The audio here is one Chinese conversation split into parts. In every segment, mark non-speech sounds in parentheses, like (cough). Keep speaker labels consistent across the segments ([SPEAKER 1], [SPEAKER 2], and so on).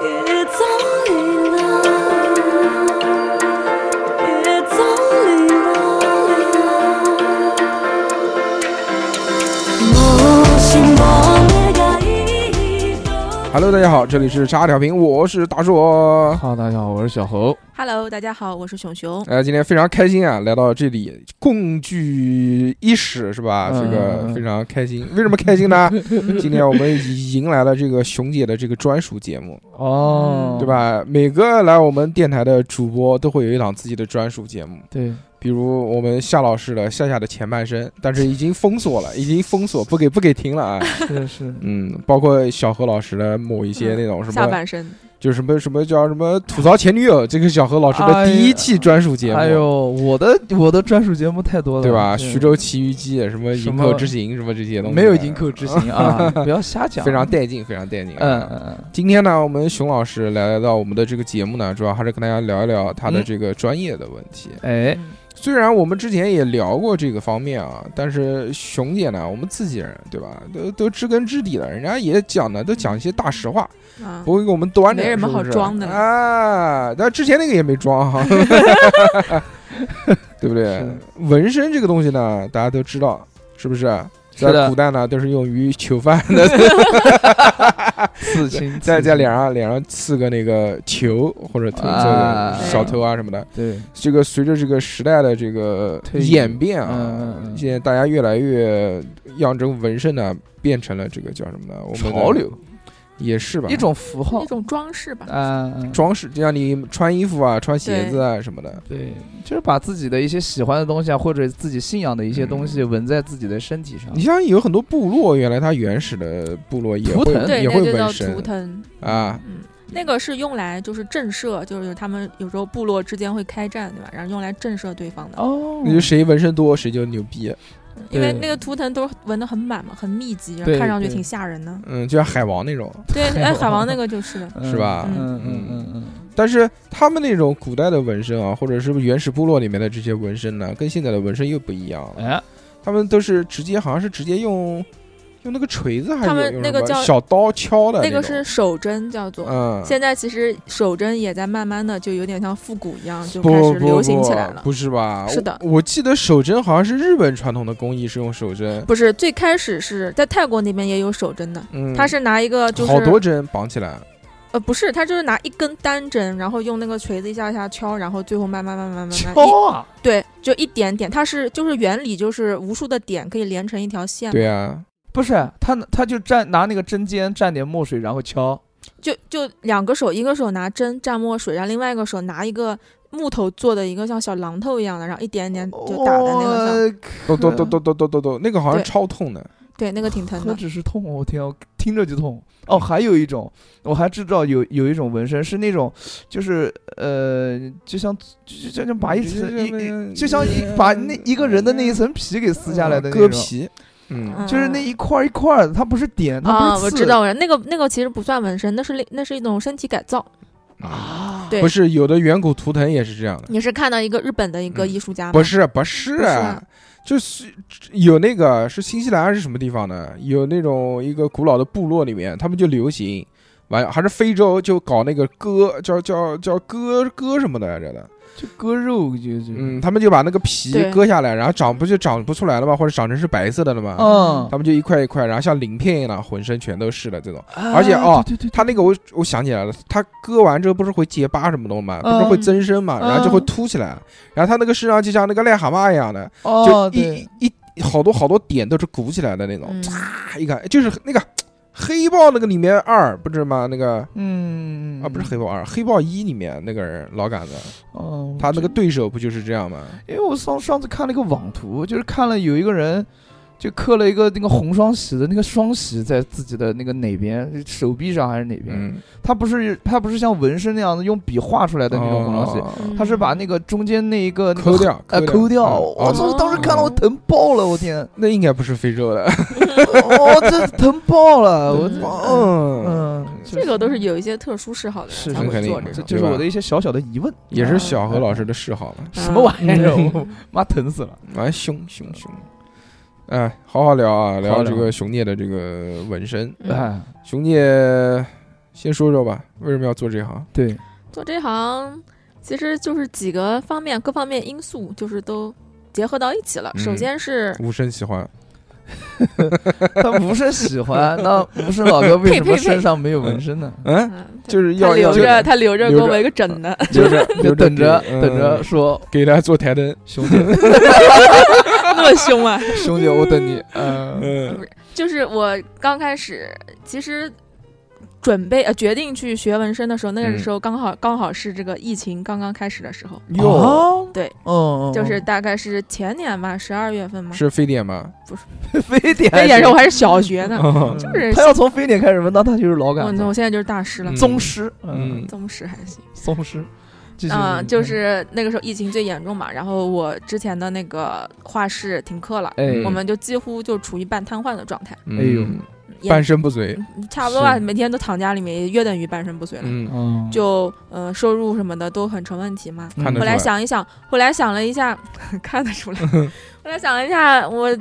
[SPEAKER 1] It's only love. It's only love.
[SPEAKER 2] Hello，大家好，这里是叉调频，我是大硕。
[SPEAKER 3] 哈喽，大家好，我是小侯。
[SPEAKER 4] Hello，大家好，我是熊熊。
[SPEAKER 2] 呃，今天非常开心啊，来到这里共聚一室是吧？
[SPEAKER 3] 嗯
[SPEAKER 2] 这
[SPEAKER 3] 嗯
[SPEAKER 2] 个
[SPEAKER 3] 嗯
[SPEAKER 2] 非常开心。为什么开心
[SPEAKER 3] (laughs)
[SPEAKER 2] 呢？今天我们迎来了这个熊姐的这个专属节目，
[SPEAKER 3] 哦，
[SPEAKER 2] 对？吧？每个来我们电台的主播都会有一档自己的专属节目，
[SPEAKER 3] 对，
[SPEAKER 2] 比如我们夏老师的夏夏的前半生，但是已经封锁了，已经封锁不给不给听了啊。
[SPEAKER 3] 是是，
[SPEAKER 2] 嗯，包括小何老师的某一
[SPEAKER 3] 嗯
[SPEAKER 2] 些那种什么
[SPEAKER 4] 下半身，
[SPEAKER 2] 就是什么什么叫什么吐槽前女友，这个小何老师的第一期专属节目，
[SPEAKER 3] 哎呦，我的我的专属节目太多了，
[SPEAKER 2] 对吧？徐州奇遇记什么
[SPEAKER 3] 什
[SPEAKER 2] 营
[SPEAKER 3] 么
[SPEAKER 2] 口之行什么这些东西，
[SPEAKER 3] 没有营口之行
[SPEAKER 2] (laughs)
[SPEAKER 3] 啊，不要瞎讲，
[SPEAKER 2] 非常带劲，非常带劲。
[SPEAKER 3] 嗯，嗯
[SPEAKER 2] 今天呢，我们熊老师来到我们的这个节目呢，主要还是跟大家聊一聊他的
[SPEAKER 3] 嗯
[SPEAKER 2] 这个专业的问题。
[SPEAKER 3] 嗯，哎，
[SPEAKER 4] 嗯
[SPEAKER 2] 虽然我们之前也聊过这个方面啊，但是熊姐呢，我们自己人对吧，都都知根知底的，人家也讲的都讲一些大实话，
[SPEAKER 4] 啊，
[SPEAKER 2] 不会给我们端着，
[SPEAKER 4] 没什么
[SPEAKER 2] 是不是
[SPEAKER 4] 好装的了
[SPEAKER 2] 啊。但之前那个也没装
[SPEAKER 4] (laughs)
[SPEAKER 2] 哈，对不对
[SPEAKER 3] 是？
[SPEAKER 2] 纹身这个东西呢，大家都知道，是不是？
[SPEAKER 3] 是
[SPEAKER 2] 在
[SPEAKER 3] 的
[SPEAKER 2] 古，代呢，都是用于囚犯的，
[SPEAKER 3] (laughs) 刺青，
[SPEAKER 2] 在在
[SPEAKER 3] 刺青
[SPEAKER 2] 脸，上脸上刺个那个囚或者偷这个
[SPEAKER 3] 啊
[SPEAKER 2] 小偷啊什么的。
[SPEAKER 3] 对，
[SPEAKER 2] 这个随着这个时代的这个
[SPEAKER 3] 推移
[SPEAKER 2] 演变
[SPEAKER 3] 嗯
[SPEAKER 2] 啊
[SPEAKER 3] 嗯，嗯
[SPEAKER 2] 现在大家越来越让这个纹身呢变成了这个叫什么呢？我们的
[SPEAKER 3] 潮流
[SPEAKER 2] 也是吧，
[SPEAKER 3] 一种符号
[SPEAKER 4] 一，种装饰吧。
[SPEAKER 2] 呃
[SPEAKER 3] 啊，嗯
[SPEAKER 2] 装饰，就像你穿衣服啊、穿鞋子啊什么的。
[SPEAKER 3] 对，就是把自己的一些喜欢的东西啊，或者自己信仰的一些东西纹在自己的身体上
[SPEAKER 2] 你。像有很多部落，原来它原始的部落也
[SPEAKER 3] 图
[SPEAKER 2] 会
[SPEAKER 3] 腾
[SPEAKER 4] 对，
[SPEAKER 2] 也
[SPEAKER 4] 那
[SPEAKER 2] 会
[SPEAKER 4] 就叫
[SPEAKER 2] 纹
[SPEAKER 4] 图
[SPEAKER 2] 身
[SPEAKER 4] 腾。
[SPEAKER 2] 啊，
[SPEAKER 4] 嗯，那个是用来就是震慑，就是他们有时候部落之间会开战，对吧？然后用来震慑对方的，
[SPEAKER 3] 哦
[SPEAKER 2] 那就谁纹身多谁就牛逼。
[SPEAKER 4] 因为
[SPEAKER 3] 对
[SPEAKER 4] 那个图腾都纹的很满嘛，很密集，然
[SPEAKER 3] 对
[SPEAKER 4] 后看上去
[SPEAKER 3] 对
[SPEAKER 4] 挺吓人
[SPEAKER 2] (laughs)
[SPEAKER 4] 的。
[SPEAKER 2] 嗯，就像海王那种，
[SPEAKER 4] 对，哎，海王那
[SPEAKER 2] (laughs)
[SPEAKER 4] 个就是的，
[SPEAKER 2] 是吧
[SPEAKER 3] 嗯
[SPEAKER 2] 嗯
[SPEAKER 3] 嗯嗯嗯，
[SPEAKER 2] 但是他们那种古代的纹身啊，或者是原始部落里面的这些纹身呢，跟现在的纹身又不一样了。
[SPEAKER 3] 哎，
[SPEAKER 2] 他们都是直接好像是直接用用那个锤子还是
[SPEAKER 4] 他们
[SPEAKER 2] 用
[SPEAKER 4] 那个
[SPEAKER 2] 什么
[SPEAKER 4] 叫
[SPEAKER 2] 小刀敲的
[SPEAKER 4] 那个
[SPEAKER 2] 种
[SPEAKER 4] 是手针叫做。
[SPEAKER 2] 嗯，
[SPEAKER 4] 现在其实手针也在慢慢的就有点像复古一样，就
[SPEAKER 2] 不
[SPEAKER 4] 开
[SPEAKER 2] 不
[SPEAKER 4] 始流行起来了
[SPEAKER 2] 不。不是吧？
[SPEAKER 4] 是的
[SPEAKER 2] 我，我记得手针好像是日本传统的工艺是用手针，
[SPEAKER 4] 不是，最开始是在泰国那边也有手针的，
[SPEAKER 2] 嗯，
[SPEAKER 4] 他是拿一个就是
[SPEAKER 2] 好多针绑起来，
[SPEAKER 4] 呃，不是，他就是拿一根单针，然后用那个锤子一下一下敲，然后最后慢慢慢慢慢慢一
[SPEAKER 3] 敲啊，
[SPEAKER 4] 对，就一点点，它是就是原理就是无数的点可以连成一条线，
[SPEAKER 2] 对啊，
[SPEAKER 3] 不是他他就蘸拿那个针尖蘸点墨水，然后敲。
[SPEAKER 4] 就就两个手，一个手拿针蘸墨水，然后另外一个手拿一个木头做的一个像小榔头一样的，然后一点点就打在那个上，
[SPEAKER 3] 我
[SPEAKER 2] 咚咚咚咚咚咚咚咚，那个好像
[SPEAKER 4] 对
[SPEAKER 2] 超痛的，
[SPEAKER 4] 对，那个挺疼
[SPEAKER 3] 何
[SPEAKER 4] 的。
[SPEAKER 3] 止是痛，我天，我听着就痛。哦，还有一种，我还知道有有一种纹身是那种，就是呃，就像就就像把一层一一就像一把那一个人的那一层皮给撕下来的
[SPEAKER 2] 嗯
[SPEAKER 3] 那
[SPEAKER 2] 割
[SPEAKER 3] 种，
[SPEAKER 2] 皮，嗯，
[SPEAKER 4] 嗯
[SPEAKER 3] 就是那一块儿一块儿的，它不是点，它
[SPEAKER 4] 啊，
[SPEAKER 3] 不是
[SPEAKER 4] 我
[SPEAKER 3] 刺。
[SPEAKER 4] 知道了，那个那个其实不算纹身，那是另那是一种身体改造，
[SPEAKER 3] 啊，
[SPEAKER 4] 对
[SPEAKER 2] 不是有的远古图腾也是这样的，
[SPEAKER 4] 也是看到一个日本的一个
[SPEAKER 2] 嗯
[SPEAKER 4] 艺术家嘛，
[SPEAKER 2] 不是不是
[SPEAKER 4] 啊不是啊，
[SPEAKER 2] 就是有那个是新西兰还是什么地方的，有那种一个古老的部落里面，他们就流行。完还是非洲就搞那个割叫叫叫割割什么的来着的，
[SPEAKER 3] 就割肉就就
[SPEAKER 2] 嗯，他们就把那个皮
[SPEAKER 4] 对
[SPEAKER 2] 割下来，然后长不就长不出来了吗？或者长成是白色的了吗？
[SPEAKER 3] 嗯，
[SPEAKER 4] 啊
[SPEAKER 2] 他们就一块一块，然后像鳞片一样，浑身全都是的这种。而且哦
[SPEAKER 3] 对对对，
[SPEAKER 2] 他那个我我想起来了，他割完之后不是会结疤什么的吗？不是
[SPEAKER 3] 嗯
[SPEAKER 2] 会增生嘛，然后就会凸起来。然后他那个身上就像那个癞蛤蟆一样的，
[SPEAKER 3] 哦
[SPEAKER 2] 就
[SPEAKER 3] 对
[SPEAKER 2] 一一一好多好多点都是鼓起来的那种
[SPEAKER 4] 嗯。
[SPEAKER 2] 啪一看就是那个黑豹那个里面二不是吗？那个
[SPEAKER 3] 嗯
[SPEAKER 2] 啊不是黑豹二，黑豹一里面那个人老杆子，
[SPEAKER 3] 哦，
[SPEAKER 2] 他那
[SPEAKER 3] 这
[SPEAKER 2] 个对手不就是这样吗？
[SPEAKER 3] 因为我上上次看了一个网图，就是看了有一个人就刻了一个那个红双喜的那个双喜在自己的那个哪边手臂上还是哪边，
[SPEAKER 2] 嗯，
[SPEAKER 3] 他不是他不是像纹身那样子用笔画出来的那种红双喜，
[SPEAKER 2] 哦
[SPEAKER 4] 嗯
[SPEAKER 3] 他是把那个中间那一个那个
[SPEAKER 2] 抠掉，
[SPEAKER 3] 呃抠掉，
[SPEAKER 2] 嗯
[SPEAKER 3] 我操！
[SPEAKER 2] 哦，
[SPEAKER 3] 当时看到我疼爆了，
[SPEAKER 2] (laughs)
[SPEAKER 3] 我天，
[SPEAKER 2] 那应该不是非洲的。
[SPEAKER 3] 我这疼爆了，我
[SPEAKER 2] 嗯，
[SPEAKER 3] (laughs) 嗯，
[SPEAKER 4] 这个都是有一些特殊嗜好的
[SPEAKER 3] 是
[SPEAKER 4] 人才
[SPEAKER 2] 很肯
[SPEAKER 4] 会
[SPEAKER 2] 定
[SPEAKER 4] 做这
[SPEAKER 2] 的
[SPEAKER 4] 种。
[SPEAKER 3] 这就是我的一些小小的疑问，
[SPEAKER 2] 也是小
[SPEAKER 4] 啊
[SPEAKER 2] 何老师的嗜好嘛， (laughs)
[SPEAKER 3] 嗯
[SPEAKER 2] 哎
[SPEAKER 3] 什么玩意儿，我妈疼死了。
[SPEAKER 2] 完凶凶凶。哎，好好聊啊，
[SPEAKER 3] 好
[SPEAKER 2] 聊
[SPEAKER 3] 好
[SPEAKER 2] 这
[SPEAKER 3] 聊
[SPEAKER 2] 个熊聂的这个纹身。
[SPEAKER 4] 嗯，
[SPEAKER 3] 哎，
[SPEAKER 2] 熊聂，先说说吧，为什么要做这行？
[SPEAKER 3] 对，
[SPEAKER 4] 做这行其实就是几个方面，各方面因素就是都结合到一起了。
[SPEAKER 2] 嗯
[SPEAKER 4] 首先是
[SPEAKER 2] 无声喜欢，
[SPEAKER 4] (laughs)
[SPEAKER 3] 他不是喜欢，那不是老哥为什
[SPEAKER 4] 呸呸
[SPEAKER 3] 么
[SPEAKER 4] 呸
[SPEAKER 3] 身上没有纹身呢？
[SPEAKER 2] 嗯，
[SPEAKER 4] 嗯，
[SPEAKER 2] 就是
[SPEAKER 4] 他
[SPEAKER 2] 要
[SPEAKER 4] 留
[SPEAKER 2] 要
[SPEAKER 4] 着，他留着给
[SPEAKER 2] 留
[SPEAKER 4] 我
[SPEAKER 2] 着嗯
[SPEAKER 4] 围个整的， (laughs)
[SPEAKER 2] 留着 (laughs) 留
[SPEAKER 3] 就等着
[SPEAKER 2] 给嗯
[SPEAKER 3] 等着说，
[SPEAKER 2] 给他做台灯。
[SPEAKER 3] 兄 (laughs) 弟
[SPEAKER 4] 那么凶啊！ (laughs)
[SPEAKER 3] 兄弟，我等你。嗯，
[SPEAKER 2] 嗯
[SPEAKER 4] 就是我刚开始，其实准备呃决定去学纹身的时候，那
[SPEAKER 2] 嗯
[SPEAKER 4] 个时候刚好、刚好是这个疫情刚刚开始的时候，
[SPEAKER 2] 哟，
[SPEAKER 3] 哦
[SPEAKER 4] 对，
[SPEAKER 3] 嗯，嗯
[SPEAKER 4] 就是大概是前年吧，十二月份嘛。
[SPEAKER 2] 是非典吗？
[SPEAKER 3] 嗯非典，
[SPEAKER 4] 那也是我还是小学呢，
[SPEAKER 2] 嗯
[SPEAKER 4] 就是哦
[SPEAKER 3] 他要从非典开始纹，那他就是老
[SPEAKER 4] 我
[SPEAKER 3] 杆
[SPEAKER 4] 那
[SPEAKER 3] 子，
[SPEAKER 4] 我现在就是大师了
[SPEAKER 2] 嗯，
[SPEAKER 3] 宗师，嗯，
[SPEAKER 2] 嗯
[SPEAKER 4] 宗师还行。
[SPEAKER 3] 宗师，继续
[SPEAKER 4] 嗯、
[SPEAKER 3] 继续
[SPEAKER 4] 就是那个时候疫情最严重嘛，然后我之前的那个画室停课了，
[SPEAKER 3] 哎，
[SPEAKER 4] 我们就几乎就处于半瘫痪的状态，
[SPEAKER 2] 嗯
[SPEAKER 3] 哎呦
[SPEAKER 4] 也
[SPEAKER 2] 半身不遂。
[SPEAKER 4] 嗯差不多吧，
[SPEAKER 3] 是
[SPEAKER 4] 每天都躺家里面，也约等于半身不遂了，
[SPEAKER 2] 嗯，
[SPEAKER 3] 嗯
[SPEAKER 4] 就呃收入什么的都很成问题嘛。
[SPEAKER 2] 看得
[SPEAKER 4] 后
[SPEAKER 2] 出
[SPEAKER 4] 来
[SPEAKER 2] 来
[SPEAKER 4] 想一想，后来想了一下， (laughs) 看得
[SPEAKER 2] (laughs)
[SPEAKER 4] 出来。后来想了一下，我呃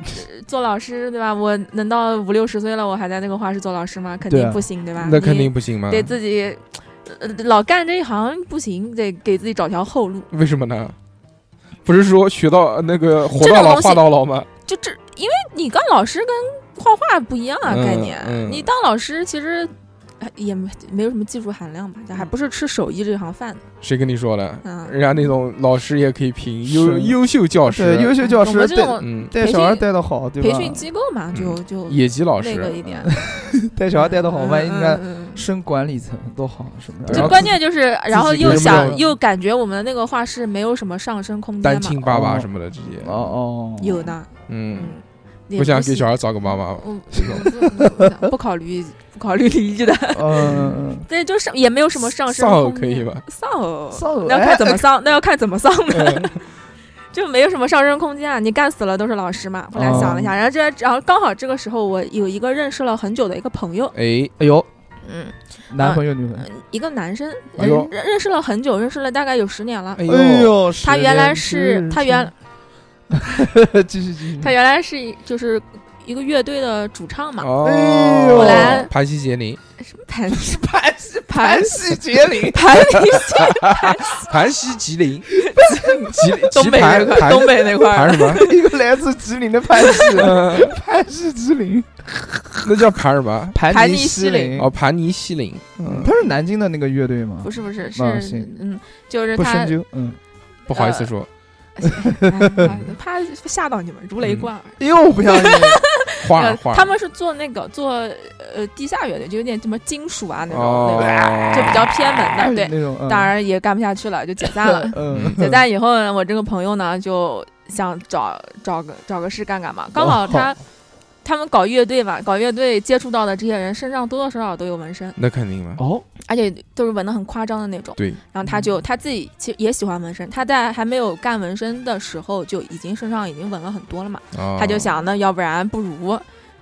[SPEAKER 4] 做老师对吧？我能到五六十岁了，我还在那个画室做老师吗？肯
[SPEAKER 3] 对
[SPEAKER 4] 定
[SPEAKER 3] 啊
[SPEAKER 4] 不行，对吧？
[SPEAKER 2] 嗯那肯
[SPEAKER 4] 你
[SPEAKER 2] 定不行嘛。
[SPEAKER 4] 得自己，呃，老干这一行不行，得给自己找条后路。
[SPEAKER 2] (laughs) 为什么呢？不是说学到那个活
[SPEAKER 4] 这
[SPEAKER 2] 到
[SPEAKER 4] 种
[SPEAKER 2] 老
[SPEAKER 4] 东西
[SPEAKER 2] 画到老吗？
[SPEAKER 4] 就这，因为你当老师跟画画不一样啊，
[SPEAKER 2] 嗯
[SPEAKER 4] 概念。
[SPEAKER 2] 嗯
[SPEAKER 4] 你当老师其实哎也没没有什么技术含量吧，
[SPEAKER 2] 嗯
[SPEAKER 4] 还不是吃手艺这行饭的。
[SPEAKER 2] 谁跟你说的？
[SPEAKER 4] 嗯，
[SPEAKER 2] 人家那种老师也可以评优
[SPEAKER 3] 是
[SPEAKER 2] 优秀教
[SPEAKER 3] 对
[SPEAKER 2] 师，
[SPEAKER 3] 优秀教
[SPEAKER 4] 我
[SPEAKER 3] 师
[SPEAKER 4] 们这
[SPEAKER 3] 带
[SPEAKER 4] 种
[SPEAKER 2] 嗯，
[SPEAKER 3] 带
[SPEAKER 4] 培
[SPEAKER 3] 小孩
[SPEAKER 4] 训
[SPEAKER 3] 带的好，对
[SPEAKER 4] 培
[SPEAKER 3] 吧？
[SPEAKER 4] 训机构嘛，就就
[SPEAKER 2] 野鸡嗯老
[SPEAKER 4] 那个一
[SPEAKER 2] 师，嗯
[SPEAKER 4] 点，
[SPEAKER 3] 带小孩带的好，万一人家
[SPEAKER 4] 嗯。嗯嗯
[SPEAKER 3] 升管理层多好，什么的？
[SPEAKER 2] 然
[SPEAKER 4] 就
[SPEAKER 2] 后
[SPEAKER 4] 关键就是，然后
[SPEAKER 3] 自己
[SPEAKER 4] 又
[SPEAKER 2] 有什么
[SPEAKER 4] 想
[SPEAKER 3] 样
[SPEAKER 4] 又感觉我们的那个画室没有什么上升空间
[SPEAKER 2] 单
[SPEAKER 4] 嘛，
[SPEAKER 2] 亲爸爸
[SPEAKER 3] 哦
[SPEAKER 2] 什么的这些，
[SPEAKER 3] 哦哦，
[SPEAKER 4] 有呢，
[SPEAKER 2] 嗯，
[SPEAKER 4] 嗯，也
[SPEAKER 2] 不想给
[SPEAKER 4] 行
[SPEAKER 2] 小孩找个妈妈吧，
[SPEAKER 4] 嗯，不不不不考虑不考虑离异的， (laughs)
[SPEAKER 3] 嗯，
[SPEAKER 4] 对，就是也没有什么上升
[SPEAKER 2] 丧偶
[SPEAKER 4] 空
[SPEAKER 2] 可以
[SPEAKER 4] 间？
[SPEAKER 2] 吧？
[SPEAKER 4] 丧偶，
[SPEAKER 3] 丧偶
[SPEAKER 4] 那要
[SPEAKER 3] 哎
[SPEAKER 4] 看怎么丧，那要看怎么丧呢，
[SPEAKER 2] 嗯
[SPEAKER 4] (laughs) 就没有什么上升空间啊！你干死了都是老师嘛。后来想了一下，然后这然后刚好这个时候我有一个认识了很久的一个朋友，
[SPEAKER 2] 哎，
[SPEAKER 3] 哎呦，
[SPEAKER 4] 嗯，
[SPEAKER 3] 男朋友女朋友，
[SPEAKER 4] 一个男生，
[SPEAKER 2] 哎
[SPEAKER 4] 认
[SPEAKER 2] 呦
[SPEAKER 4] 认识了很久，认识了大概有十年了。
[SPEAKER 2] 哎呦，
[SPEAKER 3] 哎呦，
[SPEAKER 4] 呃他
[SPEAKER 3] 时
[SPEAKER 4] 原来
[SPEAKER 3] 间
[SPEAKER 4] 是
[SPEAKER 3] 之
[SPEAKER 4] 他原
[SPEAKER 3] (laughs) 继续继续，
[SPEAKER 4] 他原来是一就是一个乐队的主唱嘛，
[SPEAKER 2] 哦
[SPEAKER 3] 哎呦
[SPEAKER 4] 后来
[SPEAKER 2] 盘西杰林，
[SPEAKER 4] 什么盘
[SPEAKER 3] 是盘西 (laughs)
[SPEAKER 4] 盘，
[SPEAKER 3] 西杰林
[SPEAKER 4] 盘一下，
[SPEAKER 2] 盘西吉
[SPEAKER 4] (laughs)
[SPEAKER 2] 林，吉吉 (laughs)
[SPEAKER 4] 东北那
[SPEAKER 2] 盘
[SPEAKER 4] 块，
[SPEAKER 2] 盘
[SPEAKER 4] 东北那块儿
[SPEAKER 2] 盘什么？
[SPEAKER 3] 一个来自吉林的潘西，
[SPEAKER 2] 呃
[SPEAKER 3] 潘西吉林，
[SPEAKER 2] 那叫盘什么？
[SPEAKER 4] 盘
[SPEAKER 3] 盘
[SPEAKER 4] 尼西
[SPEAKER 3] 西
[SPEAKER 4] 林
[SPEAKER 2] 哦，，盘尼西林，
[SPEAKER 3] 嗯他是南京的那个乐队吗
[SPEAKER 4] 不？是不是是
[SPEAKER 3] 啊行
[SPEAKER 4] 嗯，就是
[SPEAKER 3] 不
[SPEAKER 4] 他
[SPEAKER 3] 深究，嗯，
[SPEAKER 2] 不好意思说，
[SPEAKER 4] (laughs) 哎怕吓到你们，如雷贯耳。 (laughs)
[SPEAKER 3] 又不相信，
[SPEAKER 2] 画
[SPEAKER 4] 呃
[SPEAKER 2] 儿画儿，
[SPEAKER 4] 他们是做那个做呃地下乐队，就有点什么金属啊那种，
[SPEAKER 2] 哦
[SPEAKER 4] 那种就比较偏门的。对，
[SPEAKER 3] 那种，嗯。
[SPEAKER 4] 当然也干不下去了，就解散了
[SPEAKER 3] 嗯，
[SPEAKER 4] 解散以后呢，我这个朋友呢就想找找个找个事干干嘛，刚好
[SPEAKER 2] 哦
[SPEAKER 4] 他。他们搞乐队嘛，搞乐队接触到的这些人身上多多少少都有纹身，
[SPEAKER 2] 那肯定嘛，
[SPEAKER 3] 哦，
[SPEAKER 4] 而且都是纹的很夸张的那种。
[SPEAKER 2] 对，嗯
[SPEAKER 4] 然后他就他自己其实也喜欢纹身，他在还没有干纹身的时候就已经身上已经纹了很多了嘛。
[SPEAKER 2] 他
[SPEAKER 3] 哦
[SPEAKER 4] 他就，想，那要不然不如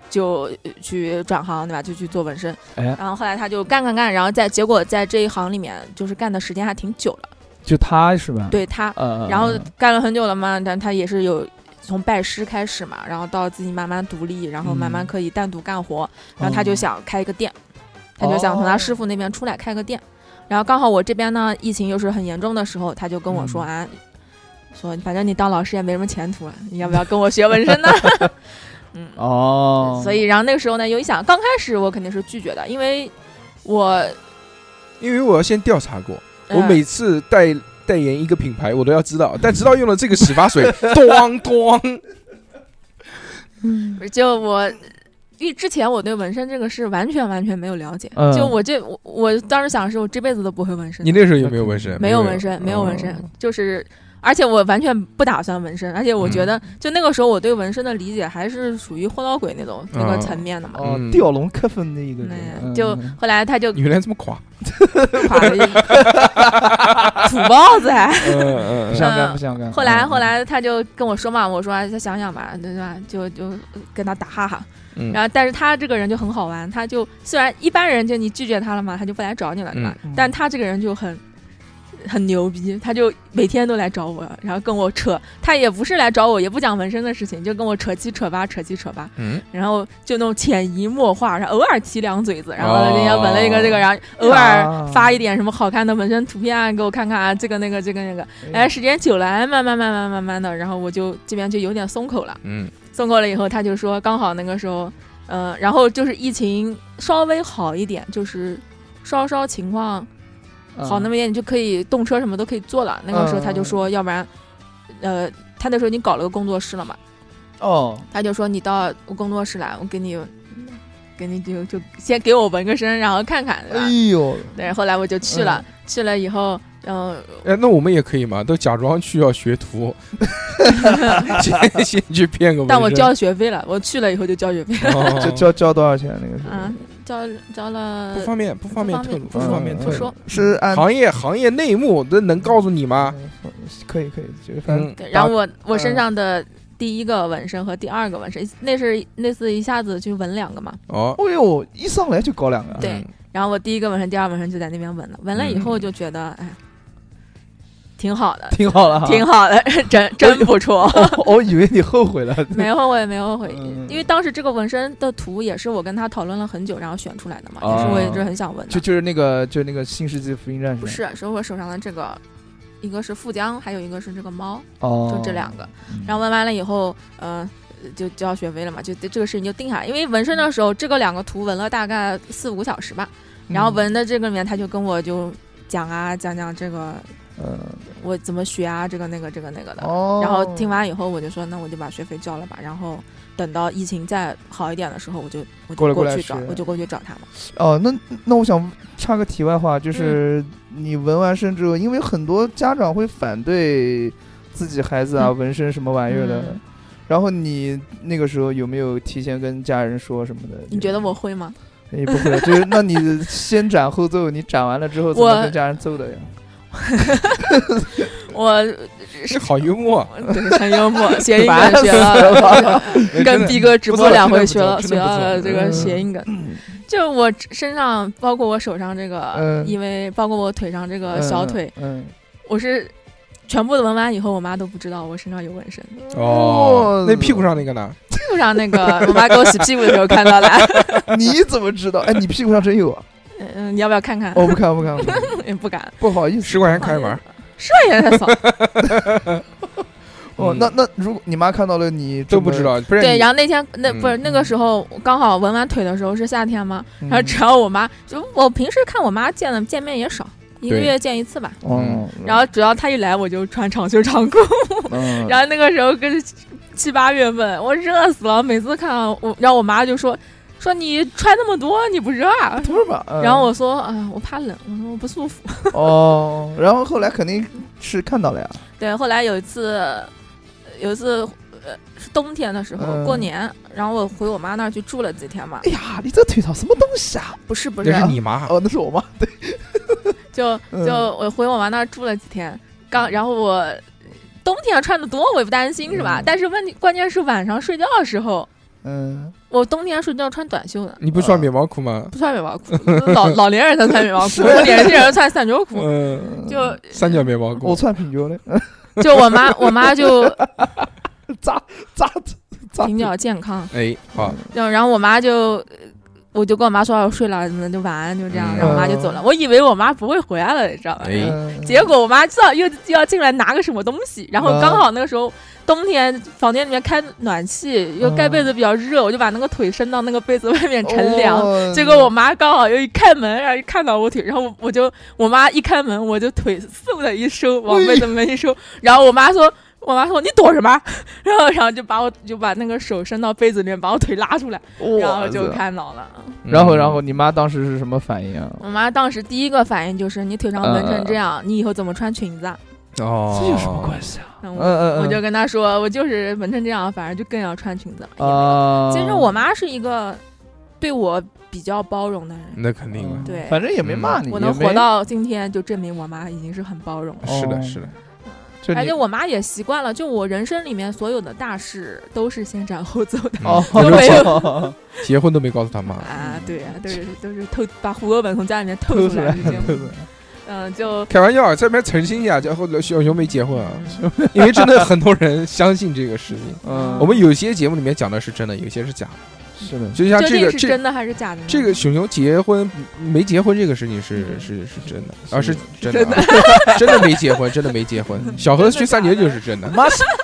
[SPEAKER 4] 就呃去转行，对吧？就去做纹身。
[SPEAKER 3] 哎，
[SPEAKER 4] 然后后来他就干干干，然后在结果在这一行里面，就是干的时间还挺久了。
[SPEAKER 3] 就他是吧？，
[SPEAKER 4] 对他，
[SPEAKER 3] 呃，
[SPEAKER 4] 然后干了很久了嘛，但他也是有从拜师开始嘛，然后到自己慢慢独立，然后慢
[SPEAKER 3] 嗯
[SPEAKER 4] 慢可以单独干活，然后他就
[SPEAKER 3] 哦
[SPEAKER 4] 想开一个店，他就想从他师傅那边出来开个店。然后刚好我这边呢，疫情又是很严重的时候，他就跟我说
[SPEAKER 3] 嗯
[SPEAKER 4] 啊，说反正你当老师也没什么前途了，你要不要跟我学纹身呢？ (laughs) 嗯，
[SPEAKER 3] 哦，
[SPEAKER 4] 所以，然后那个时候呢，有一想，刚开始我肯定是拒绝的，因为我
[SPEAKER 2] 因为我要先调查过，
[SPEAKER 4] 呃
[SPEAKER 2] 我每次代代言一个品牌，我都要知道，但直到用了这个洗发水， (laughs) 咣咣，
[SPEAKER 3] 嗯
[SPEAKER 4] 就我因为之前我对纹身这个事完全完全没有了解，
[SPEAKER 3] 嗯
[SPEAKER 4] 就我这我我当时想是我这辈子都不会纹身
[SPEAKER 2] 你
[SPEAKER 4] 的，
[SPEAKER 2] 那时候有没有纹身？
[SPEAKER 4] 没有纹，身，没有纹
[SPEAKER 2] 哦
[SPEAKER 4] 身，就是。而且我完全不打算纹身，而且我觉得，就那个时候我对纹身的理解还是属于混老鬼那种、那
[SPEAKER 2] 哦
[SPEAKER 4] 个层面的嘛。
[SPEAKER 3] 哦
[SPEAKER 2] 嗯，
[SPEAKER 3] 吊龙克风的一个人，
[SPEAKER 4] 嗯，
[SPEAKER 3] 嗯
[SPEAKER 4] 就后来他就
[SPEAKER 2] 原来这么垮，
[SPEAKER 4] 垮了一， (laughs) 土包子还。
[SPEAKER 2] 嗯
[SPEAKER 3] 不想干，不想干。
[SPEAKER 4] 呃后来，
[SPEAKER 3] 嗯
[SPEAKER 4] 后，来他就跟我说嘛，我说啊再想想吧，对吧？就就跟他打哈哈。
[SPEAKER 2] 嗯
[SPEAKER 4] 然后，但是他这个人就很好玩，他就虽然一般人就你拒绝他了嘛，他就不来找你了，对吧？
[SPEAKER 3] 嗯
[SPEAKER 4] 但他这个人就很很牛逼，他就每天都来找我，然后跟我扯，他也不是来找我，也不讲纹身的事情，就跟我扯七扯八，扯七扯八，
[SPEAKER 2] 嗯，
[SPEAKER 4] 然后就那种潜移默化，然后偶尔提两嘴子，然后人家纹了一个这个，然后偶尔发一点什么好看的纹身图片啊给我看看啊，这个那个这个那个，
[SPEAKER 3] 嗯
[SPEAKER 4] 哎，时间久了，哎慢慢慢慢慢慢的，然后我就这边就有点松口了。
[SPEAKER 2] 嗯
[SPEAKER 4] 送过来以后，他就说刚好那个时候，呃，然后就是疫情稍微好一点，就是稍稍情况好那
[SPEAKER 3] 么
[SPEAKER 4] 么一点，你就可以动车什么都可以做了。那个时候他就
[SPEAKER 2] 嗯
[SPEAKER 4] 说，要不然，呃，他那时候已经搞了个工作室了嘛，
[SPEAKER 3] 哦，
[SPEAKER 4] 他就说你到我工作室来，我给你。给你就就先给我纹个身，然后看看，对吧
[SPEAKER 3] 哎呦，
[SPEAKER 4] 对，后来我就去了，去了以后，嗯、
[SPEAKER 2] 哎，那我们也可以嘛，都假装去要学徒，
[SPEAKER 4] (laughs)
[SPEAKER 2] 先先去骗个纹身。
[SPEAKER 4] 但我交学费了，我去了以后就交学费，
[SPEAKER 2] 哦
[SPEAKER 3] 这交交多少钱那个是？
[SPEAKER 4] (laughs)
[SPEAKER 3] 嗯
[SPEAKER 4] 啊，交交了
[SPEAKER 2] 不，方便，不方便透露，
[SPEAKER 4] 不
[SPEAKER 3] 说
[SPEAKER 2] 方便透
[SPEAKER 4] 不
[SPEAKER 2] 露。
[SPEAKER 4] 说
[SPEAKER 3] 嗯是按
[SPEAKER 2] 行业行业内幕，这能告诉你吗？
[SPEAKER 3] 嗯可以可以，就是反正
[SPEAKER 2] 嗯，
[SPEAKER 4] 对，然后我我身
[SPEAKER 3] 嗯
[SPEAKER 4] 上的第一个纹身和第二个纹身，那是那次一下子就纹两个嘛。
[SPEAKER 2] 哦，
[SPEAKER 3] 哦呦，一上来就搞两个，
[SPEAKER 4] 对
[SPEAKER 2] 嗯，
[SPEAKER 4] 然后我第一个纹身、第二纹身就在那边纹了，纹了以
[SPEAKER 3] 嗯
[SPEAKER 4] 后就觉得，哎，挺好的，
[SPEAKER 3] (laughs) 挺好了哈。
[SPEAKER 4] (laughs) 挺好的，真真不错，
[SPEAKER 3] 哦， (laughs) 我以为你后悔了。
[SPEAKER 4] (laughs) 没后悔，没后悔。
[SPEAKER 3] 嗯
[SPEAKER 4] 因为当时这个纹身的图也是我跟他讨论了很久，然后选出来的嘛，
[SPEAKER 3] 哦
[SPEAKER 4] 也是我一直很想纹
[SPEAKER 3] 就
[SPEAKER 4] 的。
[SPEAKER 3] 就是那个，就是那个《新世纪福音战士》
[SPEAKER 4] 不是，是我手上的这个，一个是富江，还有一个是这个猫，
[SPEAKER 3] 哦，
[SPEAKER 4] 就这两个。
[SPEAKER 3] 嗯，
[SPEAKER 4] 然后纹完了以后，嗯、呃，就交学费了嘛，就这这个事情就定下来。因为纹身的时候，这个两个图纹了大概四五个小时吧，
[SPEAKER 3] 嗯
[SPEAKER 4] 然后纹的这个里面，他就跟我就讲啊，讲讲这个
[SPEAKER 3] 嗯，
[SPEAKER 4] 我怎么学啊，这个那个这个那个的。
[SPEAKER 3] 哦，
[SPEAKER 4] 呃然后听完以后，我就说那我就把学费交了吧。然后等到疫情再好一点的时候，我就我
[SPEAKER 3] 过来
[SPEAKER 4] 就
[SPEAKER 3] 过
[SPEAKER 4] 过
[SPEAKER 3] 来
[SPEAKER 4] 去找
[SPEAKER 3] 学，
[SPEAKER 4] 我就过去找他嘛。
[SPEAKER 3] 哦，那那我想插个题外话，
[SPEAKER 4] 嗯
[SPEAKER 3] 就是你纹完身之后，因为很多家长会反对自己孩子啊
[SPEAKER 4] 嗯
[SPEAKER 3] 纹身什么玩意儿的
[SPEAKER 4] 嗯，
[SPEAKER 3] 然后你那个时候有没有提前跟家人说什么的？
[SPEAKER 4] 你觉得我会吗？
[SPEAKER 3] 你不会的，就是那你先斩后奏，你斩完了之后怎么
[SPEAKER 4] 我
[SPEAKER 3] 跟家人奏的呀？嗯
[SPEAKER 4] 我
[SPEAKER 2] 是好幽
[SPEAKER 4] (laughs)
[SPEAKER 2] 默，
[SPEAKER 4] 对很幽
[SPEAKER 3] (laughs)
[SPEAKER 4] 默，谐音
[SPEAKER 3] 烦
[SPEAKER 4] 梗学
[SPEAKER 3] 死
[SPEAKER 4] (laughs) 了，跟
[SPEAKER 2] 真的
[SPEAKER 4] 逼哥直
[SPEAKER 3] 不
[SPEAKER 4] 播
[SPEAKER 3] 错
[SPEAKER 4] 两
[SPEAKER 3] 真的不
[SPEAKER 4] 回学
[SPEAKER 3] 错
[SPEAKER 4] 了
[SPEAKER 3] 真
[SPEAKER 4] 学
[SPEAKER 3] 的不错
[SPEAKER 4] 了这个
[SPEAKER 3] 嗯
[SPEAKER 4] 谐音梗，就我身上包括我手上这个，
[SPEAKER 3] 嗯
[SPEAKER 4] 因为包括我腿上这呃个小腿，
[SPEAKER 3] 嗯，嗯，
[SPEAKER 4] 我是全部的纹完以后，我妈都不知道我身上有纹身。
[SPEAKER 2] 哦，那屁股上那个呢？
[SPEAKER 4] 屁股上那个，我妈给我洗屁股的时候看
[SPEAKER 3] (laughs)
[SPEAKER 4] 到了，
[SPEAKER 3] 嗯你怎么
[SPEAKER 4] (laughs)
[SPEAKER 3] 知道？哎，你屁股上真有啊？哦
[SPEAKER 4] 嗯嗯，你要不要看看？
[SPEAKER 3] 我不看，不看，不
[SPEAKER 4] (laughs)
[SPEAKER 3] 看
[SPEAKER 4] 也不敢，
[SPEAKER 3] 不好意思。
[SPEAKER 2] 十块钱开门，
[SPEAKER 4] 这也太骚。
[SPEAKER 3] 哦，
[SPEAKER 2] 嗯
[SPEAKER 3] 那那如果你妈看到了你
[SPEAKER 2] 都不知，道，不是
[SPEAKER 4] 对，
[SPEAKER 2] 你
[SPEAKER 4] 然后那天那不是
[SPEAKER 2] 嗯
[SPEAKER 4] 那个时候刚好纹完腿的时候是夏天嘛，
[SPEAKER 3] 然
[SPEAKER 2] (laughs)
[SPEAKER 4] 然后只要我妈，就我平时看我妈见的见面也少，一个
[SPEAKER 2] 对
[SPEAKER 4] 月见一次吧。
[SPEAKER 3] 哦，
[SPEAKER 4] 然后只要她一来，我就穿长袖长裤。 (laughs)
[SPEAKER 3] 嗯
[SPEAKER 4] 然后那个时候跟七八月份，我热死了。每次看到我，然后我妈就说：“说你穿那么多，你不热啊
[SPEAKER 3] 不是吧？？”嗯
[SPEAKER 4] 然后我说：“啊、我怕冷，我说我不舒服。
[SPEAKER 3] 哦，然后后来肯定是看到了呀。”
[SPEAKER 4] 对，后来有一次，有一次呃是冬天的时候、
[SPEAKER 3] 嗯
[SPEAKER 4] 过年，然后我回我妈那儿去住了几天嘛。
[SPEAKER 3] 哎呀，你这腿上什么东西啊？
[SPEAKER 4] 不是不是
[SPEAKER 2] 那，是你妈，
[SPEAKER 3] 哦，那是我妈。对，
[SPEAKER 4] 就
[SPEAKER 3] 嗯
[SPEAKER 4] 就我回我妈那儿住了几天，刚然后我。冬天穿的多，我也不担心是吧？
[SPEAKER 3] 嗯
[SPEAKER 4] 但是问题关键是晚上睡觉的时候，
[SPEAKER 3] 嗯，
[SPEAKER 4] 我冬天睡觉穿短袖的，
[SPEAKER 2] 你不
[SPEAKER 3] 啊
[SPEAKER 2] 穿棉毛裤吗？
[SPEAKER 4] 不穿棉毛
[SPEAKER 3] (laughs)
[SPEAKER 4] 裤，老老年人才穿棉毛
[SPEAKER 3] 是
[SPEAKER 4] 裤，我年轻人穿三角裤。
[SPEAKER 2] 嗯，
[SPEAKER 4] 就
[SPEAKER 2] 三角棉毛
[SPEAKER 3] 我
[SPEAKER 2] 裤，
[SPEAKER 3] 穿平角嘞， (laughs)
[SPEAKER 4] 就我妈，我妈就
[SPEAKER 3] 扎扎扎
[SPEAKER 4] 比较健康，
[SPEAKER 2] 哎，好，
[SPEAKER 3] 嗯
[SPEAKER 4] 就然后我妈就，我就跟我妈说我睡了，怎么就晚安，就这样，
[SPEAKER 2] 嗯
[SPEAKER 4] 然后我妈就走了。我以为我妈不会回来了，你知道吧？
[SPEAKER 3] 嗯
[SPEAKER 2] 哎，
[SPEAKER 4] 结果我妈知道又又要进来拿个什么东西，然后
[SPEAKER 3] 嗯
[SPEAKER 4] 刚好那个时候冬天房间里面开暖气，又盖被子比较热，我就把那个腿伸到那个被子外
[SPEAKER 3] 哦
[SPEAKER 4] 面乘凉，结果我妈刚好又一开门，啊然后一看到我腿，然后我我就我妈一开门，我就腿嗖的一收，往被子门一收，然后我妈说。我妈说你躲什么？ (laughs) 然后，然后就把我就把那个手伸到被子里面，把我腿拉出来，
[SPEAKER 3] 我
[SPEAKER 4] 然后就。看到了。
[SPEAKER 2] 嗯
[SPEAKER 3] 然后，然后你妈当时是什么反应啊？
[SPEAKER 4] 我妈当时第一个反应就是你腿上纹成这样，你以后怎么穿裙子啊？
[SPEAKER 2] 哦，
[SPEAKER 3] 这有什么关系啊？嗯
[SPEAKER 4] 嗯我
[SPEAKER 3] 嗯嗯，
[SPEAKER 4] 我就跟她说，我就是纹成这样，反正就更要穿裙子了。
[SPEAKER 3] 啊，
[SPEAKER 4] 其实我妈是一个对我比较包容的人，
[SPEAKER 2] 那肯定啊的，
[SPEAKER 4] 对嗯
[SPEAKER 3] 反正也没骂嗯你，
[SPEAKER 4] 我能
[SPEAKER 3] 也没
[SPEAKER 4] 活，到今天，就证明我妈已经是很包容了。
[SPEAKER 2] 是
[SPEAKER 3] 哦
[SPEAKER 2] 的，是的，
[SPEAKER 3] 就
[SPEAKER 4] 而
[SPEAKER 3] 你
[SPEAKER 4] 且我妈也习惯了，就我人生里面所有的大事都是先斩后奏
[SPEAKER 3] (laughs)
[SPEAKER 4] 的、
[SPEAKER 3] 哦，
[SPEAKER 4] 都没有
[SPEAKER 2] 嗯结婚都没告诉他妈，
[SPEAKER 4] 啊啊，对啊，都是都是偷把胡萝卜从家里面偷
[SPEAKER 3] 偷
[SPEAKER 4] 出
[SPEAKER 3] 出来
[SPEAKER 4] 来，已经
[SPEAKER 3] 对对 (laughs)
[SPEAKER 4] 嗯，就
[SPEAKER 2] 开玩笑，这边澄清一下，这后来小熊没结婚啊， (laughs) 因为真的很多人相信这个事情。
[SPEAKER 3] 嗯，
[SPEAKER 2] 我们有些节目里面讲的是真的，有些是假的，
[SPEAKER 3] 是的，
[SPEAKER 2] 就像
[SPEAKER 4] 究
[SPEAKER 2] 这
[SPEAKER 4] 竟
[SPEAKER 2] 个
[SPEAKER 4] 是
[SPEAKER 2] 这
[SPEAKER 4] 真的还是假的呢？
[SPEAKER 2] 这
[SPEAKER 4] (laughs)
[SPEAKER 2] 个熊熊结婚没结婚这个事情是是是真的啊，是真的啊， (laughs) 真的没结婚，真的没结婚。小何去三九九是真的，
[SPEAKER 3] 妈，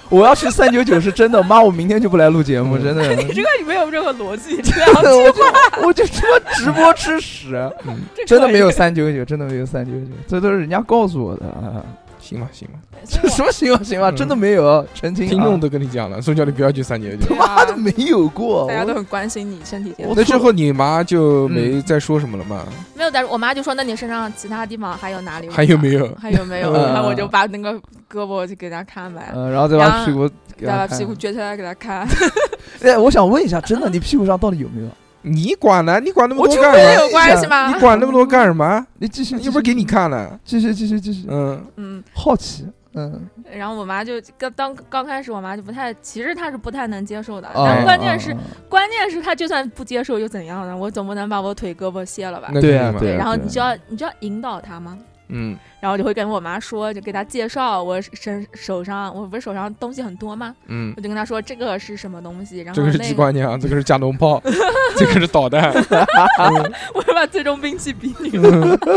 [SPEAKER 3] 我要去三九九是真的，妈，我明天就不来录节目，
[SPEAKER 2] 嗯
[SPEAKER 3] 真的。
[SPEAKER 4] (laughs) 你这个没有任何逻辑，
[SPEAKER 3] (laughs)
[SPEAKER 4] 这样
[SPEAKER 3] 我就我就他妈直播吃屎，啊
[SPEAKER 4] (laughs)
[SPEAKER 2] 嗯，
[SPEAKER 4] 这
[SPEAKER 3] 真的没有
[SPEAKER 4] 可以
[SPEAKER 3] 三九九，真的没有三九九，这都是人家告诉我的啊。
[SPEAKER 2] 行吧行吧，
[SPEAKER 4] 所以我
[SPEAKER 3] (laughs) 什么行啊行啊，
[SPEAKER 2] 嗯
[SPEAKER 3] 真的没有，澄清啊。
[SPEAKER 2] 听众都跟你讲了，宋教练不要去三九九。
[SPEAKER 4] 对啊
[SPEAKER 3] 妈的没有过，
[SPEAKER 4] 大家都
[SPEAKER 3] 我
[SPEAKER 4] 很关心你身体健
[SPEAKER 3] 我
[SPEAKER 4] 康，
[SPEAKER 2] 那之后你妈就没再说什么了吗？
[SPEAKER 4] 没有。但是我妈就说：“那你身上其他地方还有哪里？
[SPEAKER 2] 还有没
[SPEAKER 4] (laughs)
[SPEAKER 2] 有？
[SPEAKER 4] 还有没有？”
[SPEAKER 3] 嗯
[SPEAKER 4] 然后我就把那个胳膊就给她看呗，
[SPEAKER 3] 嗯，然后再把
[SPEAKER 4] 然后
[SPEAKER 3] 屁股给
[SPEAKER 4] 再
[SPEAKER 3] 他
[SPEAKER 4] 把
[SPEAKER 3] 看
[SPEAKER 4] 屁股。撅起来给
[SPEAKER 2] (laughs)
[SPEAKER 4] 她看。
[SPEAKER 3] 哎，我想问一下，真的你屁股上到底有没有？
[SPEAKER 2] 你管呢？你管那么
[SPEAKER 4] 我
[SPEAKER 2] 多
[SPEAKER 4] 就
[SPEAKER 2] 干
[SPEAKER 4] 没
[SPEAKER 2] 什么？
[SPEAKER 4] 有关系吗
[SPEAKER 2] 你？管那么多干什么？
[SPEAKER 3] 你继续，
[SPEAKER 2] 又不是给你看了。
[SPEAKER 3] 继续，继续继续继续，
[SPEAKER 2] 嗯，
[SPEAKER 4] 嗯，
[SPEAKER 3] 好奇，嗯，
[SPEAKER 4] 然后我妈就刚当刚开始，我妈就不太，其实她是不太能接受的。
[SPEAKER 3] 啊
[SPEAKER 4] 但
[SPEAKER 2] 啊
[SPEAKER 4] 是关键是
[SPEAKER 3] 啊，
[SPEAKER 4] 关键是她就算不接受又怎样呢？我总不能把我腿胳膊卸了吧？
[SPEAKER 2] 那
[SPEAKER 3] 对
[SPEAKER 2] 肯
[SPEAKER 3] 啊
[SPEAKER 2] 定嘛
[SPEAKER 3] 对啊
[SPEAKER 4] 然后你就要你就要引导她吗？
[SPEAKER 2] 嗯，
[SPEAKER 4] 然后我就会跟我妈说，就给她介绍我身手上，我不是手上东西很多吗？
[SPEAKER 2] 嗯，
[SPEAKER 4] 我就跟她说这个是什么东西，然
[SPEAKER 2] 这
[SPEAKER 4] 后
[SPEAKER 2] 个是
[SPEAKER 4] 那
[SPEAKER 2] 机关枪，这个是加农炮， (laughs) 这个是导弹。嗯
[SPEAKER 4] (laughs) 我要把最终兵器比你。 (laughs)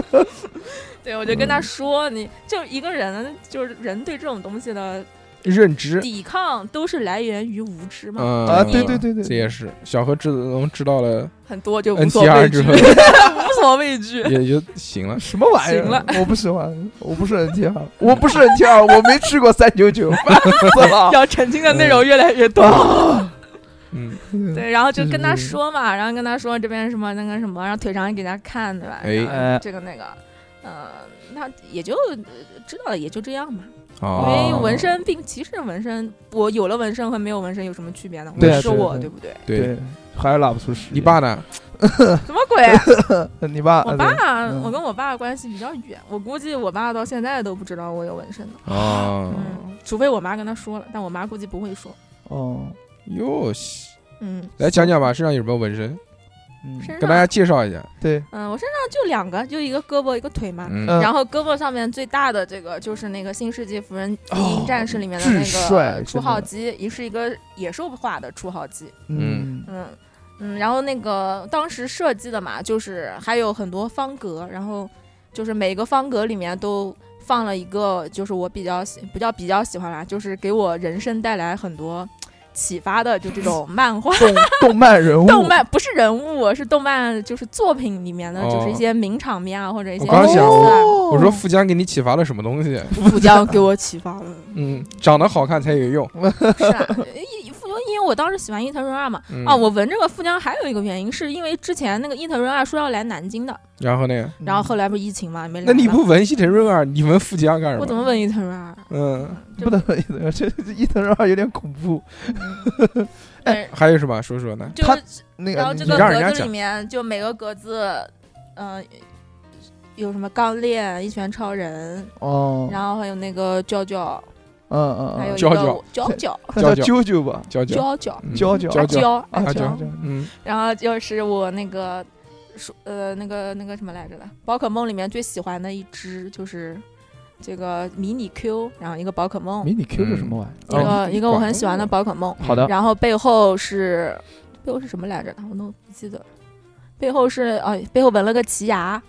[SPEAKER 4] 对，我就跟她说，你就一个人，就是人对这种东西的
[SPEAKER 2] 认知
[SPEAKER 4] 抵抗都是来源于无知嘛，
[SPEAKER 2] 嗯
[SPEAKER 3] 啊对对对对
[SPEAKER 2] 这也是小何自从知道了
[SPEAKER 4] 很多就无所畏
[SPEAKER 2] NTR
[SPEAKER 4] 惧
[SPEAKER 2] 之，后，
[SPEAKER 4] (laughs) 无所畏惧。
[SPEAKER 2] (laughs) 也就行了。
[SPEAKER 3] 什么玩意
[SPEAKER 4] 行了
[SPEAKER 3] 儿？我不喜欢，我不是
[SPEAKER 4] (laughs)
[SPEAKER 3] NTR，我不是 NTR，我没去过三九九，烦死了。
[SPEAKER 4] 要澄清的内容越来越多，
[SPEAKER 2] 嗯，
[SPEAKER 4] 对，然后就
[SPEAKER 3] 就是
[SPEAKER 4] 跟他
[SPEAKER 3] 这个
[SPEAKER 4] 说嘛，然后跟他说这边什么那个什么，然后腿上也给他看，对吧？
[SPEAKER 2] 哎
[SPEAKER 4] 然后这个那个，嗯，那也就呃知道了，也就这样嘛。因
[SPEAKER 2] 哦，
[SPEAKER 4] 为纹身并其实纹身，我有了纹身和没有纹身有什么区别呢？
[SPEAKER 3] 对
[SPEAKER 4] 我
[SPEAKER 3] 啊
[SPEAKER 4] 是
[SPEAKER 3] 对啊
[SPEAKER 4] 我，
[SPEAKER 3] 对啊
[SPEAKER 4] 对不对？
[SPEAKER 2] 对，，
[SPEAKER 3] 还是拉不出屎。
[SPEAKER 2] 你爸呢？
[SPEAKER 4] 什么鬼？
[SPEAKER 3] 呃，你爸，
[SPEAKER 4] 我
[SPEAKER 3] 呃
[SPEAKER 4] 爸，
[SPEAKER 3] 嗯
[SPEAKER 4] 我跟我爸关系比较远，我估计我爸到现在都不知道我有纹身呢。
[SPEAKER 2] 哦，
[SPEAKER 4] 嗯，除非我妈跟他说了，但我妈估计不会说。
[SPEAKER 3] 哦，
[SPEAKER 2] 哟西，
[SPEAKER 4] 嗯，
[SPEAKER 3] 哎
[SPEAKER 2] 来讲讲吧，身上有什么纹身？
[SPEAKER 3] 嗯，
[SPEAKER 4] 身
[SPEAKER 2] 跟大家
[SPEAKER 4] 上，
[SPEAKER 2] 介绍一下。
[SPEAKER 3] 对，
[SPEAKER 4] 嗯，我身上就两个，就一个胳膊一个腿嘛。
[SPEAKER 2] 嗯，
[SPEAKER 3] 嗯
[SPEAKER 4] 然后胳膊上面最大的这个就是那个《新世纪福人福
[SPEAKER 3] 哦
[SPEAKER 4] 音战士》里面的
[SPEAKER 3] 巨
[SPEAKER 4] 那
[SPEAKER 3] 帅
[SPEAKER 4] 个
[SPEAKER 3] 真
[SPEAKER 4] 初号
[SPEAKER 3] 的
[SPEAKER 4] 机，也是一个野兽画的初号机。
[SPEAKER 2] 嗯
[SPEAKER 3] 嗯，。
[SPEAKER 4] 嗯嗯，然后那个当时设计的嘛，就是还有很多方格，然后就是每个方格里面都放了一个，就是我比较喜不叫比较喜欢啦，就是给我人生带来很多启发的，就这种漫画
[SPEAKER 2] (laughs)
[SPEAKER 3] 动动漫人物，
[SPEAKER 4] 动漫不是人物，是动漫，就是作品里面的，就是一
[SPEAKER 2] 哦
[SPEAKER 4] 些名场面啊，或者一些
[SPEAKER 2] 我刚
[SPEAKER 4] 角
[SPEAKER 2] 想
[SPEAKER 4] 色啊。
[SPEAKER 3] 哦
[SPEAKER 2] 我说富江给你启发了什么东西？
[SPEAKER 4] 副江给我启发了。
[SPEAKER 2] 嗯，长得好看才有用。
[SPEAKER 4] 是啊，一副江，因为我当时喜欢伊藤润二嘛。
[SPEAKER 2] 嗯
[SPEAKER 4] 啊，我纹这个富江还有一个原因，是因为之前那个伊藤润二说要来南京的，
[SPEAKER 2] 然后呢？
[SPEAKER 4] 然后后来不是疫情嘛，没来嘛。
[SPEAKER 2] 那你不纹西藤润二，你纹富江干什么？
[SPEAKER 4] 嗯我怎么？纹伊藤润二？
[SPEAKER 2] 嗯，
[SPEAKER 4] 啊就
[SPEAKER 3] 不能 (laughs) 一等二，这这一等二有点恐怖。
[SPEAKER 4] 对，
[SPEAKER 2] 还有什么说说呢？
[SPEAKER 4] 就
[SPEAKER 3] 哎他
[SPEAKER 4] 是
[SPEAKER 3] 那个，
[SPEAKER 4] 然后这
[SPEAKER 3] 你
[SPEAKER 4] 个
[SPEAKER 2] 让人家
[SPEAKER 4] 格子
[SPEAKER 2] 讲
[SPEAKER 4] 里面，就每个格子，嗯、有什么钢炼、一拳超人，
[SPEAKER 3] 哦，
[SPEAKER 4] 然后还有那个娇娇，
[SPEAKER 3] 嗯嗯，
[SPEAKER 4] 还有一
[SPEAKER 2] 娇
[SPEAKER 4] 个
[SPEAKER 2] 娇
[SPEAKER 4] 娇娇
[SPEAKER 3] 那叫
[SPEAKER 2] 娇
[SPEAKER 3] 啾啾吧，
[SPEAKER 2] 娇娇，
[SPEAKER 4] 娇娇
[SPEAKER 2] 嗯
[SPEAKER 3] 娇娇啊
[SPEAKER 2] 娇娇，
[SPEAKER 4] 阿啊娇
[SPEAKER 3] 阿
[SPEAKER 2] 娇
[SPEAKER 4] 阿娇，
[SPEAKER 2] 嗯，
[SPEAKER 4] 然后就是我那个说呃那个那个什么来着的，宝可梦里面最喜欢的一只就是这个迷你 Q，然后一个宝可梦，
[SPEAKER 3] 迷你 Q 是什么玩意
[SPEAKER 2] 嗯
[SPEAKER 4] 一
[SPEAKER 3] 儿？哦
[SPEAKER 4] 个一个我很喜欢的宝可梦，
[SPEAKER 3] 好的，
[SPEAKER 4] 然后背后是背后是什么来着的，我都不记得了。背后是呃，背后纹了个奇牙，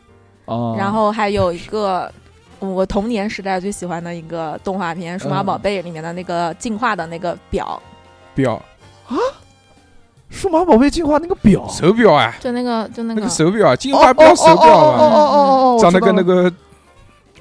[SPEAKER 3] 哦，
[SPEAKER 4] 嗯然后还有一个我童年时代最喜欢的一个动画片《数码
[SPEAKER 3] 嗯
[SPEAKER 4] 宝贝》里面的那个进化的那个表，
[SPEAKER 2] 表
[SPEAKER 3] 数码宝贝进化那个表，
[SPEAKER 2] 手表啊，
[SPEAKER 4] 就那个就那
[SPEAKER 2] 那
[SPEAKER 4] 个
[SPEAKER 2] 个手表啊，进化标手
[SPEAKER 3] 哦哦
[SPEAKER 2] 表嘛，
[SPEAKER 3] 哦哦哦，
[SPEAKER 2] 长得跟那个嗯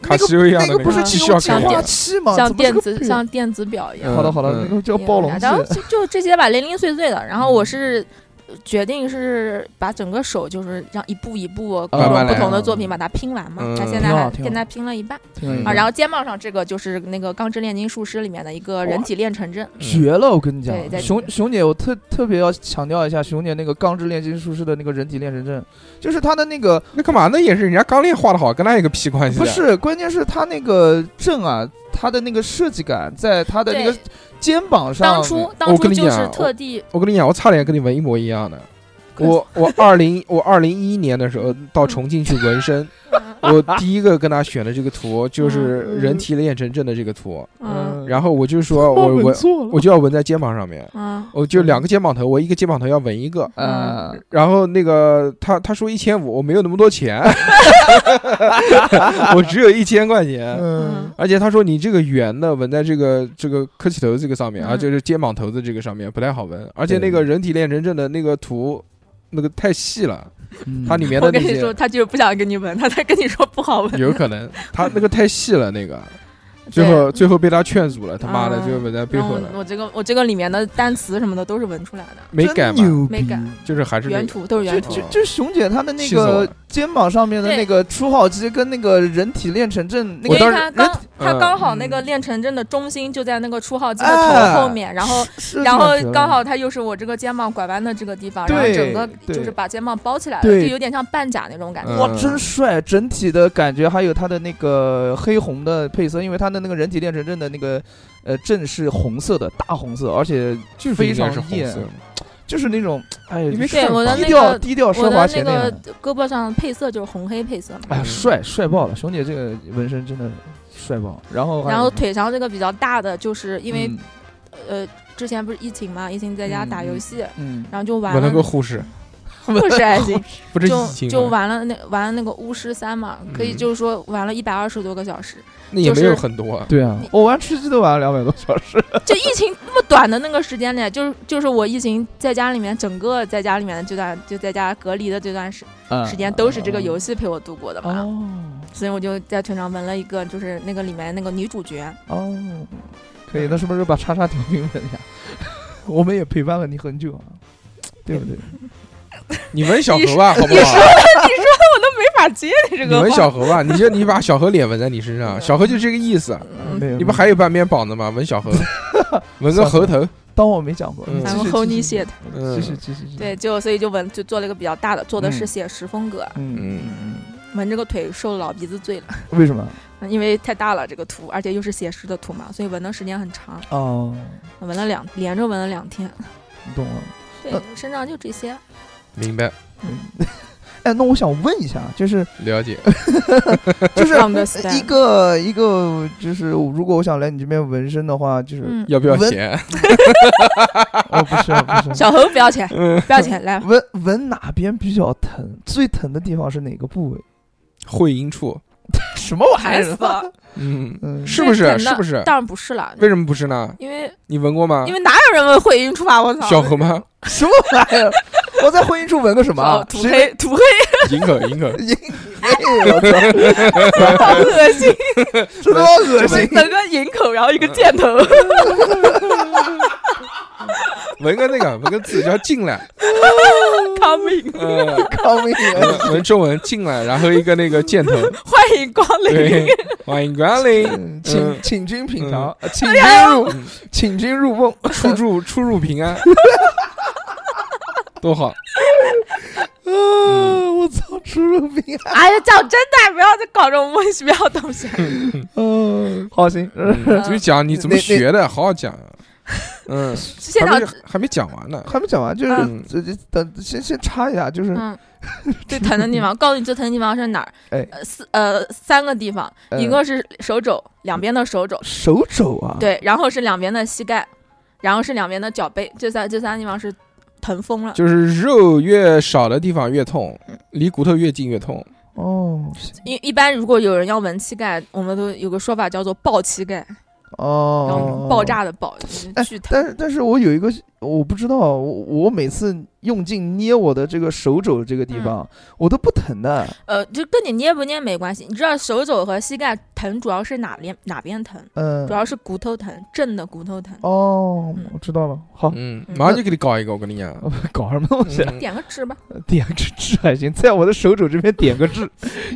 [SPEAKER 2] 卡西欧一样的
[SPEAKER 3] 那个不是
[SPEAKER 2] 继
[SPEAKER 3] 气
[SPEAKER 2] 续要
[SPEAKER 4] 像
[SPEAKER 2] 改
[SPEAKER 4] 电
[SPEAKER 3] 化
[SPEAKER 2] 变。
[SPEAKER 3] 器吗？
[SPEAKER 4] 像电子像电子表一
[SPEAKER 2] 嗯
[SPEAKER 4] 样。
[SPEAKER 3] 好的好的，那个叫嗯暴龙嗯系
[SPEAKER 4] 然后就就这些吧，零零碎碎的。然后我是呃决定是把整个手就是让一步一步各
[SPEAKER 2] 慢慢
[SPEAKER 4] 种
[SPEAKER 2] 来
[SPEAKER 4] 不同的作品把它拼完嘛
[SPEAKER 2] 嗯。
[SPEAKER 4] 他现在还
[SPEAKER 3] 啊挺好挺好
[SPEAKER 4] 现在拼了一半
[SPEAKER 2] 嗯
[SPEAKER 4] 啊。然后肩膀上这个就是那个《钢之炼金术师》里面的一个人体炼成阵，
[SPEAKER 2] 嗯
[SPEAKER 3] 绝了！我跟你
[SPEAKER 4] 对
[SPEAKER 3] 讲，
[SPEAKER 4] 在
[SPEAKER 3] 熊熊姐，我特特别要强调一下熊姐那个《钢之炼金术师》的那个人体炼成阵，就是她的那个
[SPEAKER 2] 那干嘛？那也是人家钢链画的好，跟他有个屁关系？
[SPEAKER 3] 不，是，关键是她那个阵啊，她的那个设计感在她的那
[SPEAKER 4] 对
[SPEAKER 3] 个，肩膀上，
[SPEAKER 4] 当初当
[SPEAKER 2] 我跟
[SPEAKER 4] 初
[SPEAKER 2] 你
[SPEAKER 4] 就
[SPEAKER 2] 讲啊
[SPEAKER 4] 是
[SPEAKER 2] 我
[SPEAKER 4] 特地
[SPEAKER 2] 我跟你讲，我差点跟你纹一模一样的。我 (laughs) 我二零我二零一一年的时候到重庆去纹身，
[SPEAKER 4] 嗯
[SPEAKER 2] 我嗯第一个跟他选的这个图就是人体练成症的这个图，
[SPEAKER 4] 嗯
[SPEAKER 2] 然后我就
[SPEAKER 3] (laughs)
[SPEAKER 2] 说我纹
[SPEAKER 3] 错
[SPEAKER 2] 我就要纹在肩膀上面，
[SPEAKER 4] 嗯
[SPEAKER 2] 我就两个肩膀头，我一个肩膀头要纹一个。
[SPEAKER 3] 嗯，
[SPEAKER 2] 然后那个他他说一千五，我没有那么多钱， (laughs) 我只有一千块钱。
[SPEAKER 3] 嗯
[SPEAKER 4] 嗯，
[SPEAKER 2] 而且他说你这个圆的纹在这个这个磕起头这个上面啊，
[SPEAKER 4] 嗯
[SPEAKER 2] 就是肩膀头的这个上面不太好纹，而且
[SPEAKER 3] 对
[SPEAKER 2] 那个人体炼成症的那个图，那个太细了，
[SPEAKER 3] 嗯
[SPEAKER 2] 它里面的
[SPEAKER 4] 我
[SPEAKER 2] 那
[SPEAKER 4] 跟你说，
[SPEAKER 2] 些
[SPEAKER 4] 他就是不想跟你纹，他在跟你说不好纹。
[SPEAKER 2] 有可
[SPEAKER 4] (laughs)
[SPEAKER 2] 能它那个太细了，那个
[SPEAKER 4] 对嗯
[SPEAKER 2] 最后最后被他劝阻了，他妈的
[SPEAKER 4] 啊
[SPEAKER 2] 就纹在背
[SPEAKER 4] 然后
[SPEAKER 2] 后
[SPEAKER 4] 我
[SPEAKER 2] 了，
[SPEAKER 4] 我这个我这个里面的单词什么的都是纹出来的，
[SPEAKER 2] 没改嘛，
[SPEAKER 4] 没改
[SPEAKER 2] 就是还是那
[SPEAKER 4] 原
[SPEAKER 2] 个
[SPEAKER 4] 图都是
[SPEAKER 3] 就
[SPEAKER 4] 原图。
[SPEAKER 3] 就就熊姐她的那
[SPEAKER 2] 气死我
[SPEAKER 3] 个
[SPEAKER 2] 了
[SPEAKER 3] 肩膀上面的那个初号机跟那个人体练成症那
[SPEAKER 4] 因
[SPEAKER 3] 个
[SPEAKER 2] 我当
[SPEAKER 4] 为
[SPEAKER 2] 时
[SPEAKER 4] 他刚他
[SPEAKER 2] 嗯
[SPEAKER 4] 刚好那个练成针的中心就在那个初号机的
[SPEAKER 2] 哎
[SPEAKER 4] 头后面，然后
[SPEAKER 3] 哎是
[SPEAKER 4] 然后刚好它又是我这个肩膀拐弯的这个地方，然后
[SPEAKER 3] 对
[SPEAKER 4] 整个
[SPEAKER 3] 对
[SPEAKER 4] 就是把肩膀包起来了，就
[SPEAKER 3] 对
[SPEAKER 4] 有点像半甲那种感觉。
[SPEAKER 2] 嗯
[SPEAKER 3] 哇，真帅！整体的感觉还有它的那个黑红的配色，因为它的那个人体练成症的那个呃阵是红色的，大红色，而且
[SPEAKER 2] 就是
[SPEAKER 3] 非
[SPEAKER 2] 应
[SPEAKER 3] 常
[SPEAKER 2] 该是红
[SPEAKER 3] 艳
[SPEAKER 2] 色的，
[SPEAKER 3] 就是那种哎，
[SPEAKER 2] 因为
[SPEAKER 4] 对我的
[SPEAKER 3] 低
[SPEAKER 4] 那
[SPEAKER 3] 调
[SPEAKER 4] 个
[SPEAKER 3] 低调
[SPEAKER 4] 我
[SPEAKER 3] 奢华
[SPEAKER 4] 的
[SPEAKER 3] 且
[SPEAKER 4] 那
[SPEAKER 3] 那
[SPEAKER 4] 个
[SPEAKER 3] 种
[SPEAKER 4] 胳膊上配色就是红黑配色嘛，
[SPEAKER 2] 嗯
[SPEAKER 3] 哎呀，帅帅爆了！熊姐这个纹身真的帅爆，然后还有
[SPEAKER 4] 然后腿上这个比较大的，就是因为
[SPEAKER 3] 嗯
[SPEAKER 4] 呃之前不是疫情嘛，疫情在家打游戏，
[SPEAKER 3] 嗯
[SPEAKER 4] 然后就玩
[SPEAKER 2] 纹了个
[SPEAKER 4] 了
[SPEAKER 2] 护士，
[SPEAKER 4] 不是还行，
[SPEAKER 2] 不是疫
[SPEAKER 4] 就
[SPEAKER 2] 情
[SPEAKER 4] 就
[SPEAKER 2] 吗，
[SPEAKER 4] 玩了那玩了那个巫师三嘛，可以
[SPEAKER 2] 嗯
[SPEAKER 4] 就是说玩了一百二十多个小时，
[SPEAKER 2] 那也
[SPEAKER 4] 就
[SPEAKER 2] 没
[SPEAKER 4] 是
[SPEAKER 2] 有很多
[SPEAKER 4] (laughs)
[SPEAKER 2] 啊，
[SPEAKER 3] 对啊
[SPEAKER 4] 你，
[SPEAKER 3] 我玩吃鸡都玩了两百多小时。
[SPEAKER 4] 就疫情那么短的那个时间内，就是就是我疫情在家里面，整个在家里面的这段就在家隔离的这段时
[SPEAKER 3] 嗯
[SPEAKER 4] 时间，都是这个游戏陪我度过的嘛。
[SPEAKER 3] 哦
[SPEAKER 4] 所以我就在腿上纹了一个，就是那个里面那个女主角，
[SPEAKER 3] 哦，可以，那什么时候把叉叉调平了呀？ (laughs) 我们也陪伴了你很久啊，对不对？
[SPEAKER 2] 你纹小猴吧，好不
[SPEAKER 4] 你
[SPEAKER 2] 好啊
[SPEAKER 4] 说？我都没法接你这
[SPEAKER 2] 你
[SPEAKER 4] 个
[SPEAKER 2] 纹
[SPEAKER 4] 话。
[SPEAKER 2] 小猴吧，啊你就你把小猴脸纹在你身上，
[SPEAKER 4] 嗯
[SPEAKER 2] 小猴就这个意思。啊
[SPEAKER 4] 嗯
[SPEAKER 3] 没有，
[SPEAKER 2] 你不还有半边膀子吗？纹小猴，纹个猴头，
[SPEAKER 3] 当我没讲过？
[SPEAKER 2] 嗯
[SPEAKER 3] 继
[SPEAKER 4] 然后
[SPEAKER 3] 续
[SPEAKER 4] Holy
[SPEAKER 3] 继续
[SPEAKER 4] shit，
[SPEAKER 3] 继续继续，继续，
[SPEAKER 4] 对，就所以就纹就做了一个比较大的，做的是
[SPEAKER 3] 嗯
[SPEAKER 4] 写实风格，
[SPEAKER 3] 嗯
[SPEAKER 2] 嗯
[SPEAKER 3] 嗯，
[SPEAKER 4] 纹这个腿受老鼻子罪了， (laughs)
[SPEAKER 3] 嗯为什么？
[SPEAKER 4] 因为太大了这个图，而且又是写实的图嘛，所以纹的时间很长，
[SPEAKER 3] 哦，
[SPEAKER 4] 纹了两连着纹了两天，
[SPEAKER 3] 懂了。
[SPEAKER 4] 对
[SPEAKER 3] 呃，
[SPEAKER 4] 身上就这些。
[SPEAKER 2] 明白
[SPEAKER 3] 哎，那我想问一下，就是
[SPEAKER 2] 了解。
[SPEAKER 3] (laughs) 就是
[SPEAKER 4] Understand
[SPEAKER 3] 一个一个，就是如果我想来你这边纹身的话，就是
[SPEAKER 4] 嗯， (laughs)
[SPEAKER 2] 要不要
[SPEAKER 3] 纹
[SPEAKER 2] 钱？
[SPEAKER 3] 哦，不是啊不 (laughs) 是啊，
[SPEAKER 4] 小猴不要钱，不要钱， (laughs) 来吧，
[SPEAKER 3] 纹纹哪边比较疼？最疼的地方是哪个部位？
[SPEAKER 2] 会阴处，
[SPEAKER 3] (laughs) 什么玩
[SPEAKER 4] 烦
[SPEAKER 3] 意
[SPEAKER 4] 死
[SPEAKER 3] 儿？啊
[SPEAKER 4] (laughs) 了。
[SPEAKER 2] 嗯，
[SPEAKER 3] 嗯，
[SPEAKER 2] 是不
[SPEAKER 4] 最
[SPEAKER 2] 是？
[SPEAKER 4] 疼的
[SPEAKER 2] 是不是？
[SPEAKER 4] 当然不是了，
[SPEAKER 2] 为什么不是呢？
[SPEAKER 4] 因为
[SPEAKER 2] 你纹过吗
[SPEAKER 4] 因？为哪有人问会晕出发？我操！
[SPEAKER 2] 小猴吗？ (laughs)
[SPEAKER 3] 什么玩意儿？ (laughs) 我在婚姻处纹个什么
[SPEAKER 4] 哦
[SPEAKER 3] 啊？
[SPEAKER 4] 涂
[SPEAKER 3] 谁
[SPEAKER 4] 黑 (laughs) 涂黑，
[SPEAKER 2] 银口，银口，
[SPEAKER 3] 你你我操，
[SPEAKER 4] 好恶心，
[SPEAKER 3] 真他妈恶
[SPEAKER 4] 就是
[SPEAKER 3] 心！
[SPEAKER 4] 整个营口，然后一个箭头， (laughs)
[SPEAKER 2] 纹个那个，纹个字叫进来，
[SPEAKER 4] coming，
[SPEAKER 2] 嗯，
[SPEAKER 3] 康明远，
[SPEAKER 2] 纹中文进来，然后一个那个箭头，
[SPEAKER 4] 欢迎光临
[SPEAKER 2] 对。，欢迎光
[SPEAKER 3] (laughs)
[SPEAKER 2] 临，
[SPEAKER 3] 嗯
[SPEAKER 2] 嗯
[SPEAKER 3] 请请君品尝，呃请君
[SPEAKER 4] 哎
[SPEAKER 3] 入，
[SPEAKER 2] 嗯
[SPEAKER 3] 请君入瓮。
[SPEAKER 2] 出入出入平安，多好。
[SPEAKER 3] 啊！我操，出入平安。
[SPEAKER 4] 哎呀，讲真的，不要再搞这种莫名其妙的东西。
[SPEAKER 3] 嗯，好行，
[SPEAKER 2] 嗯就讲你怎么
[SPEAKER 3] 那那
[SPEAKER 2] 学的，好好讲。啊嗯，
[SPEAKER 4] 现
[SPEAKER 2] 还
[SPEAKER 4] 场
[SPEAKER 2] 没，还没讲完呢。
[SPEAKER 3] 还没讲完，就是
[SPEAKER 2] 嗯
[SPEAKER 3] 这这等先先插一下，就是
[SPEAKER 4] 嗯，最疼的地方，告诉你最疼的地方是哪儿？
[SPEAKER 3] 哎
[SPEAKER 4] 呃，四呃三个地方，
[SPEAKER 3] 呃
[SPEAKER 4] 一个是手肘，两边的手肘，
[SPEAKER 3] 手肘啊，，
[SPEAKER 4] 对，然后是两边的膝盖，然后是两边的脚背，这三这三个地方是疼疯了。
[SPEAKER 2] 就是肉越少的地方越痛，离骨头越近越痛。
[SPEAKER 3] 哦
[SPEAKER 4] 一一般如果有人要纹膝盖，我们都有个说法叫做爆膝盖，然
[SPEAKER 3] 哦
[SPEAKER 4] 后，爆。炸的爆，
[SPEAKER 3] 哎
[SPEAKER 4] 巨疼。
[SPEAKER 3] (laughs) 但是但是我有一个我不知道，我我每次用劲捏我的这个手肘这个地方，
[SPEAKER 4] 嗯
[SPEAKER 3] 我都不疼的。
[SPEAKER 4] 呃，就跟你捏不捏没关系，你知道手肘和膝盖疼主要是哪边哪边疼？
[SPEAKER 3] 嗯
[SPEAKER 4] 主，要是骨头疼，正的骨头疼。
[SPEAKER 3] 哦
[SPEAKER 4] 嗯，
[SPEAKER 3] 我知道了。好，
[SPEAKER 2] 嗯，哦
[SPEAKER 4] 嗯
[SPEAKER 2] 马上就给你搞一个，我跟你讲。
[SPEAKER 3] (laughs) 搞什么东西？啊
[SPEAKER 2] 嗯
[SPEAKER 4] 点个痣吧，
[SPEAKER 3] 点个痣还行，在我的手肘这边点个
[SPEAKER 4] (laughs)
[SPEAKER 3] 痣，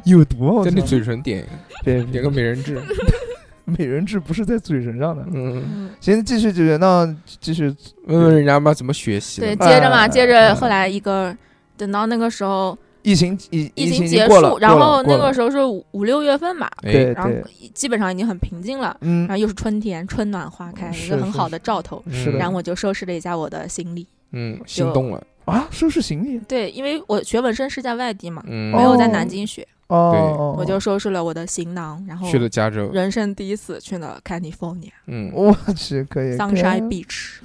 [SPEAKER 3] 有毒啊吗？我
[SPEAKER 2] 在你
[SPEAKER 3] 操
[SPEAKER 2] 嘴唇点
[SPEAKER 3] 别
[SPEAKER 2] 点个美人痣。
[SPEAKER 3] (laughs) 美人痣不是在嘴唇上的。
[SPEAKER 2] 嗯，
[SPEAKER 4] 嗯，
[SPEAKER 3] 行，继续继续，那继续
[SPEAKER 2] 问问人家妈怎么学习
[SPEAKER 4] 对，
[SPEAKER 2] 的。
[SPEAKER 4] 接着嘛，
[SPEAKER 3] 哎
[SPEAKER 4] 接
[SPEAKER 3] 哎
[SPEAKER 4] 着后来一个，等到那个时候
[SPEAKER 3] 疫情疫
[SPEAKER 4] 疫
[SPEAKER 3] 情
[SPEAKER 4] 情
[SPEAKER 3] 已
[SPEAKER 4] 结
[SPEAKER 3] 经过了
[SPEAKER 4] 束，然后那个
[SPEAKER 3] 时
[SPEAKER 4] 时候是五五六月份嘛，
[SPEAKER 2] 哎
[SPEAKER 3] 对
[SPEAKER 4] 然后基本上已经很平静了，
[SPEAKER 3] 嗯
[SPEAKER 4] 然后又是春天，春暖花开，
[SPEAKER 3] 是
[SPEAKER 4] 一个很
[SPEAKER 3] 是
[SPEAKER 4] 好的兆头。
[SPEAKER 2] 嗯
[SPEAKER 3] 是的
[SPEAKER 4] 然后我就收拾了一下我的行李，
[SPEAKER 2] 嗯，心动了。
[SPEAKER 3] 啊，收拾行李。
[SPEAKER 4] 对，因为我学纹身是在外地嘛，
[SPEAKER 2] 嗯，
[SPEAKER 4] 没有在
[SPEAKER 3] 哦
[SPEAKER 4] 南京学，
[SPEAKER 2] 对
[SPEAKER 3] 哦， (laughs)
[SPEAKER 4] 我就收拾了我的行囊，然后
[SPEAKER 2] 去了加州，
[SPEAKER 4] 人生第一次去了 California
[SPEAKER 2] 嗯，
[SPEAKER 3] 我去可以。
[SPEAKER 2] 啊
[SPEAKER 4] Sunshine
[SPEAKER 3] 可以
[SPEAKER 4] Beach，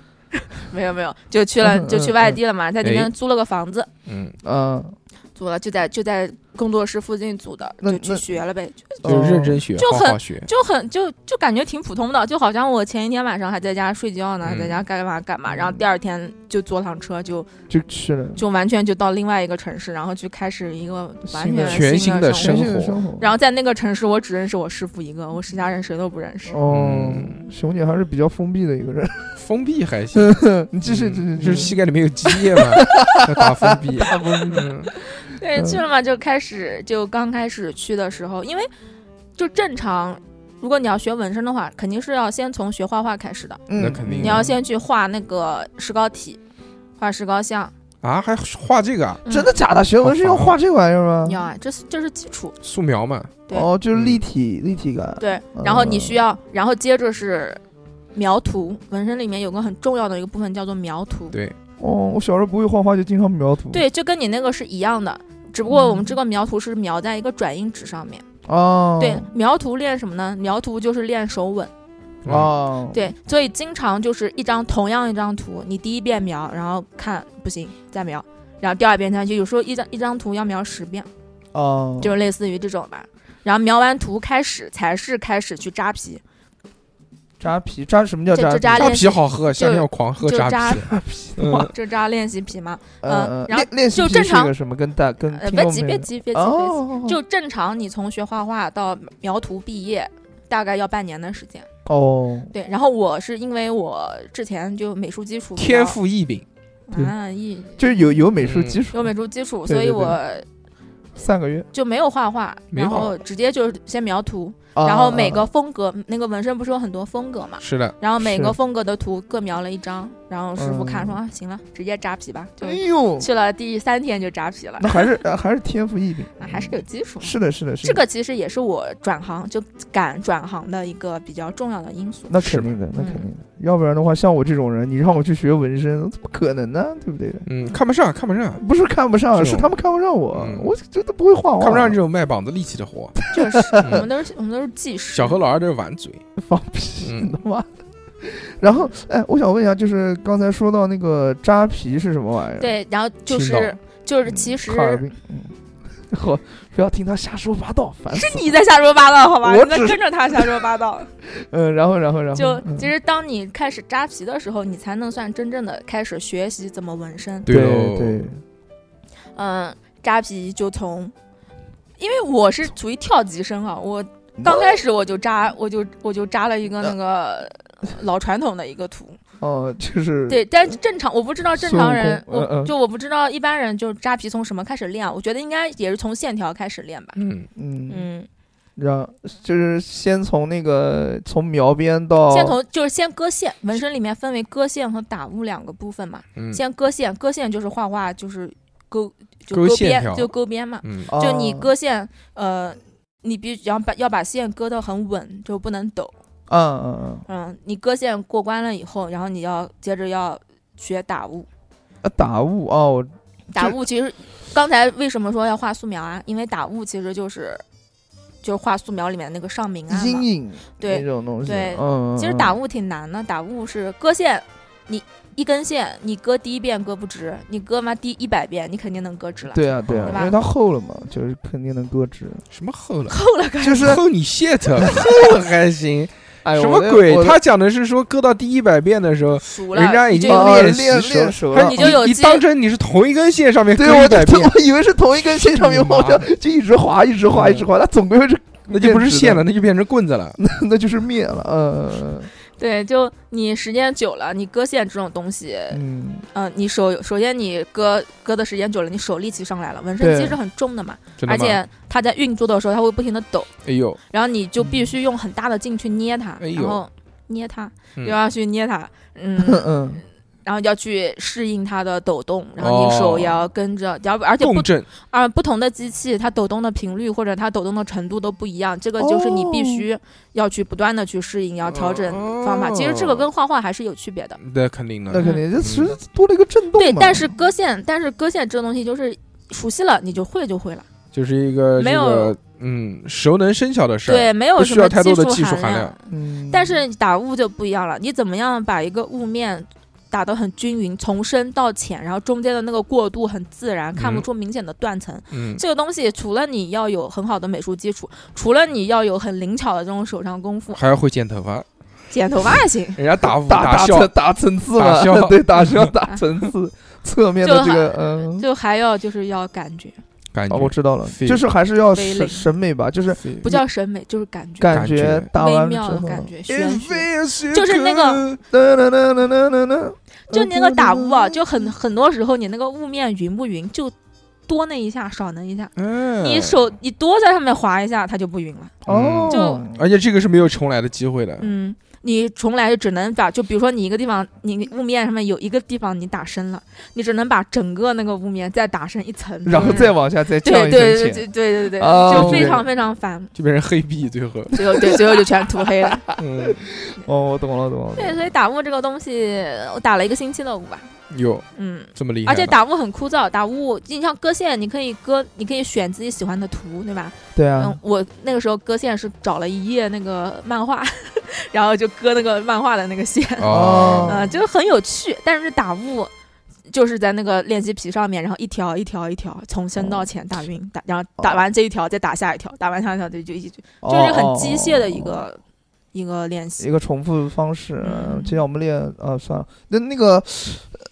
[SPEAKER 4] 没 (laughs) 有没有，就去了就去外地了嘛，在那
[SPEAKER 2] 嗯哎
[SPEAKER 4] 边租了个房子，
[SPEAKER 2] 嗯，
[SPEAKER 3] 嗯，
[SPEAKER 4] 租了就在就在工作室附近租的，
[SPEAKER 3] 那
[SPEAKER 4] 就去
[SPEAKER 3] 那
[SPEAKER 4] 学了呗，就
[SPEAKER 2] 就
[SPEAKER 3] 哦
[SPEAKER 2] 认真学，
[SPEAKER 4] 就
[SPEAKER 2] 好
[SPEAKER 4] 很
[SPEAKER 2] 好学，
[SPEAKER 4] 就很就就感觉挺普通的，就好像我前一天晚上还在家睡觉呢，
[SPEAKER 2] 嗯
[SPEAKER 4] 在家干嘛干嘛，然后第二天就坐趟车就
[SPEAKER 3] 就去了。
[SPEAKER 4] 就完全就到另外一个城市，然后去开始一个完
[SPEAKER 3] 新的
[SPEAKER 4] 全
[SPEAKER 2] 全
[SPEAKER 4] 新
[SPEAKER 2] 新的
[SPEAKER 4] 生
[SPEAKER 3] 全
[SPEAKER 2] 生
[SPEAKER 3] 新的
[SPEAKER 2] 活
[SPEAKER 3] 生活。
[SPEAKER 4] 然后在那个城市，我只认识我师傅一个，我其他人谁都不认识。
[SPEAKER 3] 哦
[SPEAKER 2] 嗯，
[SPEAKER 3] 熊姐还是比较封闭的一个
[SPEAKER 2] (laughs)
[SPEAKER 3] 人。
[SPEAKER 2] 封闭还行，
[SPEAKER 3] 你继续，
[SPEAKER 2] 嗯就
[SPEAKER 3] 继续，
[SPEAKER 2] 是
[SPEAKER 3] 继续。
[SPEAKER 2] 膝盖里面有积液 (laughs) 嘛，要打封闭， (laughs) 打封闭，
[SPEAKER 4] 对，
[SPEAKER 3] 嗯
[SPEAKER 4] 去了嘛，就开始就刚开始去的时候，因为就正常，如果你要学纹身的话，肯定是要先从学画画开始的。
[SPEAKER 3] 嗯
[SPEAKER 2] 那肯定
[SPEAKER 4] 你要先去画那个石膏体，画石膏像，
[SPEAKER 2] 啊，还画这个啊，
[SPEAKER 4] 嗯
[SPEAKER 3] 真的假的？学纹是要画这玩意儿吗？
[SPEAKER 4] 要啊，这是这是基础。
[SPEAKER 2] 素描嘛，
[SPEAKER 4] 对
[SPEAKER 3] 哦，就是
[SPEAKER 2] 嗯
[SPEAKER 3] 立体立体感。
[SPEAKER 4] 对
[SPEAKER 3] 嗯，
[SPEAKER 4] 然后你需要，然后接着是描图，纹身里面有个很重要的一个部分叫做描图。
[SPEAKER 2] 对，
[SPEAKER 3] 哦，我小时候不会画画，就经常描图。
[SPEAKER 4] 对，就跟你那个是一样的，只不过我们
[SPEAKER 3] 嗯
[SPEAKER 4] 这个描图是描在一个转印纸上面。
[SPEAKER 3] 哦，
[SPEAKER 4] 对，描图练什么呢？描图就是练手吻。
[SPEAKER 2] 啊，
[SPEAKER 3] 哦，
[SPEAKER 4] 对，所以经常就是一张同样一张图，你第一遍描，然后看不行再描，然后第二遍再就有时候一张一张图要描十遍，
[SPEAKER 3] 哦，
[SPEAKER 4] 就是类似于这种吧。然后描完图开始才是开始去扎皮，
[SPEAKER 3] 扎皮，扎什么叫
[SPEAKER 4] 这
[SPEAKER 3] 扎
[SPEAKER 4] 这
[SPEAKER 3] 皮？
[SPEAKER 4] 扎
[SPEAKER 2] 扎
[SPEAKER 4] 练
[SPEAKER 2] 皮
[SPEAKER 4] 习
[SPEAKER 2] 好喝，夏天要狂喝
[SPEAKER 4] 就
[SPEAKER 2] 扎
[SPEAKER 4] 扎
[SPEAKER 2] 啤，嗯，
[SPEAKER 4] 这扎练习皮嘛，
[SPEAKER 3] 呃，
[SPEAKER 4] 嗯然后
[SPEAKER 3] 练练习
[SPEAKER 4] 就
[SPEAKER 3] 皮
[SPEAKER 4] 正
[SPEAKER 3] 是
[SPEAKER 4] 常
[SPEAKER 3] 个什么跟大跟嗯
[SPEAKER 4] 呃，
[SPEAKER 3] 听
[SPEAKER 4] 别
[SPEAKER 3] 众
[SPEAKER 4] 急
[SPEAKER 3] 朋
[SPEAKER 4] 别
[SPEAKER 3] 友
[SPEAKER 4] 急别急别急，
[SPEAKER 3] 哦，
[SPEAKER 4] 就正常你从学画画到描图毕业，大概要半年的时间。
[SPEAKER 3] 哦，
[SPEAKER 4] 对，然后我是因为我之前就美术基础比较
[SPEAKER 2] 天赋异禀，
[SPEAKER 3] 对
[SPEAKER 4] 啊，一
[SPEAKER 3] 就是有有美术
[SPEAKER 2] 嗯
[SPEAKER 3] 基础，
[SPEAKER 4] 有美术基础，
[SPEAKER 3] 对
[SPEAKER 4] 所以
[SPEAKER 3] 对对
[SPEAKER 4] 我
[SPEAKER 3] 三个月，
[SPEAKER 4] 就没有画画，
[SPEAKER 2] 没
[SPEAKER 4] 然
[SPEAKER 2] 画
[SPEAKER 4] 后直接就是先描图，
[SPEAKER 3] 啊
[SPEAKER 4] 然后每个风格、那个纹身不是有很多风格嘛，
[SPEAKER 2] 是的，
[SPEAKER 4] 然后每
[SPEAKER 3] 是
[SPEAKER 4] 个风格的图各描了一张，然后师傅看
[SPEAKER 3] 嗯
[SPEAKER 4] 说、啊行了，直接扎皮吧，
[SPEAKER 2] 嗯
[SPEAKER 4] 就
[SPEAKER 3] 哎呦，
[SPEAKER 4] 去了第三天就扎皮了，
[SPEAKER 3] 那 (laughs) 还是呃还是天赋异禀
[SPEAKER 4] 啊，还是有基础
[SPEAKER 3] 嗯
[SPEAKER 4] 嘛。
[SPEAKER 3] 是的，是的，是
[SPEAKER 4] 这
[SPEAKER 3] 的，
[SPEAKER 4] 个其实也是我转行就敢转行的一个比较重要的因素。
[SPEAKER 3] 那肯定的，那
[SPEAKER 4] 嗯
[SPEAKER 3] 肯定的，要不然的话，像我这种人，你让我去学纹身，怎么可能呢？对不对？
[SPEAKER 2] 嗯，看不上，看不上。
[SPEAKER 3] 不是看不上，
[SPEAKER 2] 这
[SPEAKER 3] 是
[SPEAKER 2] 种
[SPEAKER 3] 他们看不上我
[SPEAKER 2] 嗯，
[SPEAKER 3] 我真的不会画画，
[SPEAKER 2] 看不上这种卖膀子力气的活，
[SPEAKER 4] 就是 (laughs) 我们
[SPEAKER 2] 嗯
[SPEAKER 4] 都是我们都是技师，
[SPEAKER 2] 小何老二都是玩嘴，
[SPEAKER 3] 放屁，
[SPEAKER 2] 嗯
[SPEAKER 3] (laughs) 你他妈。然后，哎，我想问一下，就是刚才说到那个扎皮是什么玩意儿？
[SPEAKER 4] 对，然后就
[SPEAKER 2] 青岛
[SPEAKER 4] 是就是
[SPEAKER 3] 嗯
[SPEAKER 4] 其实
[SPEAKER 3] 哈尔滨，嗯， (laughs) 好，不要听他瞎说八道，烦死
[SPEAKER 4] 是
[SPEAKER 3] 了。
[SPEAKER 4] 你在瞎说八道好吧？
[SPEAKER 3] 我
[SPEAKER 4] 你在
[SPEAKER 3] 只是
[SPEAKER 4] 跟着他瞎说八道。
[SPEAKER 3] 嗯， (laughs) 然后，然后，然后，
[SPEAKER 4] 就
[SPEAKER 3] 嗯
[SPEAKER 4] 其实当你开始扎皮的时候，你才能算真正的开始学习怎么纹身。
[SPEAKER 3] 对
[SPEAKER 2] 喽，
[SPEAKER 3] 对，
[SPEAKER 4] 嗯，扎皮就从，因为我是属于跳级生啊，我
[SPEAKER 3] 嗯
[SPEAKER 4] 刚开始我就扎，我就我就扎了一个那个老传统的一个
[SPEAKER 3] (laughs)
[SPEAKER 4] 图。
[SPEAKER 3] 哦，就是，
[SPEAKER 4] 对，但是正常我不知道正常人，
[SPEAKER 3] 孙悟空嗯
[SPEAKER 4] 我
[SPEAKER 3] 嗯
[SPEAKER 4] 就我不知道一般人就扎皮从什么开始练啊，我觉得应该也是从线条开始练吧。
[SPEAKER 2] 嗯，
[SPEAKER 3] 嗯，
[SPEAKER 4] 嗯，
[SPEAKER 3] 然后就是先从那个从描边到
[SPEAKER 4] 先从就是先割线，纹身里面分为割线和打雾两个部分嘛。
[SPEAKER 2] 嗯
[SPEAKER 4] 先割线，割线就是画画，就是勾就
[SPEAKER 2] 勾
[SPEAKER 4] 勾
[SPEAKER 2] 线
[SPEAKER 4] 边
[SPEAKER 2] 条
[SPEAKER 4] 就勾边嘛。
[SPEAKER 2] 嗯，
[SPEAKER 3] 哦
[SPEAKER 4] 就你割线，呃，你必须要把要把线割得很稳，就不能抖。
[SPEAKER 3] 嗯嗯嗯
[SPEAKER 4] 嗯，你割线过关了以后，然后你要接着要学打雾。
[SPEAKER 3] 啊，打雾哦，
[SPEAKER 4] 打
[SPEAKER 3] 这
[SPEAKER 4] 雾其实刚才为什么说要画素描啊？因为打雾其实就是就是画素描里面那个上明啊嘛。
[SPEAKER 3] 阴影
[SPEAKER 4] 对
[SPEAKER 3] 那种东西，
[SPEAKER 4] 对
[SPEAKER 3] 嗯，嗯
[SPEAKER 4] 其实打
[SPEAKER 3] 嗯
[SPEAKER 4] 雾挺难的，打雾是割线，你一根线你割第一遍割不直，你割嘛第一百遍你肯定能割直了。 (laughs)
[SPEAKER 3] 对啊对啊
[SPEAKER 4] 对，吧
[SPEAKER 3] 因为它厚了嘛，就是肯定能搁 (laughs) 置。
[SPEAKER 2] 什么厚了？
[SPEAKER 4] 够了，
[SPEAKER 3] 就是啊
[SPEAKER 2] 厚你 shit，厚还行，
[SPEAKER 3] 哎呦
[SPEAKER 2] 什
[SPEAKER 3] 我
[SPEAKER 2] 么
[SPEAKER 3] 的
[SPEAKER 2] 鬼
[SPEAKER 3] 我？的
[SPEAKER 2] 他讲的是说割到第一百遍的时候，
[SPEAKER 4] 熟了，
[SPEAKER 2] 人家已
[SPEAKER 4] 就
[SPEAKER 2] 经
[SPEAKER 4] 有
[SPEAKER 3] 哦
[SPEAKER 2] 练
[SPEAKER 3] 练
[SPEAKER 2] 习
[SPEAKER 3] 练熟
[SPEAKER 2] 熟
[SPEAKER 3] 了
[SPEAKER 2] 了，
[SPEAKER 4] 你就有
[SPEAKER 2] 你
[SPEAKER 4] 机
[SPEAKER 2] 当成你是同一根线上面割
[SPEAKER 3] 对，啊我
[SPEAKER 2] 一
[SPEAKER 3] 就
[SPEAKER 2] 百遍，
[SPEAKER 3] 我以为是嗯同一根线上面，
[SPEAKER 2] 你妈
[SPEAKER 3] 我就就一直滑，一直滑，一直滑，它总归是
[SPEAKER 2] 那就不是线
[SPEAKER 3] 了，
[SPEAKER 2] 了，那就变成棍子了。
[SPEAKER 3] (laughs) 那就是面了。呃，
[SPEAKER 4] 对，就你时间久了，你割线这种东西，
[SPEAKER 3] 嗯，
[SPEAKER 4] 嗯、你手首先你割割的时间久了，你手力气上来了，纹身
[SPEAKER 3] 对
[SPEAKER 4] 机是很重的嘛，
[SPEAKER 2] 真的
[SPEAKER 4] 而
[SPEAKER 2] 吗？
[SPEAKER 4] 且它在运作的时候，它会不停的抖，
[SPEAKER 2] 哎呦，
[SPEAKER 4] 然后你就必须用很大的劲去捏它，
[SPEAKER 2] 嗯哎呦
[SPEAKER 4] 然后捏它，
[SPEAKER 2] 嗯 (laughs)
[SPEAKER 4] 又要去捏它，嗯，
[SPEAKER 3] 嗯
[SPEAKER 4] 然后要去适应它的抖动，然后你手
[SPEAKER 2] 哦
[SPEAKER 4] 也要跟着，要、而且不
[SPEAKER 2] 共振，
[SPEAKER 4] 啊，不同的机器它抖动的频率或者它抖动的程度都不一样，这个就是你
[SPEAKER 2] 哦
[SPEAKER 4] 必须要去不断的去适应，要调整方法。其实
[SPEAKER 2] 哦
[SPEAKER 4] 这个跟画画还是有区别的，
[SPEAKER 2] 那肯定
[SPEAKER 3] 那
[SPEAKER 2] 的，
[SPEAKER 3] 肯定，这其实多了一个震动嘛。
[SPEAKER 4] 对。但是割线，但是割线这个东西就是熟悉了你就会就会了，
[SPEAKER 2] 就是一个这
[SPEAKER 4] 没有
[SPEAKER 2] 个嗯熟能生巧的事儿，
[SPEAKER 4] 对，没有
[SPEAKER 2] 啊不
[SPEAKER 4] 什
[SPEAKER 2] 需
[SPEAKER 4] 么
[SPEAKER 2] 要太多的技术
[SPEAKER 4] 术
[SPEAKER 2] 含
[SPEAKER 4] 量
[SPEAKER 2] 量。
[SPEAKER 3] 嗯，
[SPEAKER 4] 但是打雾就不一样了，你怎么样把一个雾面打得很均匀，从深到浅，然后中间的那个过渡很自然，看
[SPEAKER 2] 嗯
[SPEAKER 4] 不出明显的断层。
[SPEAKER 2] 嗯，
[SPEAKER 4] 这个东西除了你要有很好的美术基础，除了你要有很灵巧的这种手上功夫，
[SPEAKER 2] 还要会剪头发，
[SPEAKER 4] 剪头发也行。
[SPEAKER 2] 人家打
[SPEAKER 3] 打
[SPEAKER 2] 打笑
[SPEAKER 3] 层打层次
[SPEAKER 2] 打
[SPEAKER 3] 嘛，
[SPEAKER 2] 消
[SPEAKER 3] (laughs) 对，打消打层次，侧面的这个嗯，
[SPEAKER 4] 就还要就是要感觉，
[SPEAKER 2] 感
[SPEAKER 3] 哦，我
[SPEAKER 2] 觉，
[SPEAKER 3] 知道了，
[SPEAKER 2] Feel
[SPEAKER 3] 就是还是要
[SPEAKER 4] 非
[SPEAKER 3] 审
[SPEAKER 4] 灵
[SPEAKER 3] 审美吧，就是
[SPEAKER 4] 不叫审美，就是感觉，
[SPEAKER 3] 感
[SPEAKER 2] 感
[SPEAKER 3] 觉
[SPEAKER 2] 觉
[SPEAKER 3] 打
[SPEAKER 4] 微
[SPEAKER 3] 完之
[SPEAKER 4] 妙
[SPEAKER 3] 后
[SPEAKER 4] 的，感觉，玄学。
[SPEAKER 2] 就是
[SPEAKER 4] 那个就你那个打雾啊，就很很多时候你那个雾面匀不匀，就多那一下少那一下，
[SPEAKER 2] 嗯，
[SPEAKER 4] 你手你多在上面划一下，它就不匀了。
[SPEAKER 3] 哦，
[SPEAKER 4] 就
[SPEAKER 2] 而且这个是没有重来的机会的，
[SPEAKER 4] 嗯，你重来只能把，就比如说你一个地方，你雾面上面有一个地方你打深了，你只能把整个那个雾面再打深一层，嗯
[SPEAKER 3] 然后再往下再降
[SPEAKER 4] 对
[SPEAKER 3] 一层
[SPEAKER 4] 对
[SPEAKER 3] 浅，
[SPEAKER 4] 对对对对对，
[SPEAKER 3] 哦
[SPEAKER 4] 就非常非常烦，
[SPEAKER 2] 就变成黑币最后，
[SPEAKER 4] 最后对最后就全涂黑了。 (laughs)
[SPEAKER 2] 嗯，
[SPEAKER 3] 哦，我懂了懂了，懂
[SPEAKER 4] 对，
[SPEAKER 3] 了
[SPEAKER 4] 所以打雾这个东西，我打了一个星期的雾吧，
[SPEAKER 2] 有
[SPEAKER 4] 嗯。
[SPEAKER 2] 这么厉害
[SPEAKER 4] 而
[SPEAKER 2] 的，
[SPEAKER 4] 且打雾很枯燥，打雾你像割线，你可以割，你可以选自己喜欢的图，对吧？
[SPEAKER 3] 对啊
[SPEAKER 4] 嗯，，我那个时候割线是找了一页那个漫画， (laughs) 然后就割那个漫画的那个线，
[SPEAKER 2] 哦，
[SPEAKER 4] 呃，就很有趣。但是打雾就是在那个练习皮上面，然后一条一条一条从深到浅打匀，打然后
[SPEAKER 3] 哦
[SPEAKER 4] 打完这一条再打下一条，打完下一条就就一直就是很机械的一
[SPEAKER 3] 哦。哦哦
[SPEAKER 4] 个一个练习
[SPEAKER 3] 一。个重复方式，
[SPEAKER 4] 嗯
[SPEAKER 3] 就像我们练啊，算了，那那个，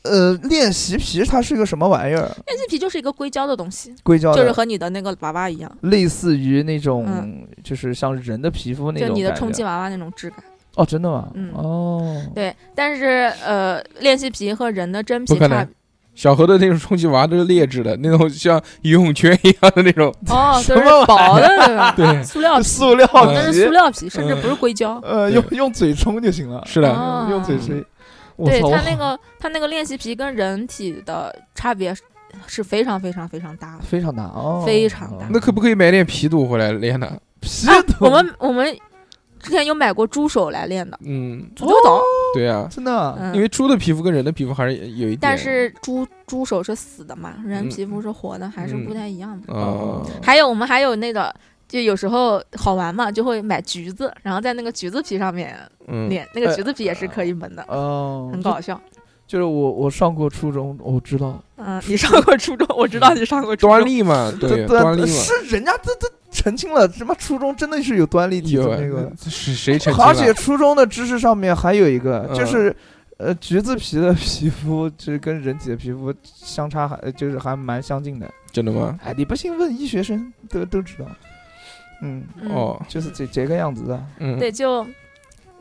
[SPEAKER 3] 呃，练习皮它是个什么玩意儿？
[SPEAKER 4] 练习皮就是一个硅胶的东西，
[SPEAKER 3] 硅胶的
[SPEAKER 4] 就是和你的那个娃娃一样。
[SPEAKER 3] 类似于那种，
[SPEAKER 4] 嗯
[SPEAKER 3] 就是像人的皮肤那
[SPEAKER 4] 就
[SPEAKER 3] 种
[SPEAKER 4] 你的
[SPEAKER 3] 感
[SPEAKER 4] 充
[SPEAKER 3] 觉
[SPEAKER 4] 气娃娃那种质感。
[SPEAKER 3] 哦，真的吗？
[SPEAKER 4] 嗯
[SPEAKER 3] 哦，
[SPEAKER 4] 对，但是呃，练习皮和人的真皮
[SPEAKER 2] 不可
[SPEAKER 4] 差
[SPEAKER 2] 能小何的那种充气娃都是劣质的，那种像游泳圈一样的那种，
[SPEAKER 3] (laughs)
[SPEAKER 4] 哦，
[SPEAKER 3] 什
[SPEAKER 4] 都是
[SPEAKER 3] 么玩意儿
[SPEAKER 4] 薄的对吧？
[SPEAKER 2] 对，
[SPEAKER 4] 塑料
[SPEAKER 3] 就
[SPEAKER 4] 皮，
[SPEAKER 3] 塑料
[SPEAKER 2] 嗯
[SPEAKER 4] 那是
[SPEAKER 3] 皮
[SPEAKER 4] 哦塑，料皮，甚至不是硅胶。
[SPEAKER 3] 呃，
[SPEAKER 2] 对
[SPEAKER 3] 用用嘴冲就行了，
[SPEAKER 2] 是的，
[SPEAKER 4] 哦
[SPEAKER 3] 用嘴
[SPEAKER 2] 嗯
[SPEAKER 3] 吹。我
[SPEAKER 4] 对
[SPEAKER 3] 操，
[SPEAKER 4] 它
[SPEAKER 3] (laughs) 我
[SPEAKER 4] 那个它那个练习皮跟人体的差别是是非常非常非
[SPEAKER 3] (laughs)
[SPEAKER 4] 常大的。
[SPEAKER 3] 非常大哦，
[SPEAKER 4] 非常大
[SPEAKER 2] 那可不可以买点皮肚回来练呢？
[SPEAKER 3] 皮
[SPEAKER 4] 啊
[SPEAKER 3] 都
[SPEAKER 4] 我们我们之前有买过猪手来练的，
[SPEAKER 2] 嗯，
[SPEAKER 4] 猪
[SPEAKER 3] 哦
[SPEAKER 4] 头懂，
[SPEAKER 2] 对啊，
[SPEAKER 3] 真的啊
[SPEAKER 4] 嗯，
[SPEAKER 2] 因为猪的皮肤跟人的皮肤还是有一点，
[SPEAKER 4] 但是猪猪手是死的嘛，人
[SPEAKER 2] 嗯
[SPEAKER 4] 皮肤是活的，还是
[SPEAKER 3] 嗯
[SPEAKER 4] 不太一样的。
[SPEAKER 2] 啊，
[SPEAKER 4] 还有我们还有那个，就有时候好玩嘛，就会买橘子，然后在那个橘子皮上面
[SPEAKER 2] 嗯，
[SPEAKER 4] 练，那个橘子皮也是可以蒙的，
[SPEAKER 3] 哦，
[SPEAKER 4] 嗯很
[SPEAKER 3] 哎就
[SPEAKER 4] 搞笑。
[SPEAKER 3] 就是我我上过初中，我知道
[SPEAKER 4] 嗯，你上过初中，我
[SPEAKER 3] 嗯
[SPEAKER 4] 知道你上过初
[SPEAKER 2] 端
[SPEAKER 4] 中。
[SPEAKER 2] 粒
[SPEAKER 3] (laughs)
[SPEAKER 2] 嘛，对，
[SPEAKER 3] 这
[SPEAKER 2] 端粒嘛，
[SPEAKER 3] 是人家这这澄清了，什么初中真的是有端粒体
[SPEAKER 2] 有
[SPEAKER 3] 的
[SPEAKER 2] 啊
[SPEAKER 3] 那个，
[SPEAKER 2] 是谁澄清
[SPEAKER 3] 而且
[SPEAKER 2] 了？
[SPEAKER 3] 初中的知识上面还有一个
[SPEAKER 2] 嗯
[SPEAKER 3] 就是。呃，橘子皮的皮肤就是跟人体的皮肤相差还呃就是还蛮相近的。
[SPEAKER 2] 真的吗？
[SPEAKER 3] 哎，你不信问医学生都都知道。嗯，
[SPEAKER 4] 嗯，
[SPEAKER 2] 哦，
[SPEAKER 3] 就是这这个样子的。
[SPEAKER 2] 嗯，
[SPEAKER 4] 对，就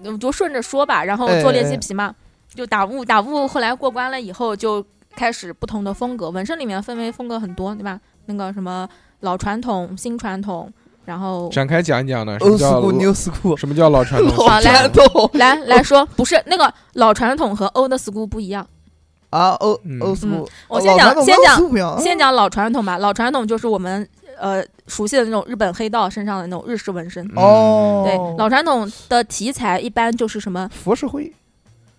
[SPEAKER 4] 我就顺着说吧，然后
[SPEAKER 3] 哎
[SPEAKER 4] 做练习
[SPEAKER 3] 哎
[SPEAKER 4] 皮嘛，就打雾，打雾后来过关了以后，就开始不同的风格，纹身里面分为风格很多，对吧？那个什么老传统、新传统，然后
[SPEAKER 2] 展开讲一讲呢，什
[SPEAKER 3] Old
[SPEAKER 2] 么叫
[SPEAKER 3] school, new school，
[SPEAKER 2] 什么叫老
[SPEAKER 4] (laughs)
[SPEAKER 2] 传统？
[SPEAKER 4] 好
[SPEAKER 3] 老
[SPEAKER 4] 来
[SPEAKER 3] 传统
[SPEAKER 4] 来来说，不是那个老传统和 old school 不一样。
[SPEAKER 3] 啊，old
[SPEAKER 2] 嗯
[SPEAKER 3] old school
[SPEAKER 4] 嗯。我
[SPEAKER 3] 哦
[SPEAKER 4] 先讲
[SPEAKER 3] 老传统
[SPEAKER 4] 先讲
[SPEAKER 3] old school 不一样
[SPEAKER 4] 先讲老传统吧，老传统就是我们呃熟悉的那种日本黑道身上的那种日式纹身。
[SPEAKER 2] 嗯
[SPEAKER 3] 哦，
[SPEAKER 4] 对，老传统的题材一般就是什么
[SPEAKER 3] 佛石灰，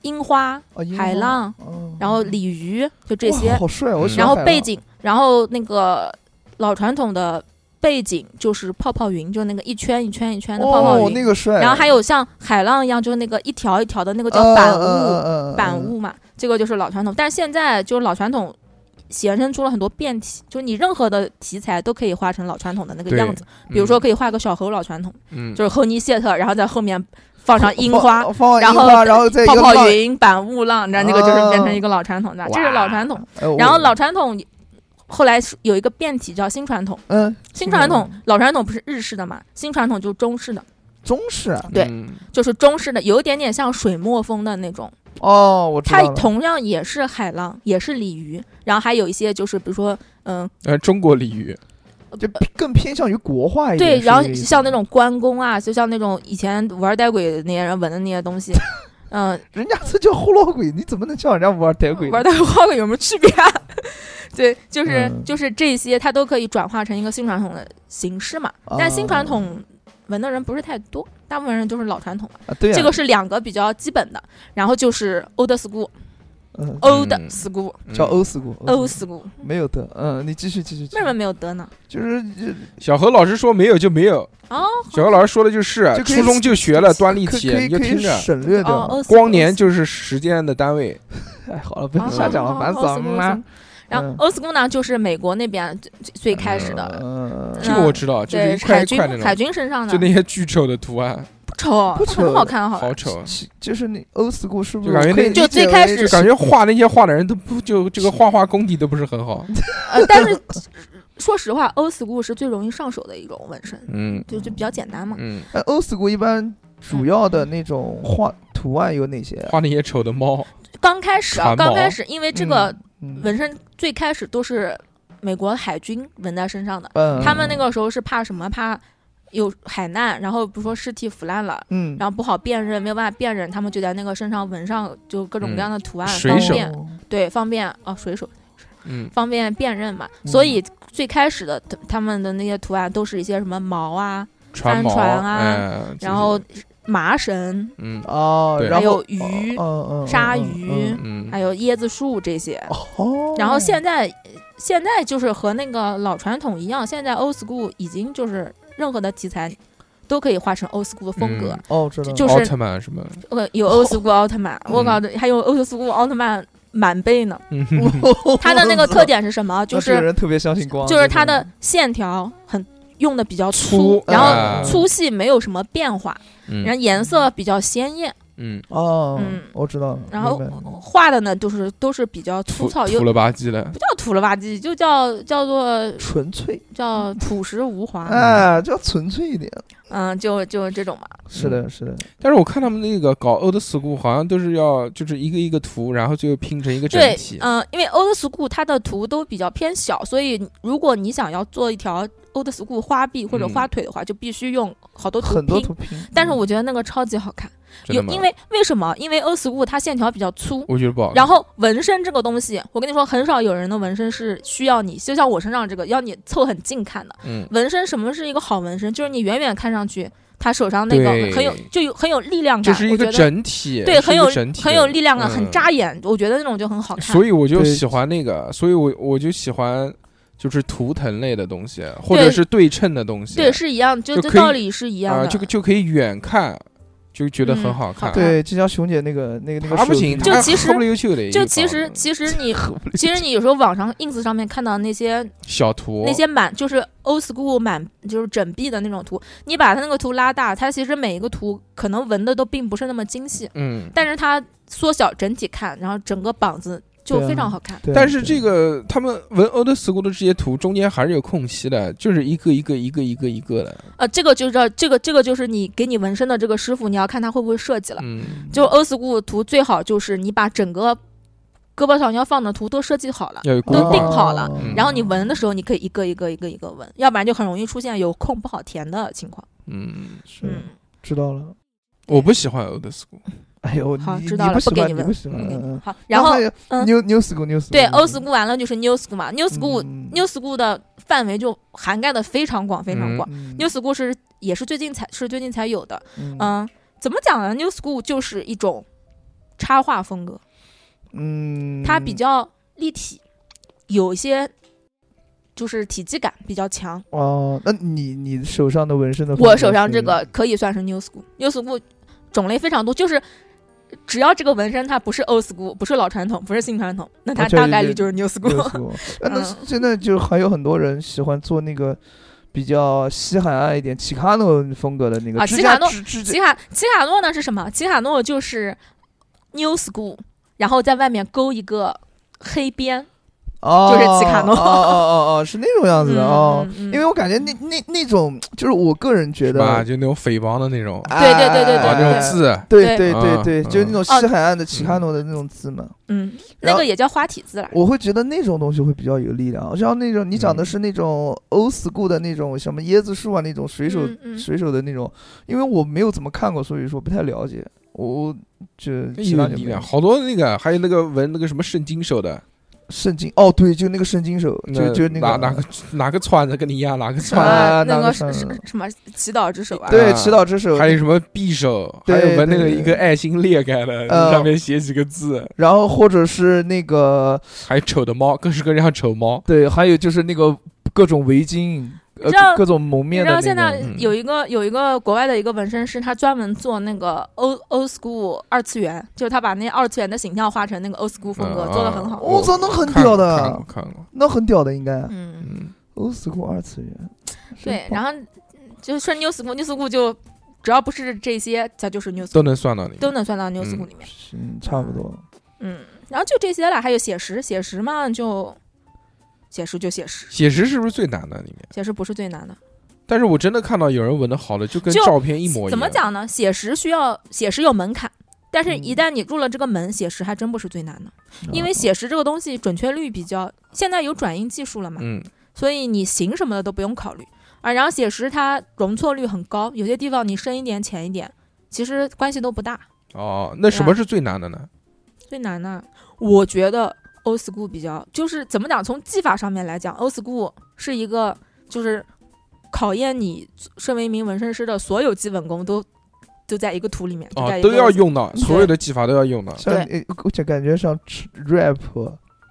[SPEAKER 4] 樱花，
[SPEAKER 3] 哦樱
[SPEAKER 4] 海
[SPEAKER 3] 花
[SPEAKER 4] 浪
[SPEAKER 3] 哦
[SPEAKER 4] 然后鲤鱼，就这些嗯
[SPEAKER 3] 哇。好帅，哦我喜
[SPEAKER 4] 然
[SPEAKER 3] 欢
[SPEAKER 4] 后
[SPEAKER 3] 海
[SPEAKER 4] 背
[SPEAKER 3] 浪
[SPEAKER 4] 景，然后那个老传统的背景就是泡泡云，就那个一圈一圈一圈的泡泡云。
[SPEAKER 3] 哦，那个帅，嗯
[SPEAKER 4] 然后还有像海浪一样，就是那个一条一条的那个
[SPEAKER 3] 有
[SPEAKER 4] 叫板雾，板
[SPEAKER 3] 呃板，
[SPEAKER 4] 雾嘛，这个就是老传统。但是现在就是老传统衍生出了很多变体，就是你任何的题材都可以画成老传统的那个
[SPEAKER 2] 对
[SPEAKER 4] 样子。比如
[SPEAKER 2] 嗯
[SPEAKER 4] 说可以画个小猴老传统，
[SPEAKER 2] 嗯，
[SPEAKER 4] 就是猴尼谢特，然后在后面放上樱花。
[SPEAKER 3] (laughs) 放放完
[SPEAKER 4] 然
[SPEAKER 3] 哦樱
[SPEAKER 4] 后
[SPEAKER 3] 花然后再一
[SPEAKER 4] 泡
[SPEAKER 3] 个
[SPEAKER 4] 泡
[SPEAKER 3] 浪，
[SPEAKER 4] 云、板雾浪，然后那个就是变成一个老传统的，这是老
[SPEAKER 3] 哇
[SPEAKER 4] 传统。
[SPEAKER 3] 哎我
[SPEAKER 4] 然后老传统后来是有一个变体叫新传统，
[SPEAKER 3] 嗯，
[SPEAKER 4] 新传统老传统不是日式的嘛，新传统就是中式的，
[SPEAKER 3] 中式啊
[SPEAKER 4] 对
[SPEAKER 2] 嗯
[SPEAKER 4] 就是中式的有一点点像水墨风的那种，
[SPEAKER 3] 哦，我知道
[SPEAKER 4] 它
[SPEAKER 3] 了，
[SPEAKER 4] 同样也是海浪，也是鲤鱼，然后还有一些就是比如说嗯、
[SPEAKER 2] 呃，中国俚语，
[SPEAKER 3] 就更偏向于国画一点，
[SPEAKER 4] 对，
[SPEAKER 3] 是
[SPEAKER 4] 然后
[SPEAKER 3] 这个意思 (laughs)
[SPEAKER 4] 像那种关公啊，就像那种以前玩带鬼那些人纹的那些东西。嗯，
[SPEAKER 3] 人家这叫胡老鬼，你怎么能叫人家玩呆鬼呢？
[SPEAKER 4] 玩到
[SPEAKER 2] (laughs)
[SPEAKER 4] 花鬼有什么区别啊？ (laughs) 对，就是、
[SPEAKER 3] 嗯
[SPEAKER 4] 就是这些，它都可以转化成一个新传统的形式嘛。
[SPEAKER 3] 哦
[SPEAKER 4] 但新传统文的人不是太多，大部分人就是老传统嘛。
[SPEAKER 3] 啊，对呀，
[SPEAKER 4] 这个是两个比较基本的，然后就是 old school，old
[SPEAKER 3] 嗯
[SPEAKER 4] school，old
[SPEAKER 3] 叫
[SPEAKER 2] 嗯
[SPEAKER 3] old school，old school
[SPEAKER 4] school，
[SPEAKER 3] 没有的，嗯，你继续继续，继
[SPEAKER 4] 为什么
[SPEAKER 3] 续
[SPEAKER 4] 没有得呢？
[SPEAKER 3] 就是
[SPEAKER 2] 小何老师说没有就没有，
[SPEAKER 4] 哦，
[SPEAKER 2] 小何老师说的就是
[SPEAKER 3] 就可以
[SPEAKER 2] 初中就学了端粒
[SPEAKER 3] 可
[SPEAKER 2] 体，
[SPEAKER 3] 可
[SPEAKER 2] 你
[SPEAKER 3] 以
[SPEAKER 2] 就
[SPEAKER 3] 可以
[SPEAKER 2] 听着。
[SPEAKER 3] 省略掉
[SPEAKER 4] 哦
[SPEAKER 3] 了。
[SPEAKER 4] ，old school，
[SPEAKER 2] 光年就是时间的单位，
[SPEAKER 3] 哎，好了，不要
[SPEAKER 4] 哦
[SPEAKER 3] 瞎讲
[SPEAKER 4] 哦
[SPEAKER 3] 了，烦死
[SPEAKER 4] 哦
[SPEAKER 3] 了，
[SPEAKER 4] old school，
[SPEAKER 3] 妈
[SPEAKER 4] old school 然后 old school 呢，就是美国那边最最最开始的，
[SPEAKER 3] 嗯，
[SPEAKER 2] 这个我知道，就是
[SPEAKER 4] 对
[SPEAKER 2] 一块
[SPEAKER 4] 海
[SPEAKER 2] 一块那
[SPEAKER 4] 军海
[SPEAKER 2] 种，
[SPEAKER 4] 军身上的
[SPEAKER 2] 就那些巨丑的图案，
[SPEAKER 4] 不丑，
[SPEAKER 3] 不
[SPEAKER 4] 很
[SPEAKER 3] 丑
[SPEAKER 4] 好看，好吧
[SPEAKER 2] 好丑，
[SPEAKER 3] 其就是那 old school 是不
[SPEAKER 2] 就是感觉
[SPEAKER 3] 可以
[SPEAKER 2] 那
[SPEAKER 3] 理
[SPEAKER 4] 就最
[SPEAKER 3] 解
[SPEAKER 4] 开
[SPEAKER 3] 为
[SPEAKER 4] 始
[SPEAKER 2] 就感觉画那些画的人都不就这个画画功底都不是很好，
[SPEAKER 4] 呃，但是 (laughs) 说实话，old school 是最容易上手的一种纹身，
[SPEAKER 2] 嗯
[SPEAKER 4] 就就比较简单嘛。
[SPEAKER 2] 嗯，
[SPEAKER 3] 哎，old school 一般
[SPEAKER 4] 嗯
[SPEAKER 3] 主要的那种画图案有哪些啊？
[SPEAKER 2] 画那些丑的猫，
[SPEAKER 4] 刚开始啊，
[SPEAKER 2] 船锚
[SPEAKER 4] 刚开始，因为这个
[SPEAKER 3] 嗯
[SPEAKER 4] 纹身最开始都是美国海军纹在身上的，
[SPEAKER 3] 嗯，
[SPEAKER 4] 他们那个时候是怕什么？怕有海难，然后比如说尸体腐烂了。
[SPEAKER 3] 嗯，
[SPEAKER 4] 然后不好辨认，没有办法辨认，他们就在那个身上纹上就各种各样的图案，
[SPEAKER 2] 嗯
[SPEAKER 4] 方
[SPEAKER 2] 水手
[SPEAKER 4] 便对方便啊、哦水手
[SPEAKER 2] 嗯
[SPEAKER 4] 方便辨认嘛。
[SPEAKER 3] 嗯
[SPEAKER 4] 所以最开始的他他们的那些图案都是一些什么毛啊，
[SPEAKER 2] 船锚，
[SPEAKER 4] 帆船啊
[SPEAKER 2] 哎
[SPEAKER 4] 然后麻绳，
[SPEAKER 2] 嗯
[SPEAKER 3] 哦，
[SPEAKER 2] 对
[SPEAKER 3] 然
[SPEAKER 4] 还有
[SPEAKER 3] 后
[SPEAKER 4] 鱼
[SPEAKER 3] 哦嗯嗯，
[SPEAKER 4] 鲨
[SPEAKER 3] 嗯
[SPEAKER 4] 鱼，
[SPEAKER 2] 嗯
[SPEAKER 4] 还有椰子树这些。
[SPEAKER 3] 哦，
[SPEAKER 4] 然后现在，现在就是和那个老传统一样，现在 old school 已经就是任何的题材都可以画成 old school 的风格，
[SPEAKER 3] 哦，知道了，
[SPEAKER 4] 就
[SPEAKER 2] 奥
[SPEAKER 4] 是
[SPEAKER 2] 特曼什么，
[SPEAKER 4] 呃有 old school
[SPEAKER 2] 哦
[SPEAKER 4] 奥特曼，我搞的还有 old school 奥特曼满背呢。
[SPEAKER 2] 嗯，
[SPEAKER 3] (laughs)
[SPEAKER 4] 它的那个特点是什么？就
[SPEAKER 3] 那这个
[SPEAKER 4] 是
[SPEAKER 3] 人特别相信光，
[SPEAKER 4] 就是它的线条很用的比较粗
[SPEAKER 2] 粗，
[SPEAKER 4] 然
[SPEAKER 2] 哎
[SPEAKER 4] 后粗细没有什么变化，
[SPEAKER 2] 嗯
[SPEAKER 4] 然后颜色比较鲜艳，
[SPEAKER 2] 嗯，
[SPEAKER 3] 哦，
[SPEAKER 4] 嗯
[SPEAKER 3] 我知道了，
[SPEAKER 4] 然后
[SPEAKER 3] 明白了
[SPEAKER 4] 画的呢就是都是比较粗
[SPEAKER 2] 土
[SPEAKER 4] 糙，
[SPEAKER 2] 土
[SPEAKER 4] 又
[SPEAKER 2] 了吧唧的
[SPEAKER 4] 不，叫土了吧唧，就叫叫做
[SPEAKER 3] 纯粹，
[SPEAKER 4] 叫朴实无华，
[SPEAKER 2] 啊
[SPEAKER 3] 哎，就要纯粹一点，
[SPEAKER 4] 嗯，就就这种嘛。
[SPEAKER 3] 是
[SPEAKER 2] 嗯
[SPEAKER 3] 的，是的，
[SPEAKER 2] 但是我看他们那个搞 old school 好像都是要就是一个一个图，然后最后拼成一个整
[SPEAKER 4] 对
[SPEAKER 2] 体，，
[SPEAKER 4] 嗯、因为 old school 它的图都比较偏小，所以如果你想要做一条 old school 花臂或者
[SPEAKER 2] 嗯
[SPEAKER 4] 花腿的话，就必须用好多图
[SPEAKER 3] 很多
[SPEAKER 4] 拼。
[SPEAKER 3] 图拼，嗯
[SPEAKER 4] 但是我觉得那个超级好看，
[SPEAKER 2] 真
[SPEAKER 4] 有
[SPEAKER 2] 的吗？
[SPEAKER 4] 因为为什么？因为 old school 它线条比较粗。
[SPEAKER 2] 我觉得不好看，
[SPEAKER 4] 然后纹身这个东西，我跟你说，很少有人的纹身是需要你，就像我身上这个，要你凑很近看的。
[SPEAKER 2] 嗯，
[SPEAKER 4] 纹身什么是一个好纹身？就是你远远看上去，他手上那个
[SPEAKER 2] 对
[SPEAKER 4] 很有就有很有力量感，
[SPEAKER 2] 这是一
[SPEAKER 4] 我觉
[SPEAKER 2] 个
[SPEAKER 4] 得
[SPEAKER 2] 整体，
[SPEAKER 4] 对，
[SPEAKER 2] 是一
[SPEAKER 4] 很有
[SPEAKER 2] 个整体的，
[SPEAKER 4] 很有力量感，啊很
[SPEAKER 2] 嗯
[SPEAKER 4] 扎眼，啊我觉得那种就很好看。
[SPEAKER 2] 所以我就
[SPEAKER 3] 对
[SPEAKER 2] 喜欢那个，所以我我就喜欢就是图腾类的东西，或者
[SPEAKER 4] 对
[SPEAKER 2] 是对称的东西，
[SPEAKER 4] 对，是一样，就
[SPEAKER 2] 就
[SPEAKER 4] 这
[SPEAKER 2] 可以
[SPEAKER 4] 道理是一样
[SPEAKER 2] 啊，
[SPEAKER 4] 的。
[SPEAKER 2] 就就可以远看就觉得很
[SPEAKER 4] 嗯
[SPEAKER 2] 好看
[SPEAKER 4] 好，
[SPEAKER 3] 对，就像熊姐那个那个那个啊
[SPEAKER 2] 他不
[SPEAKER 3] 手
[SPEAKER 2] 行，
[SPEAKER 3] 臂
[SPEAKER 4] 就
[SPEAKER 2] 他
[SPEAKER 4] 其实
[SPEAKER 2] 喝不溜秋的，
[SPEAKER 4] 就其实其实
[SPEAKER 2] (laughs)
[SPEAKER 4] 你其实你有时候网上 ins 上面看到那些
[SPEAKER 2] 小图
[SPEAKER 4] 那些满就是 old school 满就是整臂的那种图，你把它那个图拉大，它其实每一个图可能纹的都并不是那么精细，
[SPEAKER 2] 嗯。
[SPEAKER 4] 但是它缩小整体看，然后整个膀子就
[SPEAKER 3] 对啊
[SPEAKER 4] 非常好看。
[SPEAKER 3] 对啊
[SPEAKER 2] 但是这
[SPEAKER 3] 对啊
[SPEAKER 2] 个他们文欧的 school 的这些图中间还是有空隙的，就是一个一个一个一个一个的，
[SPEAKER 4] 呃，这个就是这个这个就是你给你纹身的这个师傅，你要看他会不会设计了。
[SPEAKER 2] 嗯，
[SPEAKER 4] 就 old school 图最好就是你把整个胳膊上要放的图都设计好了，
[SPEAKER 2] 要有规
[SPEAKER 4] 都定
[SPEAKER 2] 划，
[SPEAKER 4] 好了
[SPEAKER 3] 哦
[SPEAKER 2] 嗯
[SPEAKER 4] 然后你纹的时候，你可以一个一个一个一个纹，要不然就很容易出现有空不好填的情况。
[SPEAKER 2] 嗯，
[SPEAKER 3] 是
[SPEAKER 4] 嗯，
[SPEAKER 3] 知道了。
[SPEAKER 2] 我不喜欢 old school，
[SPEAKER 3] 哎呦，
[SPEAKER 4] 好
[SPEAKER 3] 你
[SPEAKER 4] 知道了
[SPEAKER 3] 你不喜
[SPEAKER 4] 不给
[SPEAKER 3] 欢
[SPEAKER 4] 你
[SPEAKER 3] 你
[SPEAKER 4] 们
[SPEAKER 3] 不喜欢，
[SPEAKER 2] 嗯
[SPEAKER 3] 嗯嗯。
[SPEAKER 4] 好，然后
[SPEAKER 3] 还有
[SPEAKER 4] 嗯
[SPEAKER 3] new new school new school
[SPEAKER 4] 对
[SPEAKER 3] new
[SPEAKER 4] old school 完了就是 new school 嘛，new school、
[SPEAKER 3] 嗯
[SPEAKER 4] new school 的范围就涵盖的非常广，非常广。
[SPEAKER 3] 嗯
[SPEAKER 4] new school 是也是最近才是最近才有的，
[SPEAKER 3] 嗯
[SPEAKER 4] 嗯，怎么讲呢？new school 就是一种插画风格，
[SPEAKER 3] 嗯，
[SPEAKER 4] 它比较立体，有一些就是体积感比较强。
[SPEAKER 3] 哦，那你你手上的纹身的，
[SPEAKER 4] 我手上这个可以算是 new school，new school 种类非常多，就是只要这个纹身它不是 old school，不是老传统，不是新传统，那它
[SPEAKER 3] 啊就
[SPEAKER 4] 大概
[SPEAKER 3] 是
[SPEAKER 4] 率就是 new
[SPEAKER 3] 六
[SPEAKER 4] (laughs) school。
[SPEAKER 3] school，啊那
[SPEAKER 4] 嗯
[SPEAKER 3] 现在就还有很多人喜欢做那个比较西海岸一点奇卡诺风格的那个
[SPEAKER 4] 啊
[SPEAKER 3] 指
[SPEAKER 4] 奇
[SPEAKER 3] 甲
[SPEAKER 4] 卡诺
[SPEAKER 3] 指指甲
[SPEAKER 4] 奇卡奇卡诺呢是什么？奇卡诺就是 new school，然后在外面勾一个黑边，
[SPEAKER 3] 哦，
[SPEAKER 4] 就是奇卡
[SPEAKER 3] 哦
[SPEAKER 4] 诺
[SPEAKER 3] 哦哦哦，是那种样子的
[SPEAKER 4] 嗯
[SPEAKER 3] 哦。
[SPEAKER 4] 嗯嗯
[SPEAKER 3] 因为我感觉那那那种，就是我个人觉
[SPEAKER 2] 是吧？
[SPEAKER 3] 得，
[SPEAKER 2] 就那种诽谤的那种，
[SPEAKER 3] 哎
[SPEAKER 4] 对对对对
[SPEAKER 2] 啊，
[SPEAKER 4] 对
[SPEAKER 2] 那种字，
[SPEAKER 3] 对对
[SPEAKER 4] 对
[SPEAKER 3] 对对，
[SPEAKER 2] 嗯
[SPEAKER 3] 就是那种
[SPEAKER 4] 嗯
[SPEAKER 3] 西海岸的奇卡诺的那种字嘛，
[SPEAKER 4] 嗯，
[SPEAKER 3] 然
[SPEAKER 4] 那
[SPEAKER 3] 后
[SPEAKER 4] 个也叫花体字啦。
[SPEAKER 3] 我会觉得那种东西会比较有力量。像那种你讲的是那种 old school 的那种什么椰子树啊，那种水手
[SPEAKER 4] 嗯嗯
[SPEAKER 3] 水手的那种，因为我没有怎么看过，所以说不太了解。我我这
[SPEAKER 2] 那
[SPEAKER 3] 其
[SPEAKER 2] 有
[SPEAKER 3] 他就
[SPEAKER 2] 力
[SPEAKER 3] 没有
[SPEAKER 2] 量，好多那个，还有那个纹那个什么圣经手的，
[SPEAKER 3] 圣经哦，对，就那个圣经手，
[SPEAKER 2] 那
[SPEAKER 3] 就就那
[SPEAKER 2] 哪哪
[SPEAKER 3] 个
[SPEAKER 2] 个哪个串子跟你一样，哪个串子，
[SPEAKER 3] 啊
[SPEAKER 4] 啊，
[SPEAKER 3] 那
[SPEAKER 4] 那
[SPEAKER 3] 个
[SPEAKER 4] 个
[SPEAKER 3] 算
[SPEAKER 4] 是是
[SPEAKER 3] 了
[SPEAKER 4] 什么祈祷之手啊？
[SPEAKER 3] 对
[SPEAKER 2] 啊
[SPEAKER 3] 祈祷之手，
[SPEAKER 2] 还有什么匕首，还
[SPEAKER 3] 对
[SPEAKER 2] 有纹那个
[SPEAKER 3] 对对
[SPEAKER 2] 一个爱心裂开的，
[SPEAKER 3] 呃
[SPEAKER 2] 上面写几个字，
[SPEAKER 3] 然后或者是那个
[SPEAKER 2] 还有丑的猫，各式各样丑猫，
[SPEAKER 3] 对，还有就是那个各种围巾，呃
[SPEAKER 4] 你知道，
[SPEAKER 3] 各种蒙
[SPEAKER 4] 你
[SPEAKER 3] 面
[SPEAKER 4] 知
[SPEAKER 3] 的
[SPEAKER 4] 道
[SPEAKER 3] 那
[SPEAKER 4] 现在
[SPEAKER 3] 种
[SPEAKER 2] 嗯
[SPEAKER 4] 有一个有一个国外的一个纹身师，他专门做那个 old old school 二次元，就是他把那二次元的形象画成那个 old school 风格，
[SPEAKER 2] 嗯
[SPEAKER 4] 做的很好。
[SPEAKER 3] 我操那哦很
[SPEAKER 2] 看
[SPEAKER 3] 屌
[SPEAKER 2] 过
[SPEAKER 3] 的
[SPEAKER 2] 看过看过，
[SPEAKER 3] 那很屌的，应该
[SPEAKER 4] 嗯，
[SPEAKER 2] 嗯，
[SPEAKER 3] old school 二次元。
[SPEAKER 4] 对，
[SPEAKER 3] 后
[SPEAKER 4] 然后就说 new school，new school 就只要不是这些，它就是 new school，
[SPEAKER 2] 都能算到你，
[SPEAKER 4] 都能算到 new
[SPEAKER 2] 嗯
[SPEAKER 4] school 里面。
[SPEAKER 3] 嗯，差不多。
[SPEAKER 4] 嗯，然后就这些了，还有写实，写实嘛就写实就写实，
[SPEAKER 2] 写实是不是最难的里面？
[SPEAKER 4] 写实不是最难的。
[SPEAKER 2] 但是我真的看到有人纹的好的，就跟
[SPEAKER 4] 就
[SPEAKER 2] 照片一模一样。
[SPEAKER 4] 怎么？讲呢？写实需要写实有门槛，但是
[SPEAKER 3] 嗯
[SPEAKER 4] 一旦你入了这个门，写实还真不是最难的，
[SPEAKER 2] 嗯
[SPEAKER 4] 因为写实这个东西准确率比较，现在有转印技术了嘛，
[SPEAKER 2] 嗯，
[SPEAKER 4] 所以你形什么的都不用考虑啊。然后写实它容错率很高，有些地方你深一点浅一点，其实关系都不大。
[SPEAKER 2] 哦，那什么是最难的呢？
[SPEAKER 4] 最难呢，我觉得 old school 比较，就是怎么讲，从技法上面来讲，old school 是一个就是考验你身为一名纹身师的所有基本功都都在一个图里面，
[SPEAKER 2] 哦
[SPEAKER 4] 在，一个
[SPEAKER 2] 都要用到，
[SPEAKER 4] 啊对
[SPEAKER 2] 所有的技法都要用到。
[SPEAKER 3] 像呃我就感觉像吃 rap、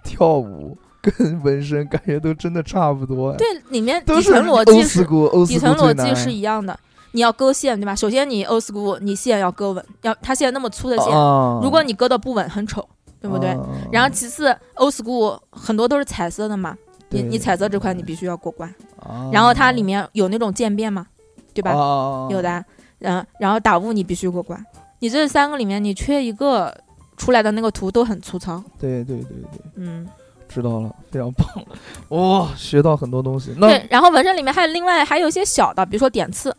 [SPEAKER 3] 跳舞跟纹身感觉都真的差不多哎。
[SPEAKER 4] 对，里面
[SPEAKER 3] 都
[SPEAKER 4] 底
[SPEAKER 3] 是
[SPEAKER 4] 层逻辑
[SPEAKER 3] old
[SPEAKER 4] 是
[SPEAKER 3] school, old
[SPEAKER 4] 底层
[SPEAKER 3] school 最
[SPEAKER 4] 逻
[SPEAKER 3] 难
[SPEAKER 4] 辑是一样的。你要割线对吧？首先你 old school，你线要割稳，要它线那么粗的线，
[SPEAKER 3] 啊
[SPEAKER 4] 如果你割的不稳，很丑，对不对？
[SPEAKER 3] 啊
[SPEAKER 4] 然后其次 old school 很多都是彩色的嘛，你
[SPEAKER 3] 对
[SPEAKER 4] 你彩色这块你必须要过关。
[SPEAKER 3] 啊
[SPEAKER 4] 然后它里面有那种渐变嘛，对吧？
[SPEAKER 3] 啊
[SPEAKER 4] 有的，嗯，然后打雾你必须过关。你这三个里面你缺一个，出来的那个图都很粗糙。
[SPEAKER 3] 对对对对，
[SPEAKER 4] 嗯，
[SPEAKER 3] 知道了，非常棒，哇、学到很多东西。那
[SPEAKER 4] 对。然后纹身里面还有另外还有一些小的，比如说点刺，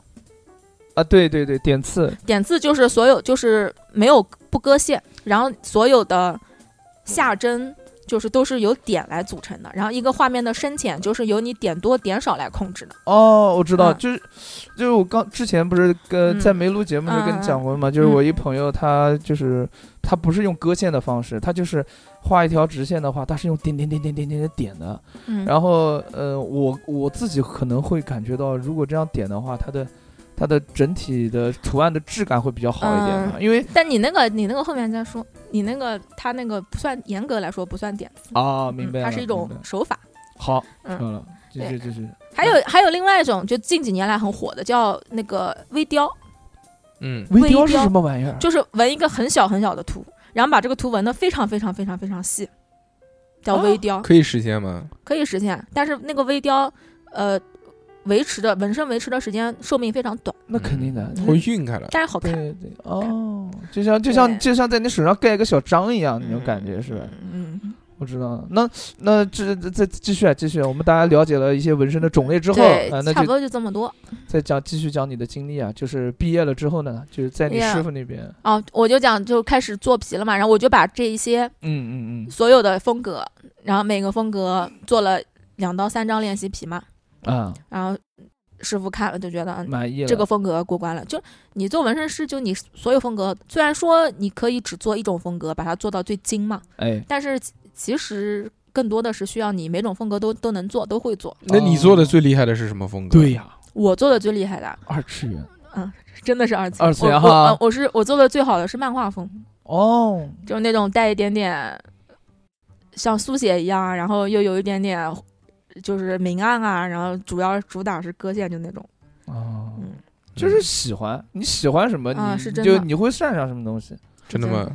[SPEAKER 3] 啊，对对对，点刺，
[SPEAKER 4] 点刺就是所有就是没有不割线，然后所有的下针就是都是由点来组成的，然后一个画面的深浅就是由你点多点少来控制的。
[SPEAKER 3] 哦，我知道，
[SPEAKER 4] 嗯
[SPEAKER 3] 就是就是我刚之前不是跟、
[SPEAKER 4] 嗯
[SPEAKER 3] 在没录节目时候跟你讲过嘛，就是我一朋友他就是他不是用割线的方式，他就是画一条直线的话，他是用点点点点点点点点的。
[SPEAKER 4] 嗯，
[SPEAKER 3] 然后呃，我我自己可能会感觉到，如果这样点的话，它的它的整体的图案的质感会比较好一点啊嘛，因为
[SPEAKER 4] 但你那个你那个后面再说，你那个它那个不算严格来说不算点刺，
[SPEAKER 3] 啊，
[SPEAKER 4] 嗯
[SPEAKER 3] 明白了，
[SPEAKER 4] 它是一种
[SPEAKER 3] 明白
[SPEAKER 4] 手法。
[SPEAKER 3] 好，
[SPEAKER 4] 嗯
[SPEAKER 3] 知道了，这这
[SPEAKER 4] 对
[SPEAKER 3] 这是
[SPEAKER 4] 还有还有另外一种，就近几年来很火的，叫那个微雕，
[SPEAKER 2] 嗯，
[SPEAKER 3] 微
[SPEAKER 4] 微
[SPEAKER 3] 雕是
[SPEAKER 4] 雕
[SPEAKER 3] 什么玩意儿？
[SPEAKER 4] 就是纹一个很小很小的图，然后把这个图纹的非常非常非常非常细，叫
[SPEAKER 3] 哦
[SPEAKER 4] 微雕，
[SPEAKER 2] 可以实现吗？
[SPEAKER 4] 可以实现。但是那个微雕，呃，维持的纹身维持的时间寿命非常短，
[SPEAKER 3] 那肯定
[SPEAKER 4] 嗯
[SPEAKER 3] 的，
[SPEAKER 2] 会晕开来。
[SPEAKER 4] 但是好看。
[SPEAKER 3] 对对哦，就像就像
[SPEAKER 4] 对
[SPEAKER 3] 就像在你手上盖一个小章一样那种感觉是吧？
[SPEAKER 4] 嗯，
[SPEAKER 3] 我知道了。那那这这再继续啊，继续啊。我们大家了解了一些纹身的种类之后
[SPEAKER 4] 对
[SPEAKER 3] 啊、那，
[SPEAKER 4] 差不
[SPEAKER 3] 就
[SPEAKER 4] 多就这么多。
[SPEAKER 3] 再讲继续讲你的经历啊，就是毕业了之后呢，就是在你
[SPEAKER 4] 呀
[SPEAKER 3] 师傅那边，
[SPEAKER 4] 哦，我就讲就开始做皮了嘛，然后我就把这一些
[SPEAKER 3] 嗯嗯
[SPEAKER 4] 所有的风格，然后每个风格做了两到三张练习皮嘛，
[SPEAKER 3] 嗯啊，
[SPEAKER 4] 然后师傅看了就觉得，嗯，
[SPEAKER 3] 满意了。
[SPEAKER 4] 这个风格过关了。就你做纹身师，就你所有风格，虽然说你可以只做一种风格，把它做到最精嘛，
[SPEAKER 3] 哎，
[SPEAKER 4] 但是其其实更多的是需要你每种风格都都能做，都会做。
[SPEAKER 2] 那你做的
[SPEAKER 3] 哦
[SPEAKER 2] 最厉害的是什么风格？
[SPEAKER 3] 对，呀、
[SPEAKER 4] 我做的最厉害的
[SPEAKER 3] 二次元
[SPEAKER 4] 真的是二次
[SPEAKER 3] 二次元
[SPEAKER 4] 元
[SPEAKER 3] 哈
[SPEAKER 4] 我我、呃我是我做的最好的是漫画风，
[SPEAKER 3] 哦，
[SPEAKER 4] 就是那种带一点点像速写一样，啊然后又有一点点。就是明暗啊，然后主要主打是割线，就那种，
[SPEAKER 3] 哦
[SPEAKER 4] 嗯，
[SPEAKER 3] 就是喜欢，你喜欢什么，
[SPEAKER 4] 啊
[SPEAKER 3] 你
[SPEAKER 4] 是
[SPEAKER 3] 你
[SPEAKER 4] 真
[SPEAKER 3] 就
[SPEAKER 4] 的
[SPEAKER 3] 你会擅长什么东西。
[SPEAKER 2] 真的吗？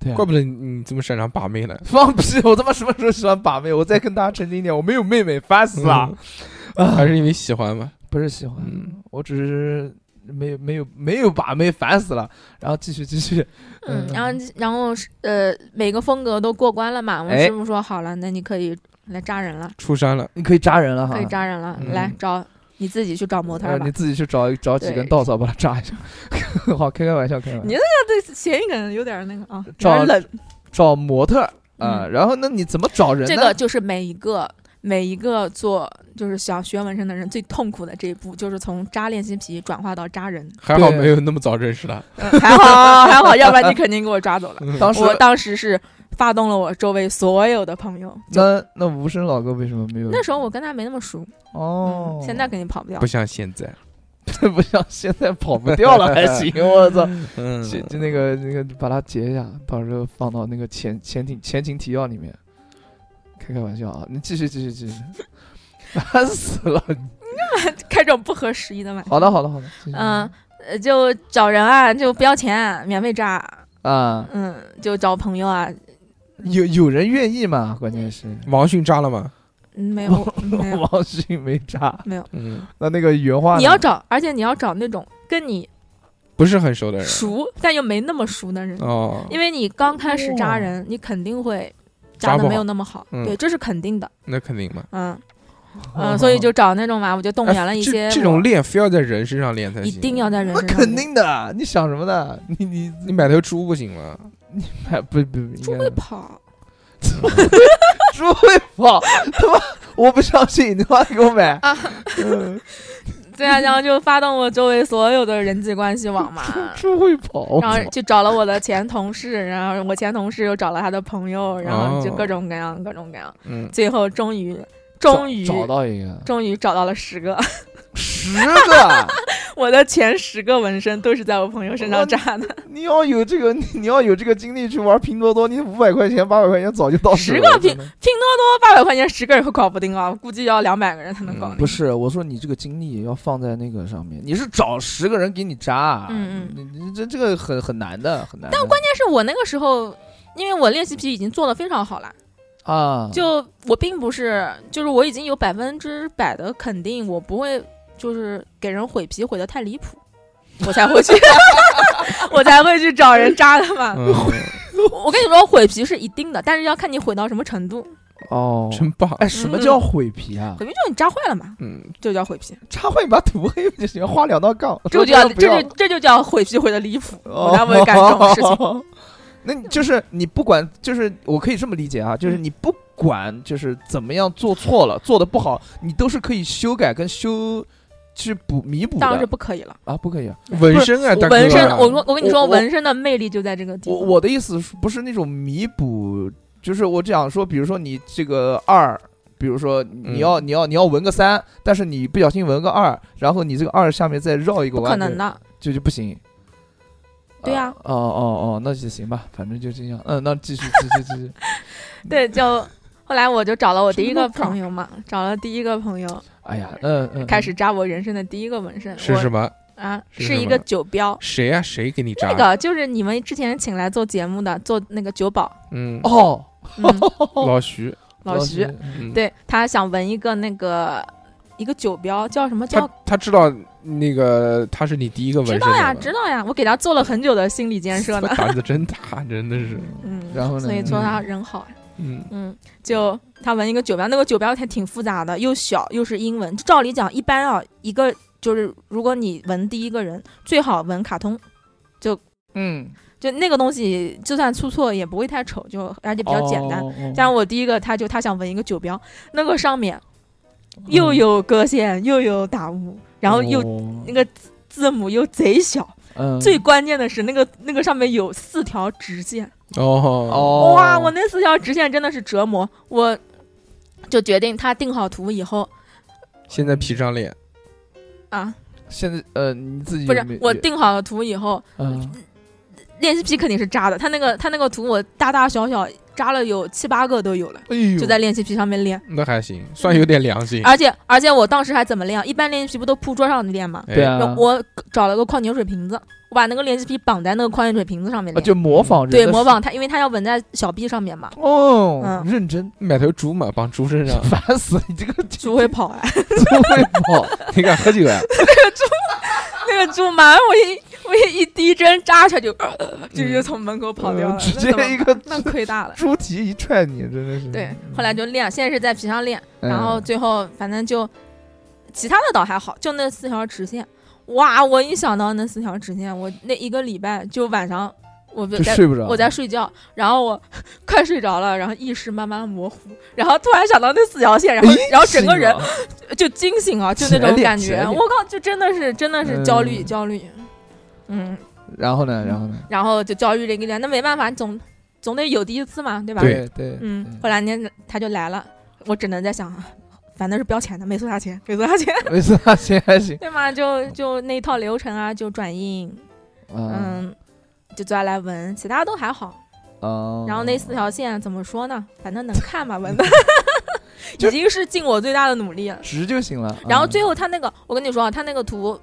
[SPEAKER 3] 对、啊
[SPEAKER 2] 怪，不得你这么擅长把妹呢。
[SPEAKER 3] 放屁！我他妈什么时候喜欢把妹？我再跟大家澄清一点，我没有妹妹，烦死了。啊
[SPEAKER 2] 嗯，还是因为喜欢吗？
[SPEAKER 3] 不是喜欢，
[SPEAKER 2] 嗯
[SPEAKER 3] 我只是没有没有没有把妹，烦死了。然后继续继续，
[SPEAKER 4] 嗯
[SPEAKER 3] 嗯，
[SPEAKER 4] 然后然后是呃，每个风格都过关了嘛。我
[SPEAKER 3] 哎
[SPEAKER 4] 师傅说好了，那你可以来扎人了，
[SPEAKER 2] 出山了，
[SPEAKER 3] 你可以扎人了哈，
[SPEAKER 4] 可以扎人了，
[SPEAKER 2] 嗯
[SPEAKER 4] 来找你自己去找模特
[SPEAKER 3] 啊呃
[SPEAKER 4] 儿吧
[SPEAKER 3] 你。自己去找找几根
[SPEAKER 4] 对
[SPEAKER 3] 稻草把它扎一下。 (laughs) 好，开开玩笑，开开玩
[SPEAKER 4] 你
[SPEAKER 3] 笑。
[SPEAKER 4] (laughs) 对，谐音梗有点那个啊，有
[SPEAKER 3] 找
[SPEAKER 4] 点冷。
[SPEAKER 3] 找模特儿啊，
[SPEAKER 4] 嗯
[SPEAKER 3] 然后那你怎么找人呢？
[SPEAKER 4] 这个就是每一个每一个做就是想学纹身的人最痛苦的这一步，就是从扎练习皮转化到扎
[SPEAKER 3] (laughs)
[SPEAKER 4] 人。
[SPEAKER 2] 还好
[SPEAKER 3] 对
[SPEAKER 2] 没有那么早认识他。
[SPEAKER 4] 还好还好，要不然你肯定给我抓走了。
[SPEAKER 3] 当时
[SPEAKER 4] 我当时是发动了我周围所有的朋友。
[SPEAKER 3] 那那无声老哥为什么没有？
[SPEAKER 4] 那时候我跟他没那么熟，
[SPEAKER 3] 哦，
[SPEAKER 4] 嗯，现在肯定跑不掉
[SPEAKER 2] 不。像现在，
[SPEAKER 3] (laughs) 不像现在跑不掉了还行，我操！
[SPEAKER 2] 嗯
[SPEAKER 3] 就就那个那个，把它截一下，到时候放到那个前前庭前情提要里面。开开玩笑啊，你继续继续继续， (laughs) 烦死了！
[SPEAKER 4] 开这种不合时宜的玩
[SPEAKER 3] (laughs)
[SPEAKER 4] 笑。
[SPEAKER 3] 好的好的好的，继续
[SPEAKER 4] 嗯，呃就找人啊，就不要钱，免费扎。
[SPEAKER 3] 啊，
[SPEAKER 4] 嗯，就找朋友啊，
[SPEAKER 3] 有有人愿意吗？关键是
[SPEAKER 2] 王迅扎了吗？
[SPEAKER 4] 嗯没有没有。
[SPEAKER 3] (laughs) 王迅没扎，
[SPEAKER 2] 嗯，
[SPEAKER 3] 那那个原话呢
[SPEAKER 4] 你要找，而且你要找那种跟你
[SPEAKER 2] 不是很熟的人。
[SPEAKER 4] 熟但又没那么熟的人，
[SPEAKER 2] 哦，
[SPEAKER 4] 因为你刚开始
[SPEAKER 3] 哦
[SPEAKER 4] 扎人，你肯定会
[SPEAKER 2] 扎
[SPEAKER 4] 扎
[SPEAKER 2] 不
[SPEAKER 4] 的没有
[SPEAKER 2] 好
[SPEAKER 4] 那么好，
[SPEAKER 2] 嗯
[SPEAKER 4] 对，这是肯定的。
[SPEAKER 2] 那肯定嘛。
[SPEAKER 4] 嗯嗯，所以就找那种嘛，我就动
[SPEAKER 2] 哎
[SPEAKER 4] 员了一
[SPEAKER 2] 这
[SPEAKER 4] 些我，
[SPEAKER 2] 这种练，非要在人身上练才
[SPEAKER 4] 一
[SPEAKER 2] 行。
[SPEAKER 4] 定要在人
[SPEAKER 3] 那
[SPEAKER 4] 身上
[SPEAKER 3] 肯
[SPEAKER 4] 练
[SPEAKER 3] 定的，你想什么呢？你你
[SPEAKER 2] 你买头猪不行吗？
[SPEAKER 3] 哎不不不，
[SPEAKER 4] 猪
[SPEAKER 3] 应该
[SPEAKER 4] 会
[SPEAKER 3] (laughs)
[SPEAKER 4] 跑，
[SPEAKER 3] 猪会跑，他妈我不相信，你他妈给我买
[SPEAKER 4] 啊！
[SPEAKER 3] 嗯
[SPEAKER 4] 对啊，然后就发动我周围所有的人际关系网嘛，
[SPEAKER 3] 猪会跑，我
[SPEAKER 4] 然后
[SPEAKER 3] 操
[SPEAKER 4] 就找了我的前同事，然后我前同事又找了他的朋友，然后就
[SPEAKER 2] 哦
[SPEAKER 4] 各种各样，各种各样，
[SPEAKER 2] 嗯，
[SPEAKER 4] 最后终于，
[SPEAKER 3] 找
[SPEAKER 4] 终于，
[SPEAKER 3] 找到一个
[SPEAKER 4] 终于找到了十个， (laughs)
[SPEAKER 3] 十个，
[SPEAKER 4] 我的前十个纹身都是在我朋友身上扎的，
[SPEAKER 3] 你要有这个，你你要有这个精力去玩拼多多，你五百块钱、八百块钱早就到手
[SPEAKER 4] 十
[SPEAKER 3] 了
[SPEAKER 4] 个拼
[SPEAKER 3] 真的
[SPEAKER 4] 拼多多八百块钱十个人会搞不定啊，我估计要两百个人才能
[SPEAKER 2] 嗯
[SPEAKER 4] 搞定。
[SPEAKER 3] 不是，我说你这个精力要放在那个上面，你是找十个人给你扎，啊
[SPEAKER 4] 嗯嗯
[SPEAKER 3] 你你这这个很很难的，很难的。但关
[SPEAKER 4] 关键是我那个时候，因为我练习皮已经做得非常好了，
[SPEAKER 3] 键啊，
[SPEAKER 4] 就我并不是，就是我已经有百分之百的肯定，我不会就是给人毁皮毁得太离谱，我才会去， (laughs) 我才会去找人扎的
[SPEAKER 3] (laughs)
[SPEAKER 4] 嘛。
[SPEAKER 2] 嗯，
[SPEAKER 4] 我跟你说，毁皮是一定的，但是要看你毁到什么程度。
[SPEAKER 3] 哦，
[SPEAKER 2] 真棒。
[SPEAKER 3] 哎，什
[SPEAKER 4] 嗯
[SPEAKER 3] 么叫毁皮啊？
[SPEAKER 4] 毁皮就是你扎坏了嘛，
[SPEAKER 2] 嗯，
[SPEAKER 4] 就叫毁皮，
[SPEAKER 3] 插坏你把它涂黑 (laughs) 不就行？画两道杠，
[SPEAKER 4] 这就
[SPEAKER 3] 要
[SPEAKER 4] 叫
[SPEAKER 3] (laughs) 不要
[SPEAKER 4] 这就这就叫毁皮毁的离谱，
[SPEAKER 3] 哦
[SPEAKER 4] 我才不会干这种
[SPEAKER 3] (laughs)
[SPEAKER 4] 事情。
[SPEAKER 3] 那你就是你不管，就是我可以这么理解
[SPEAKER 4] 嗯
[SPEAKER 3] 啊，就是你不管就是怎么样做错了，做的不好，你都是可以修改跟修去补弥补的。
[SPEAKER 4] 当然是不可以了。
[SPEAKER 3] 啊，不可以啊！
[SPEAKER 2] 纹身啊，大哥啊，
[SPEAKER 4] 纹身，我说我跟你
[SPEAKER 3] 我
[SPEAKER 4] 说，
[SPEAKER 3] 我
[SPEAKER 4] 纹身的魅力就在这个地
[SPEAKER 3] 我
[SPEAKER 4] 方。
[SPEAKER 3] 我的意思是不是那种弥补，就是我只想说，比如说你这个二。比如说，你要、
[SPEAKER 4] 嗯
[SPEAKER 3] 你要你要纹个三，但是你不小心纹个二，然后你这个二下面再绕一个
[SPEAKER 4] 不
[SPEAKER 3] 弯，
[SPEAKER 4] 可能的，
[SPEAKER 3] 就就不行。
[SPEAKER 4] 对呀
[SPEAKER 3] 啊哦哦哦，那就行吧，反正就这样。嗯，那继续继续
[SPEAKER 4] (laughs)
[SPEAKER 3] 继续。
[SPEAKER 4] 对，就后来我就找了我第一个
[SPEAKER 3] 什么
[SPEAKER 4] 朋友嘛，找了第一个朋友，
[SPEAKER 3] 哎呀，嗯嗯，
[SPEAKER 4] 开始扎我人生的第一个纹身，
[SPEAKER 2] 是
[SPEAKER 4] 我
[SPEAKER 2] 什么？
[SPEAKER 4] 啊，
[SPEAKER 2] 是
[SPEAKER 4] 是
[SPEAKER 2] 什
[SPEAKER 4] 一
[SPEAKER 2] 么
[SPEAKER 4] 个酒标，
[SPEAKER 2] 谁啊？谁给你扎？
[SPEAKER 4] 那个就是你们之前请来做节目的，做那个酒保，
[SPEAKER 2] 嗯，
[SPEAKER 3] 哦，
[SPEAKER 4] 嗯
[SPEAKER 2] 老徐，
[SPEAKER 4] 老徐，
[SPEAKER 2] 嗯，
[SPEAKER 4] 对他想纹一个那个一个酒标，叫什么
[SPEAKER 2] 他
[SPEAKER 4] 叫？
[SPEAKER 2] 他知道那个他是你第一个纹
[SPEAKER 4] 知
[SPEAKER 2] 身的
[SPEAKER 4] 道呀，
[SPEAKER 2] 吧。
[SPEAKER 4] 知道呀，我给他做了很久的心理建设呢
[SPEAKER 2] (laughs) 胆子真大，真的
[SPEAKER 4] (laughs)
[SPEAKER 2] 是，
[SPEAKER 4] 嗯，
[SPEAKER 3] 然后呢
[SPEAKER 4] 所以说他人好呀。
[SPEAKER 2] 嗯，
[SPEAKER 4] 嗯，就他纹一个酒标，那个酒标还挺复杂的，又小又是英文。照理讲，一般啊，一个就是如果你纹第一个人，最好纹卡通，
[SPEAKER 3] 嗯，
[SPEAKER 4] 就那个东西就算出错也不会太丑，就而且比较简单。
[SPEAKER 3] 哦。哦
[SPEAKER 4] 但我第一个，他就他想纹一个酒标，那个上面又有割线，又有打雾，然后又、
[SPEAKER 3] 嗯哦
[SPEAKER 4] 那个字字母又贼小，
[SPEAKER 3] 嗯
[SPEAKER 4] 最关键的是那个那个上面有四条直线，
[SPEAKER 2] 哦
[SPEAKER 3] 哦
[SPEAKER 4] 哇，我那四条直线真的是折磨，我就决定他定好图以后
[SPEAKER 2] 现在皮张脸，
[SPEAKER 4] 啊，
[SPEAKER 3] 现在呃你自己
[SPEAKER 4] 不
[SPEAKER 3] 有没
[SPEAKER 4] 是
[SPEAKER 3] 有
[SPEAKER 4] 我定好了图以后，
[SPEAKER 3] 嗯
[SPEAKER 4] 练习皮肯定是扎的，他那个他那个图我大大小小扎了有七八个都有了，
[SPEAKER 3] 哎呦
[SPEAKER 4] 就在练嗯哎习皮上面练，
[SPEAKER 2] 那还行，算有点良
[SPEAKER 3] 哎
[SPEAKER 2] 心。
[SPEAKER 4] 而且而且我当时还怎么练啊？一般练习皮不都铺桌上练吗？
[SPEAKER 2] 哎
[SPEAKER 3] 对，啊，
[SPEAKER 4] 我找了个矿泉水瓶子，我把那个练习皮绑在那个矿泉水瓶子上面
[SPEAKER 3] 啊
[SPEAKER 4] 练，
[SPEAKER 3] 就模仿人
[SPEAKER 4] 对，
[SPEAKER 3] 的
[SPEAKER 4] 模
[SPEAKER 3] 是
[SPEAKER 4] 仿他，因为他要纹在小臂
[SPEAKER 3] (laughs)
[SPEAKER 4] 上面嘛，
[SPEAKER 3] 哦，
[SPEAKER 4] 嗯
[SPEAKER 3] 认真，，
[SPEAKER 2] 买头猪嘛，绑猪 (laughs) 身上
[SPEAKER 3] (laughs) 烦死了你这个
[SPEAKER 4] 猪会跑啊。
[SPEAKER 3] 猪会跑，啊
[SPEAKER 2] 你敢喝酒呀？啊
[SPEAKER 4] 那个猪马上我一我所以一滴针扎下去，呃就就从门口跑掉了，
[SPEAKER 3] 嗯直
[SPEAKER 4] 那
[SPEAKER 3] 接
[SPEAKER 4] 怎么
[SPEAKER 3] 一个嗯
[SPEAKER 4] 那亏大了。
[SPEAKER 3] 猪蹄一踹你，真的是。
[SPEAKER 4] 对，后来就练，现在是在皮上练，
[SPEAKER 3] 嗯
[SPEAKER 4] 然后最后反正就其他的倒还好，就那四条直线，哇！我一想到那四条直线，我那一个礼拜就晚上我
[SPEAKER 3] 就
[SPEAKER 4] 在
[SPEAKER 3] 睡不着。
[SPEAKER 4] 我在睡觉，然后我快睡着了，然后意识慢慢模糊，然后突然想到那四条线，然后
[SPEAKER 3] 诶
[SPEAKER 4] 然后整个
[SPEAKER 3] 是
[SPEAKER 4] 人
[SPEAKER 3] 吗
[SPEAKER 4] 就惊醒啊，就那
[SPEAKER 3] 前
[SPEAKER 4] 种
[SPEAKER 3] 列
[SPEAKER 4] 感
[SPEAKER 3] 前
[SPEAKER 4] 觉，
[SPEAKER 3] 列
[SPEAKER 4] 我靠，就真的是真的是焦虑
[SPEAKER 3] 嗯
[SPEAKER 4] 焦虑，嗯，
[SPEAKER 3] 然后呢，然后呢？
[SPEAKER 4] 然后就焦虑了一个月，那没办法，总总得有第一次嘛，对吧？
[SPEAKER 3] 对对，
[SPEAKER 4] 嗯，后来人家他就来了，我只能在想，啊，反正是不要钱的，没收他钱，没收他钱， (laughs)
[SPEAKER 3] (laughs) 没事，行还行。
[SPEAKER 4] 对吗？就就那一套流程啊，就转印，
[SPEAKER 3] 嗯
[SPEAKER 4] 嗯，就抓来纹，其他都还好。
[SPEAKER 3] 啊。
[SPEAKER 4] 嗯然后那四条线怎么说呢？反正能看
[SPEAKER 3] (laughs)
[SPEAKER 4] 吧，纹的
[SPEAKER 3] 就
[SPEAKER 4] 已经是尽我最大的努力了。
[SPEAKER 3] 直就行了。嗯
[SPEAKER 4] 然后最
[SPEAKER 3] 后，
[SPEAKER 4] 后他那个，我跟你说啊，他那个图，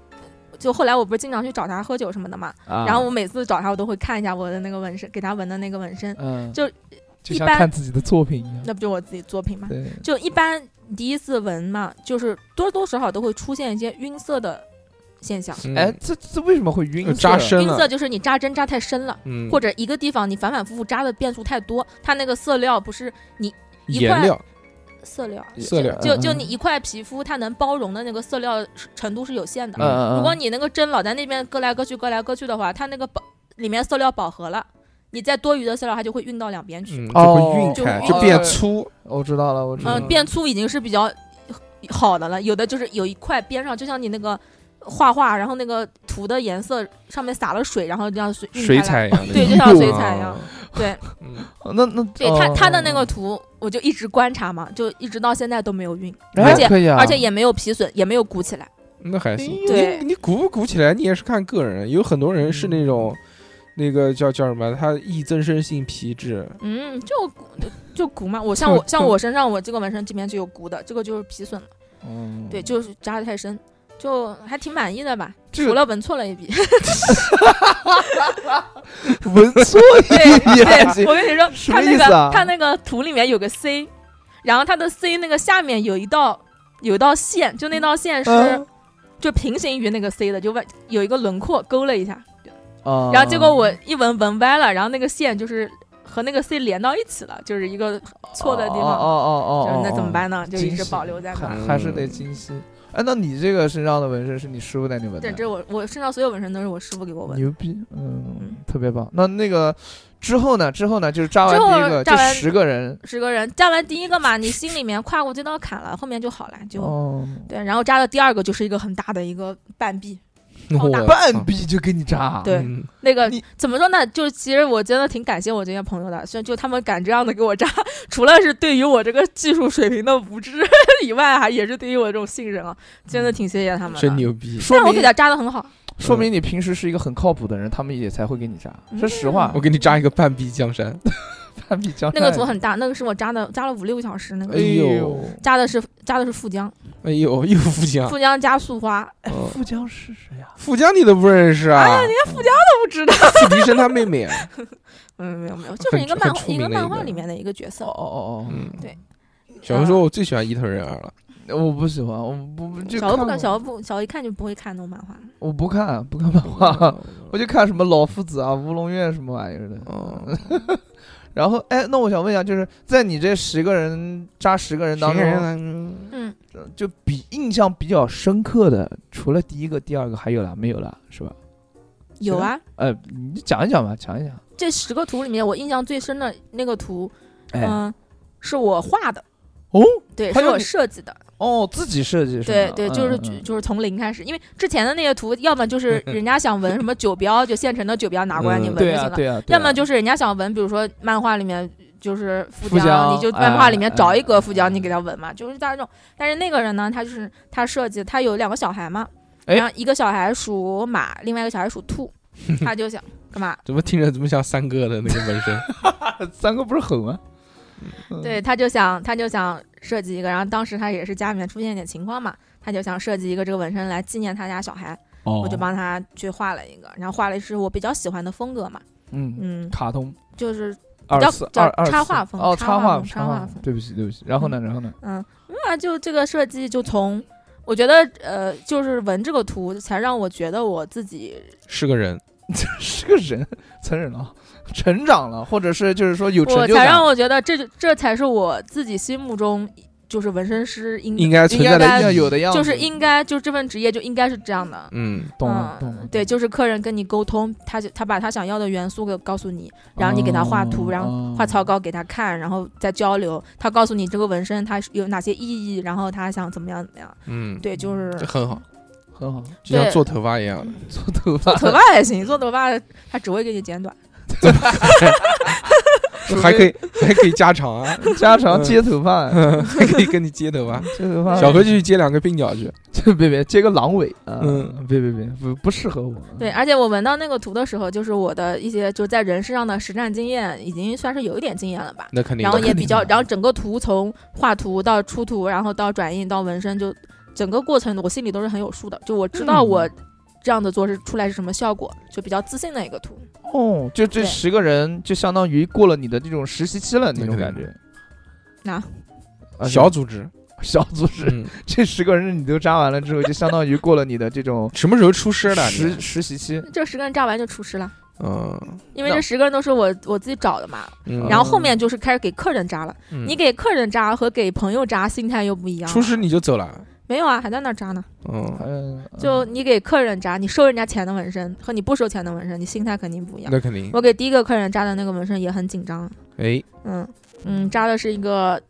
[SPEAKER 4] 就后来我不是经常去找他喝酒什么的嘛，
[SPEAKER 3] 啊
[SPEAKER 4] 然后我每次找他，我都会看一下我的那个纹身，给他纹的那个纹身，
[SPEAKER 3] 嗯，
[SPEAKER 4] 就
[SPEAKER 3] 就
[SPEAKER 4] 一
[SPEAKER 3] 像
[SPEAKER 4] 般
[SPEAKER 3] 看自己的作品一样。
[SPEAKER 4] 那不就我自己作品嘛？
[SPEAKER 3] 对，
[SPEAKER 4] 就一般你第一次闻嘛，就是多多少少都会出现一些晕色的现象。
[SPEAKER 2] 嗯
[SPEAKER 3] 哎，这这为什么会晕
[SPEAKER 2] 呃
[SPEAKER 3] 色？啊
[SPEAKER 2] 扎深
[SPEAKER 4] 晕色
[SPEAKER 2] 了，
[SPEAKER 4] 就是你扎针扎太深了，
[SPEAKER 2] 嗯，
[SPEAKER 4] 或
[SPEAKER 2] 者
[SPEAKER 4] 者一个地方你反反复复扎的遍数太多，它那个色料不是你一
[SPEAKER 2] 颜
[SPEAKER 4] 块
[SPEAKER 2] 料
[SPEAKER 4] 色料，
[SPEAKER 2] 色料
[SPEAKER 3] 嗯
[SPEAKER 4] 就就你一块皮肤它能包容的那个色料是程度是有限的。
[SPEAKER 3] 嗯，嗯嗯，
[SPEAKER 4] 如果你那个针老在那边割来割去割来割去的话，它那个饱里面色料饱和了，你再多余的色料它就会运到两边去。
[SPEAKER 2] 嗯就
[SPEAKER 3] 哦
[SPEAKER 2] 会晕开，
[SPEAKER 4] 就
[SPEAKER 2] 就变
[SPEAKER 3] 哦
[SPEAKER 2] 粗，
[SPEAKER 3] 我知道了，我知道了。
[SPEAKER 4] 嗯、变粗已经是比较好的了，有的就是有一块边上，就像你那个画画，然后那个图的颜色上面洒了水，然后这样水
[SPEAKER 2] 水
[SPEAKER 4] 晕开来
[SPEAKER 2] 彩一样的，
[SPEAKER 4] 哦
[SPEAKER 2] 哎
[SPEAKER 4] 对，就像水彩一样。对，
[SPEAKER 2] 嗯，
[SPEAKER 3] 那那
[SPEAKER 4] 对他
[SPEAKER 3] 哦
[SPEAKER 4] 他的那个图，我就一直观察嘛，就一直到现在都没有晕，
[SPEAKER 3] 哎
[SPEAKER 4] 而且
[SPEAKER 3] 可以啊，
[SPEAKER 4] 而且也没有皮损，也没有鼓起来。
[SPEAKER 2] 嗯那还行。
[SPEAKER 4] 对
[SPEAKER 2] 你你鼓不鼓起来，你也是看个人。有很多人是那
[SPEAKER 4] 嗯
[SPEAKER 2] 种，那个叫叫什么，他易增生性皮质，
[SPEAKER 4] 嗯，就鼓就鼓嘛。我像
[SPEAKER 2] 特
[SPEAKER 4] 我像
[SPEAKER 2] 特
[SPEAKER 4] 我身上我这个纹身这边就有鼓的，这个就是皮损了，
[SPEAKER 3] 嗯
[SPEAKER 4] 对，就是扎的太深。就还挺满意的吧，
[SPEAKER 3] 这
[SPEAKER 4] 除
[SPEAKER 3] 个
[SPEAKER 4] 了纹错了 (laughs) 一笔。 (laughs)
[SPEAKER 3] 纹错一眼
[SPEAKER 4] 对，
[SPEAKER 3] 睛
[SPEAKER 4] 哎我跟你说，
[SPEAKER 3] 什么
[SPEAKER 4] 他那
[SPEAKER 3] 意思啊
[SPEAKER 4] 个他那个图里面有个 C，然后他的 C 那个下面有一道有一道线，就那道线是
[SPEAKER 2] 哦
[SPEAKER 3] 嗯
[SPEAKER 4] 就平行于那个 C 的，就外有一个轮廓勾了一下，
[SPEAKER 3] 啊
[SPEAKER 4] 然后结果我一纹纹歪了，然后那个线就是和那个 C 连到一起了，就是一个错的
[SPEAKER 3] 哦
[SPEAKER 4] 地
[SPEAKER 3] 哦
[SPEAKER 4] 方，
[SPEAKER 3] 哦
[SPEAKER 4] 就是
[SPEAKER 3] 哦，
[SPEAKER 4] 那怎么
[SPEAKER 3] 哦？
[SPEAKER 4] 办呢？就一
[SPEAKER 3] 惊
[SPEAKER 4] 直
[SPEAKER 3] 喜
[SPEAKER 4] 保留在那儿。
[SPEAKER 3] 还还是得精细。哎，那你这个身上的纹身是你师傅带你纹
[SPEAKER 4] 对，
[SPEAKER 3] 的？
[SPEAKER 4] 这我我身上所有纹身都是我师傅给我
[SPEAKER 3] (laughs)
[SPEAKER 4] 纹的。
[SPEAKER 3] 牛逼，嗯
[SPEAKER 4] 嗯，
[SPEAKER 3] 特别棒。那那个之后呢？之后呢？就是扎完
[SPEAKER 4] 之后
[SPEAKER 3] 第一个，
[SPEAKER 4] 扎
[SPEAKER 3] 就
[SPEAKER 4] 完
[SPEAKER 3] 十个人。
[SPEAKER 4] 十个人扎完第一个嘛，你心里面跨过这道坎了，后面就好了，就、
[SPEAKER 3] 哦，
[SPEAKER 4] 对。然后扎的第二个就是一个很大的一个半臂，好大
[SPEAKER 2] 我
[SPEAKER 3] 半臂就给你扎，
[SPEAKER 4] 嗯
[SPEAKER 3] 啊
[SPEAKER 4] 对
[SPEAKER 2] 嗯
[SPEAKER 4] 那个
[SPEAKER 3] 你
[SPEAKER 4] 怎么说呢？就是其实我真的挺感谢我这些朋友的，虽然就他们敢这样的给我扎，除了是对于我这个技术水平的无知 (laughs) 以外，还也是对于我这种信任啊，
[SPEAKER 3] 嗯
[SPEAKER 4] 真的挺谢谢他们的。
[SPEAKER 2] 真牛逼！
[SPEAKER 3] 说
[SPEAKER 4] 但我给
[SPEAKER 3] 明
[SPEAKER 4] 他扎的很好，
[SPEAKER 2] 啊
[SPEAKER 3] 说明你平时是一个很靠谱的人，他们也才会给你扎。
[SPEAKER 4] 嗯
[SPEAKER 3] 说实话
[SPEAKER 2] 我，给你扎一个半壁江山，
[SPEAKER 3] 半臂交
[SPEAKER 4] 那个图很大，那个是我扎的，扎了五六个小时，那
[SPEAKER 2] 哎
[SPEAKER 4] 个
[SPEAKER 2] 呦
[SPEAKER 3] 呦，
[SPEAKER 4] 扎的是扎的是富江，
[SPEAKER 2] 哎呦，又富江，
[SPEAKER 4] 富江加素花，
[SPEAKER 3] 哎
[SPEAKER 2] 嗯
[SPEAKER 3] 富江是谁
[SPEAKER 4] 啊
[SPEAKER 3] 呀？
[SPEAKER 2] 富江你都不认识啊？
[SPEAKER 4] 哎都不知道。 (laughs)
[SPEAKER 2] 史迪生他妹妹，啊
[SPEAKER 4] 嗯，没有没有，就是一个
[SPEAKER 2] 很
[SPEAKER 4] 漫
[SPEAKER 2] 很
[SPEAKER 4] 画
[SPEAKER 2] 出名
[SPEAKER 4] 个
[SPEAKER 2] 的一
[SPEAKER 4] 漫
[SPEAKER 2] 个
[SPEAKER 4] 画里面的一个角
[SPEAKER 3] 哦
[SPEAKER 4] 色，
[SPEAKER 3] 哦哦哦
[SPEAKER 2] 嗯，
[SPEAKER 4] 对。
[SPEAKER 2] 小时候我最喜欢伊藤润二了，
[SPEAKER 3] 呃，我不喜欢，我不不就
[SPEAKER 4] 嗯小欧不
[SPEAKER 3] 看过
[SPEAKER 4] 敢，小欧不小欧一看就不会看那种漫画。
[SPEAKER 3] 我不看，不看漫
[SPEAKER 4] 啊
[SPEAKER 3] 画，我就看什么老夫子啊、乌龙院什么玩意儿的。
[SPEAKER 4] 嗯
[SPEAKER 2] 哦，
[SPEAKER 3] 然后，哎，那我想问一下，就是在你这十个人扎十个人当中，
[SPEAKER 2] 啊中，
[SPEAKER 4] 嗯，
[SPEAKER 3] 呃就比印象比较深刻的，除了第一个、第二个，还有了没有了？是吧？
[SPEAKER 4] 有啊，
[SPEAKER 3] 呃，你讲一讲吧，讲一讲。
[SPEAKER 4] 这十个图里面我印象最深的那个图
[SPEAKER 3] 哎，
[SPEAKER 4] 嗯，是我画的，
[SPEAKER 3] 哦
[SPEAKER 4] 对，
[SPEAKER 3] 还
[SPEAKER 4] 是
[SPEAKER 3] 有
[SPEAKER 4] 我
[SPEAKER 3] 你
[SPEAKER 4] 设计的，
[SPEAKER 3] 哦，自己设计是
[SPEAKER 4] 对
[SPEAKER 3] 吗？
[SPEAKER 4] 对，就是
[SPEAKER 3] 嗯
[SPEAKER 4] 就
[SPEAKER 3] 嗯
[SPEAKER 4] 就是从零开始，因为之前的那些图，要么就是
[SPEAKER 3] (laughs)
[SPEAKER 4] 人家想纹什么酒标，就现成的酒标拿过来你
[SPEAKER 2] 嗯
[SPEAKER 4] 纹就
[SPEAKER 3] 对
[SPEAKER 4] 行
[SPEAKER 3] 啊
[SPEAKER 4] 了；
[SPEAKER 3] 对啊，对
[SPEAKER 4] 要
[SPEAKER 3] 啊
[SPEAKER 4] 么就是人家想纹，比如说漫画里面就是
[SPEAKER 3] 富
[SPEAKER 4] 富
[SPEAKER 3] 江
[SPEAKER 4] 江，你就
[SPEAKER 3] 哎
[SPEAKER 4] 漫画里面找一
[SPEAKER 3] 哎
[SPEAKER 4] 个富江，
[SPEAKER 3] 哎
[SPEAKER 4] 你给他纹嘛，就是大家这种。但是那个人呢，他就是他设计，他有两个小孩嘛，
[SPEAKER 3] 哎
[SPEAKER 4] 然后一个小孩属马，另外一个小孩属
[SPEAKER 3] (laughs)
[SPEAKER 4] 兔，他就想干嘛？
[SPEAKER 2] 怎么听着怎么像三哥的那个纹 (laughs) 身？
[SPEAKER 3] 三个不是狠吗？嗯
[SPEAKER 4] 对，，他就想他就想设计一个，然后当时他也是家里面出现一点情况嘛，他就想设计一个这个纹身来纪念他家小孩，
[SPEAKER 3] 哦
[SPEAKER 4] 我就帮他去画了一个，然后画了是我比较喜欢的风格嘛，
[SPEAKER 3] 嗯，
[SPEAKER 4] 嗯，
[SPEAKER 3] 卡通
[SPEAKER 4] 就是
[SPEAKER 3] 二
[SPEAKER 4] 较
[SPEAKER 3] 四
[SPEAKER 4] 叫
[SPEAKER 3] 二二
[SPEAKER 4] 插
[SPEAKER 3] 四
[SPEAKER 4] 画风
[SPEAKER 3] 哦，
[SPEAKER 4] 插
[SPEAKER 3] 插
[SPEAKER 4] 画
[SPEAKER 3] 画
[SPEAKER 4] 风插嗯
[SPEAKER 3] 画
[SPEAKER 4] 画
[SPEAKER 3] (laughs)
[SPEAKER 4] 风啊
[SPEAKER 3] 对不起对不起。然后呢，然后呢？
[SPEAKER 4] 嗯，那就这个设计就从我觉得呃，就是纹这个图才让我觉得我自己
[SPEAKER 2] 是个人，
[SPEAKER 3] 是个人成人了， (laughs) 成长了，或者是就是说有成
[SPEAKER 4] 我
[SPEAKER 3] 就
[SPEAKER 4] 才让
[SPEAKER 3] 感，
[SPEAKER 4] 我觉得这就这才是我自己心目中就是纹身师应
[SPEAKER 2] 应该存在
[SPEAKER 4] 应该
[SPEAKER 2] 的
[SPEAKER 3] 一定要有的样子，
[SPEAKER 4] 就是应该就这份职业就应该是这样的。
[SPEAKER 2] 嗯，
[SPEAKER 3] 懂了
[SPEAKER 4] 嗯
[SPEAKER 3] 懂了，
[SPEAKER 4] 对，就是客人跟你沟通，他就他把他想要的元素给告诉你，然后你给他画
[SPEAKER 2] 哦
[SPEAKER 4] 图，然后
[SPEAKER 3] 后
[SPEAKER 4] 画草稿给他看，然后再交流。他告诉你这个纹身它是有哪些意义，然后他想怎么样怎么样。
[SPEAKER 2] 嗯，
[SPEAKER 4] 对，就是
[SPEAKER 2] 这很好，
[SPEAKER 3] 很好，
[SPEAKER 2] 就像
[SPEAKER 4] 对
[SPEAKER 2] 做头发一样的。
[SPEAKER 3] 做
[SPEAKER 2] (laughs)
[SPEAKER 3] 头发
[SPEAKER 4] 头发还行，做头发他只会给你剪短。嗯
[SPEAKER 2] 还可以 (laughs) 还可以加长
[SPEAKER 4] (laughs)
[SPEAKER 2] 啊，
[SPEAKER 3] (laughs) 家常接头发，
[SPEAKER 2] 还可以跟你接头发。
[SPEAKER 4] 嗯
[SPEAKER 3] 接头发，
[SPEAKER 2] 小何就去接两个鬓角去，
[SPEAKER 3] 就 (laughs) 别别接个狼尾啊，
[SPEAKER 2] 嗯
[SPEAKER 3] 别别别不不适合我，
[SPEAKER 4] 对，而且我闻到那个图的时候，就是我的一些就在人事上的实战经验，已经算是有一点经验了吧。
[SPEAKER 2] 那肯定
[SPEAKER 4] 然后
[SPEAKER 2] 的。
[SPEAKER 4] 也比较
[SPEAKER 3] 肯定，的
[SPEAKER 4] 然后整个图从画图到出图，然后到转印到纹身，就整个过程我心里都是很有数的，就我知道
[SPEAKER 3] 嗯
[SPEAKER 4] 我这样子做是出来是什么效果，就比较自信的一个图。
[SPEAKER 3] 哦，就这
[SPEAKER 4] 对
[SPEAKER 3] 十个人就相当于过了你的这种实习期了那种
[SPEAKER 2] 那
[SPEAKER 3] 感
[SPEAKER 2] 肯定
[SPEAKER 3] 觉。
[SPEAKER 4] 啊
[SPEAKER 3] 啊
[SPEAKER 2] 小组织，
[SPEAKER 3] (laughs) 小组是
[SPEAKER 2] 嗯，
[SPEAKER 3] 这十个人你都扎完了之后，就相当于过了你的这种
[SPEAKER 2] 什么时候出师的？你
[SPEAKER 3] 实实习期。
[SPEAKER 4] 这十个人炸完就出师了，
[SPEAKER 2] 嗯
[SPEAKER 4] 因为
[SPEAKER 3] 那
[SPEAKER 4] 这十个人都是我我自己找的嘛。
[SPEAKER 2] 嗯，
[SPEAKER 4] 然后后面就是开始给客人扎了，
[SPEAKER 2] 嗯
[SPEAKER 4] 你给客人扎和给朋友扎心态又不一样了。
[SPEAKER 2] 出师你就走了，
[SPEAKER 4] 没有啊，还在那儿扎呢。
[SPEAKER 2] 嗯，
[SPEAKER 3] 嗯，
[SPEAKER 4] 就你给客人扎，你收人家钱的纹身和你不收钱的纹身，你心态肯定不一样。
[SPEAKER 2] 那肯定。
[SPEAKER 4] 我给第一个客人扎的那个纹身也很紧张，
[SPEAKER 2] 哎
[SPEAKER 4] 嗯，嗯，扎的是一个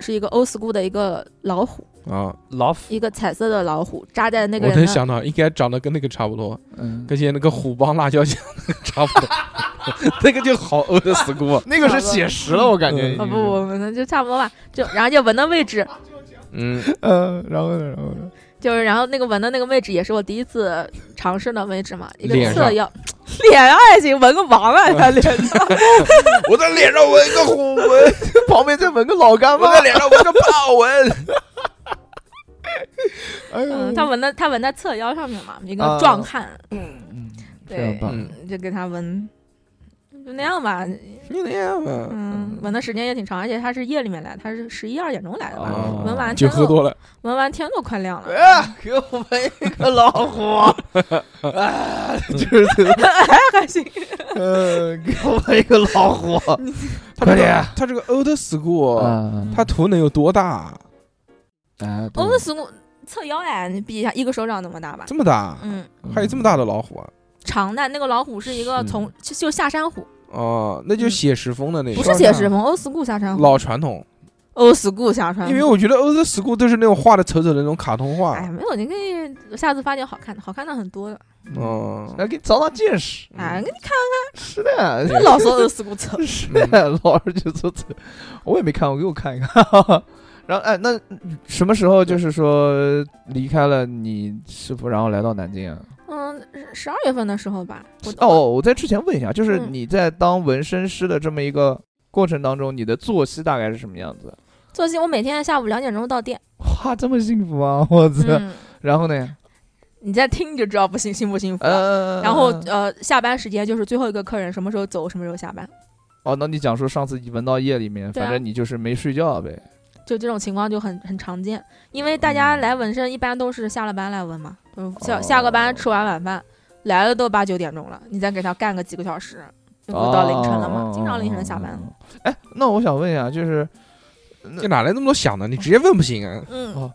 [SPEAKER 4] 是一个 old school 的一个老虎，
[SPEAKER 2] 啊，
[SPEAKER 3] 老虎，
[SPEAKER 4] 一个彩色的老虎扎在那个
[SPEAKER 2] 我
[SPEAKER 4] 人
[SPEAKER 2] 能
[SPEAKER 4] 的。
[SPEAKER 2] 想到应该长得跟那个差不多，
[SPEAKER 3] 嗯，
[SPEAKER 2] 跟现在那个虎帮辣椒酱差 (laughs) 不多，那个就好欧的 school。
[SPEAKER 3] 那个是写实了，我感觉。
[SPEAKER 4] 啊、不，我们就差不多吧，就然后就纹的位置，
[SPEAKER 2] 嗯，
[SPEAKER 3] 嗯，然后呢，然后呢，
[SPEAKER 4] 就是然后那个纹的那个位置也是我第一次尝试的位置嘛，一个
[SPEAKER 2] 脸
[SPEAKER 4] 侧
[SPEAKER 2] 上嗯
[SPEAKER 4] 腰，脸上还行，纹个王八在脸上，
[SPEAKER 3] 我在脸上纹个虎纹， (laughs) 旁边再纹个老干妈，
[SPEAKER 2] 脸上纹个豹
[SPEAKER 3] (laughs)
[SPEAKER 2] 纹，
[SPEAKER 3] 哎
[SPEAKER 4] 嗯，他纹的他纹在侧腰上面嘛，一个
[SPEAKER 3] 啊
[SPEAKER 4] 壮汉，
[SPEAKER 3] 嗯，非常
[SPEAKER 4] 对，
[SPEAKER 3] 棒
[SPEAKER 2] 嗯，
[SPEAKER 4] 就给他纹，就那样吧，
[SPEAKER 2] 你那样吧，
[SPEAKER 4] 嗯，纹的时间也挺长，而且他是夜里面来，他是十一二点钟来的吧，
[SPEAKER 2] 哦
[SPEAKER 4] 纹嗯完
[SPEAKER 2] 酒
[SPEAKER 4] 天
[SPEAKER 2] 喝
[SPEAKER 4] 都
[SPEAKER 2] 多了，
[SPEAKER 4] 纹完天都快亮了。
[SPEAKER 3] 啊，给我们一个老虎！啊，就是这个，
[SPEAKER 4] 还行，
[SPEAKER 3] 呃，给我们一个老虎！快点！
[SPEAKER 2] 他这个 old school，
[SPEAKER 3] 啊
[SPEAKER 2] 他图能有多大？哎 (laughs)
[SPEAKER 3] 啊，
[SPEAKER 4] 我们 school 侧腰哎，你比一下，一个手掌那么大吧？
[SPEAKER 2] 这么大，
[SPEAKER 4] 嗯，
[SPEAKER 2] 还有这么大的老虎啊？
[SPEAKER 4] 长的那个老虎是一个
[SPEAKER 2] 是
[SPEAKER 4] 从就就下山虎，
[SPEAKER 2] 哦，那就是写实风的那
[SPEAKER 4] 嗯不
[SPEAKER 2] 种，
[SPEAKER 4] 是写实风，old school 下山虎
[SPEAKER 2] 老传统。
[SPEAKER 4] ，old school 下山
[SPEAKER 2] 因为
[SPEAKER 4] 虎。
[SPEAKER 2] 我觉得 old school 都是那种画的丑丑的那种卡通
[SPEAKER 4] 哎呀，
[SPEAKER 2] 画，
[SPEAKER 4] 没有，你可以下次发点好看的，好看的很多的。
[SPEAKER 2] 嗯，
[SPEAKER 3] 来给你长长见识。
[SPEAKER 4] 哎，你看
[SPEAKER 3] 是的，
[SPEAKER 4] 老说 old
[SPEAKER 2] (laughs)
[SPEAKER 4] school 侧，
[SPEAKER 3] 是的，老二就说这，我也没看，我给我看 (laughs) 一看。然后哎，那什么时候就是说离开了你师傅，然后来到南京啊？
[SPEAKER 4] 嗯，十二月份的时候吧。我
[SPEAKER 3] 哦，，我在之前问一下，就是
[SPEAKER 4] 嗯
[SPEAKER 3] 你在当纹身师的这么一个过程当中，你的作息大概是什么样子？
[SPEAKER 4] 作息我每天下午两点钟
[SPEAKER 2] (laughs)
[SPEAKER 4] 到店。
[SPEAKER 3] 哇，这么幸福啊！ (laughs) 我操！
[SPEAKER 4] 嗯，
[SPEAKER 3] 然后呢？
[SPEAKER 4] 你再听你就知道不幸幸不幸福了。
[SPEAKER 2] 嗯
[SPEAKER 3] 呃，
[SPEAKER 4] 然后呃，下班时间就是最后一个客人什么时候走，什么时候下班，
[SPEAKER 3] 哦，那你讲说上次你闻到夜里面，
[SPEAKER 4] 对啊
[SPEAKER 3] 反正你就是没睡觉呗。
[SPEAKER 4] 就这种情况就很很常见，因为大家来纹身一般都是下了班来纹嘛，就是
[SPEAKER 3] 嗯
[SPEAKER 4] 下、
[SPEAKER 3] 哦
[SPEAKER 4] 下个班吃完晚饭来了都八九点钟了，你再给他干个几个小时，就不到凌晨了嘛，
[SPEAKER 3] 哦
[SPEAKER 4] 经常凌晨下班。
[SPEAKER 3] 哦哦哦哎，那我想问一下，就是
[SPEAKER 2] 这哪来那么多想的？你直接问不行啊？
[SPEAKER 4] 嗯
[SPEAKER 3] 哦，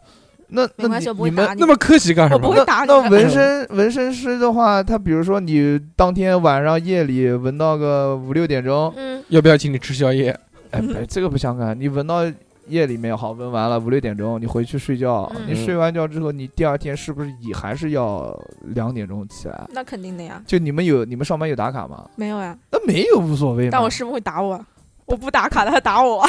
[SPEAKER 3] 那
[SPEAKER 4] 没
[SPEAKER 3] 那
[SPEAKER 4] 关系，我
[SPEAKER 3] 你
[SPEAKER 4] 不会
[SPEAKER 3] 你们
[SPEAKER 4] 打你
[SPEAKER 2] 那。么客气干什
[SPEAKER 4] 我不
[SPEAKER 2] 么
[SPEAKER 4] 会？打
[SPEAKER 3] 那那
[SPEAKER 4] 你的
[SPEAKER 3] 纹身纹身师的话，他比如说你当天晚上夜里闻到个五六点钟，
[SPEAKER 4] 嗯，
[SPEAKER 2] 要不要请你吃宵夜？
[SPEAKER 3] 哎，不是这个不相干，你闻到。夜里面好闻完了五六点钟，你回去睡觉。
[SPEAKER 4] 嗯
[SPEAKER 3] 你睡完觉之后，你第二天是不是也还是要两点钟起来？
[SPEAKER 4] 那肯定的呀，
[SPEAKER 3] 就你们有你们上班有打卡吗？
[SPEAKER 4] 没有呀，
[SPEAKER 3] 那没有无所谓嘛。
[SPEAKER 4] 但我师傅会打我，我不打卡他打 (laughs) 我，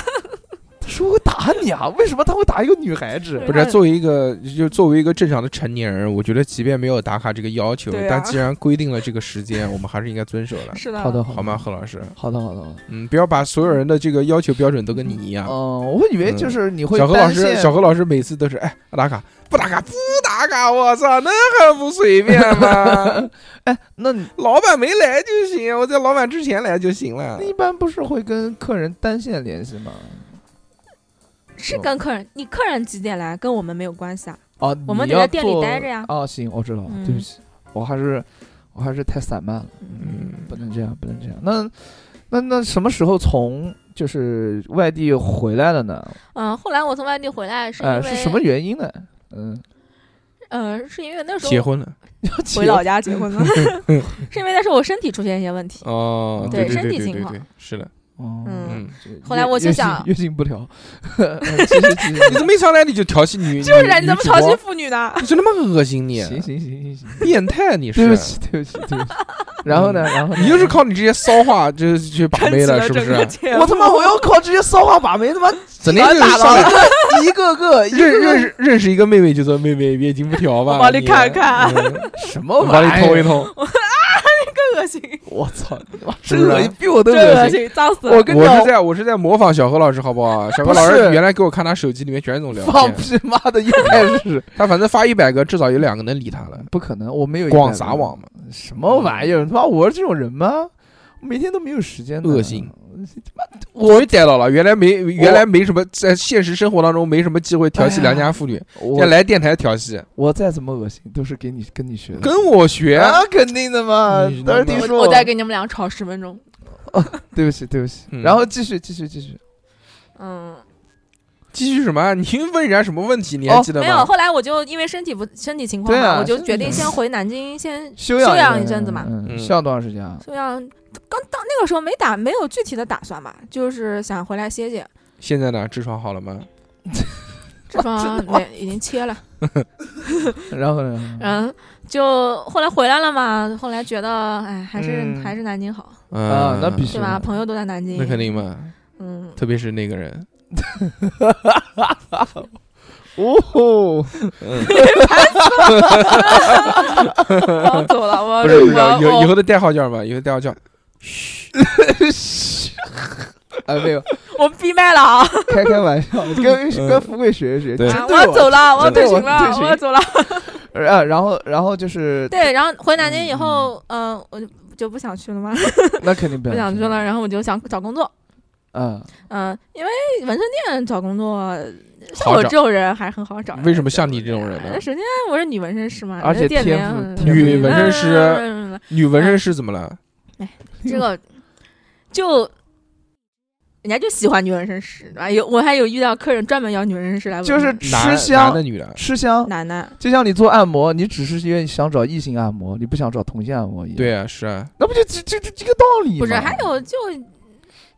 [SPEAKER 3] 他说会打你啊？为什么他会打一个女孩子？
[SPEAKER 4] 对
[SPEAKER 2] 不是，作为一个就作为一个正常的成年人，我觉得即便没有打卡这个要求
[SPEAKER 4] 对，啊
[SPEAKER 2] 但既然规定了这个时间，我们还是应该遵
[SPEAKER 4] (laughs)
[SPEAKER 2] 守的，
[SPEAKER 4] 是的，
[SPEAKER 3] 好的，
[SPEAKER 2] 好吗，何老师？
[SPEAKER 3] 好的，好的，好的。
[SPEAKER 2] 嗯，不要把所有人的这个要求标准都跟你一样。
[SPEAKER 3] 哦，我会以为就是你会
[SPEAKER 2] 小何老
[SPEAKER 3] 担
[SPEAKER 2] 师，
[SPEAKER 3] 心
[SPEAKER 2] 小何老师每次都是哎，不打卡，不打卡，不打卡，我操，那还不随便吗？
[SPEAKER 3] 哎，那你
[SPEAKER 2] (laughs) 老板没来就行，我在老板之前来就行了
[SPEAKER 3] (laughs) 那。一般不是会跟客人单线联系吗？
[SPEAKER 4] 是跟客人，你客人几点来跟我们没有关系啊，
[SPEAKER 3] 哦，
[SPEAKER 4] 我们
[SPEAKER 3] 你
[SPEAKER 4] 得在
[SPEAKER 3] 要
[SPEAKER 4] 店里
[SPEAKER 3] 做
[SPEAKER 4] 待着呀
[SPEAKER 3] 哦，行，我知道了，对不
[SPEAKER 4] 嗯
[SPEAKER 3] 起，我还是我还是太散漫了，
[SPEAKER 2] 嗯，
[SPEAKER 3] 不能这样，不能这样。那那那什么时候从就是外地回来的呢？
[SPEAKER 4] 嗯，后来我从外地回来是因为
[SPEAKER 3] 呃，是什么原因呢？嗯，
[SPEAKER 4] 嗯，是因为那时候
[SPEAKER 2] 结婚了
[SPEAKER 3] (laughs)
[SPEAKER 4] 回老家结婚了， (laughs) 是因为那时候我身体出现一些问题。
[SPEAKER 2] 哦，
[SPEAKER 4] 对
[SPEAKER 2] 对
[SPEAKER 4] 身
[SPEAKER 2] 对
[SPEAKER 4] 体
[SPEAKER 2] 对
[SPEAKER 4] 情
[SPEAKER 2] 对
[SPEAKER 4] 况
[SPEAKER 2] 对，是的，
[SPEAKER 3] 哦，
[SPEAKER 4] 嗯
[SPEAKER 2] 嗯，
[SPEAKER 3] 这
[SPEAKER 4] 后来
[SPEAKER 3] 月
[SPEAKER 4] 我就
[SPEAKER 3] 月经
[SPEAKER 4] 想
[SPEAKER 3] 月经不 (laughs) 调，呃继续 (laughs) 继续
[SPEAKER 2] 你怎么一上来你就调戏女？
[SPEAKER 4] (laughs) 就是
[SPEAKER 2] 你
[SPEAKER 4] 啊，你怎么调戏？妇女呢？
[SPEAKER 2] 你真他妈恶心你！
[SPEAKER 3] 行行行行行，
[SPEAKER 2] 变态你
[SPEAKER 3] 对不
[SPEAKER 2] 是！啊 (laughs)
[SPEAKER 3] 起对不起对 (laughs) 不起。然后呢？然后呢
[SPEAKER 2] 你就是靠你这些骚话就去把妹了，是不
[SPEAKER 4] 撑起
[SPEAKER 2] 是啊
[SPEAKER 4] 了整个？节
[SPEAKER 3] 我
[SPEAKER 4] 目
[SPEAKER 3] 他
[SPEAKER 4] (laughs)
[SPEAKER 3] 妈我要靠这些骚话把妹
[SPEAKER 2] (laughs)
[SPEAKER 3] 他妈
[SPEAKER 2] 整天就是
[SPEAKER 3] 打
[SPEAKER 2] 上来
[SPEAKER 3] 一个个一个
[SPEAKER 2] 认
[SPEAKER 3] 个
[SPEAKER 2] 认识认识一个妹妹就说妹妹月经不调吧，
[SPEAKER 4] (laughs) 我帮你看看
[SPEAKER 2] 嗯
[SPEAKER 3] 什么
[SPEAKER 2] 我帮
[SPEAKER 3] 玩
[SPEAKER 2] 你
[SPEAKER 3] 意
[SPEAKER 2] 通一
[SPEAKER 3] 儿？
[SPEAKER 2] 通。
[SPEAKER 4] 更恶心，
[SPEAKER 3] 我操！你妈
[SPEAKER 2] 是不
[SPEAKER 3] 真
[SPEAKER 2] 是啊
[SPEAKER 3] 恶心，比我都
[SPEAKER 4] 真
[SPEAKER 3] 恶
[SPEAKER 4] 恶
[SPEAKER 3] 心。
[SPEAKER 4] 心，脏死
[SPEAKER 3] 我
[SPEAKER 4] 了！
[SPEAKER 3] 跟你
[SPEAKER 2] 我是
[SPEAKER 3] 讲，
[SPEAKER 2] 在我是在模仿小何老师，好不好？小何老
[SPEAKER 3] 不
[SPEAKER 2] 师
[SPEAKER 3] 是
[SPEAKER 2] 原来给我看他手机里面全是这种聊
[SPEAKER 3] 放
[SPEAKER 2] 天，
[SPEAKER 3] 屁妈的又开始，
[SPEAKER 2] 他反正发一百个，至少有两个能理他了。
[SPEAKER 3] 不可能，我没有
[SPEAKER 2] 广撒网嘛，
[SPEAKER 3] 什么玩意儿？他妈我是这种人吗？每天都没有时间的，
[SPEAKER 2] 恶心
[SPEAKER 3] 他
[SPEAKER 2] 我也逮到了，原来没原来没什么，在现实生活当中没什么机会调戏良家妇女，
[SPEAKER 3] 妈！
[SPEAKER 2] 现在
[SPEAKER 3] 哎我
[SPEAKER 2] 来电台调戏，
[SPEAKER 3] 我再怎么恶心，都是给你跟你学的。
[SPEAKER 2] 跟我学。
[SPEAKER 3] 啊，肯定的嘛
[SPEAKER 2] 你！
[SPEAKER 3] 当时听
[SPEAKER 2] 我
[SPEAKER 3] 说
[SPEAKER 4] 我再给你们俩吵十分钟。
[SPEAKER 3] 对不起，对不起
[SPEAKER 2] 嗯。
[SPEAKER 3] 然后继续，继续，继续。
[SPEAKER 4] 嗯，
[SPEAKER 2] 继续什么？你问人家什么问题？你
[SPEAKER 3] 哦
[SPEAKER 2] 还记得
[SPEAKER 4] 没
[SPEAKER 2] 吗？
[SPEAKER 4] 有。后来我就因为身体不身体情况
[SPEAKER 3] 对
[SPEAKER 4] 嘛，
[SPEAKER 3] 啊
[SPEAKER 4] 我就
[SPEAKER 3] 身体
[SPEAKER 4] 决定
[SPEAKER 3] 情
[SPEAKER 4] 先
[SPEAKER 3] 况
[SPEAKER 4] 回南京，先
[SPEAKER 3] 休
[SPEAKER 4] 休
[SPEAKER 3] 养
[SPEAKER 4] 养一阵子嘛
[SPEAKER 3] 嗯，
[SPEAKER 2] 嗯
[SPEAKER 3] 休养多长时间啊？
[SPEAKER 4] 休养。刚到那个时候没打，没有具体的打算嘛，就是想回来歇歇。
[SPEAKER 2] 现在呢？痔疮好了吗？
[SPEAKER 4] 痔疮没已经切了，
[SPEAKER 3] (laughs) 然后呢？
[SPEAKER 4] 嗯，就后来回来了嘛。后来觉得，哎，还是、
[SPEAKER 2] 嗯
[SPEAKER 4] 还是南京好，
[SPEAKER 3] 啊那必须
[SPEAKER 4] 对
[SPEAKER 3] 是
[SPEAKER 4] 吧？朋友都在南京，
[SPEAKER 2] 那肯定。嘛， (laughs)
[SPEAKER 4] 嗯，
[SPEAKER 2] 特别是那个
[SPEAKER 3] (laughs)
[SPEAKER 2] 人，
[SPEAKER 3] (laughs) 哦 (laughs) 吼，
[SPEAKER 2] 嗯
[SPEAKER 4] 我要走了，我
[SPEAKER 2] 不是不是
[SPEAKER 4] 我
[SPEAKER 3] 哦
[SPEAKER 2] 有以
[SPEAKER 4] 我
[SPEAKER 2] 后的代号叫什么？以后代号叫
[SPEAKER 3] 哎，没有，
[SPEAKER 4] 我闭麦了啊！
[SPEAKER 3] 开开玩笑，跟
[SPEAKER 2] 嗯
[SPEAKER 3] 跟富贵学一学。
[SPEAKER 2] 对
[SPEAKER 3] 真
[SPEAKER 4] 啊
[SPEAKER 3] 的
[SPEAKER 4] 我要走了，我要
[SPEAKER 3] 真
[SPEAKER 4] 退
[SPEAKER 3] 的
[SPEAKER 4] 群
[SPEAKER 3] 我退
[SPEAKER 4] 了，
[SPEAKER 3] 群
[SPEAKER 4] 我要走了。
[SPEAKER 3] 啊，然后然后就是，
[SPEAKER 4] 对，然后回南京以后，嗯，我就就不想去了嘛，
[SPEAKER 3] (laughs) 那肯定不
[SPEAKER 4] 不想去
[SPEAKER 3] 了。
[SPEAKER 4] 了。然后我就想找工作，
[SPEAKER 3] 嗯，
[SPEAKER 4] 嗯，因为纹身店找工作，像
[SPEAKER 2] 好
[SPEAKER 4] 我
[SPEAKER 2] 找
[SPEAKER 4] 这种人还是很好找的。
[SPEAKER 2] 为什么像你这种人
[SPEAKER 4] 哎
[SPEAKER 2] 呢？
[SPEAKER 4] 首先我是女纹身师嘛，
[SPEAKER 3] 而且
[SPEAKER 4] 啊人家店里
[SPEAKER 3] 天
[SPEAKER 4] 面
[SPEAKER 3] 赋
[SPEAKER 4] 嗯
[SPEAKER 3] 天赋
[SPEAKER 2] 女纹身师
[SPEAKER 4] 嗯
[SPEAKER 2] 女纹身师怎么了？
[SPEAKER 4] 这个就人家就喜欢女纹身师，对吧？有我还有遇到客人专门要女纹身师来纹，
[SPEAKER 3] 就是吃
[SPEAKER 2] 男男
[SPEAKER 3] 香
[SPEAKER 2] 的女的？
[SPEAKER 3] 吃香，
[SPEAKER 4] 男的，
[SPEAKER 3] 就像你做按摩，你只是愿意想找异性按摩，你不想找同性按摩一样。
[SPEAKER 2] 对，啊，是啊，
[SPEAKER 3] 那不就这这这这个道理吗？
[SPEAKER 4] 不是还有就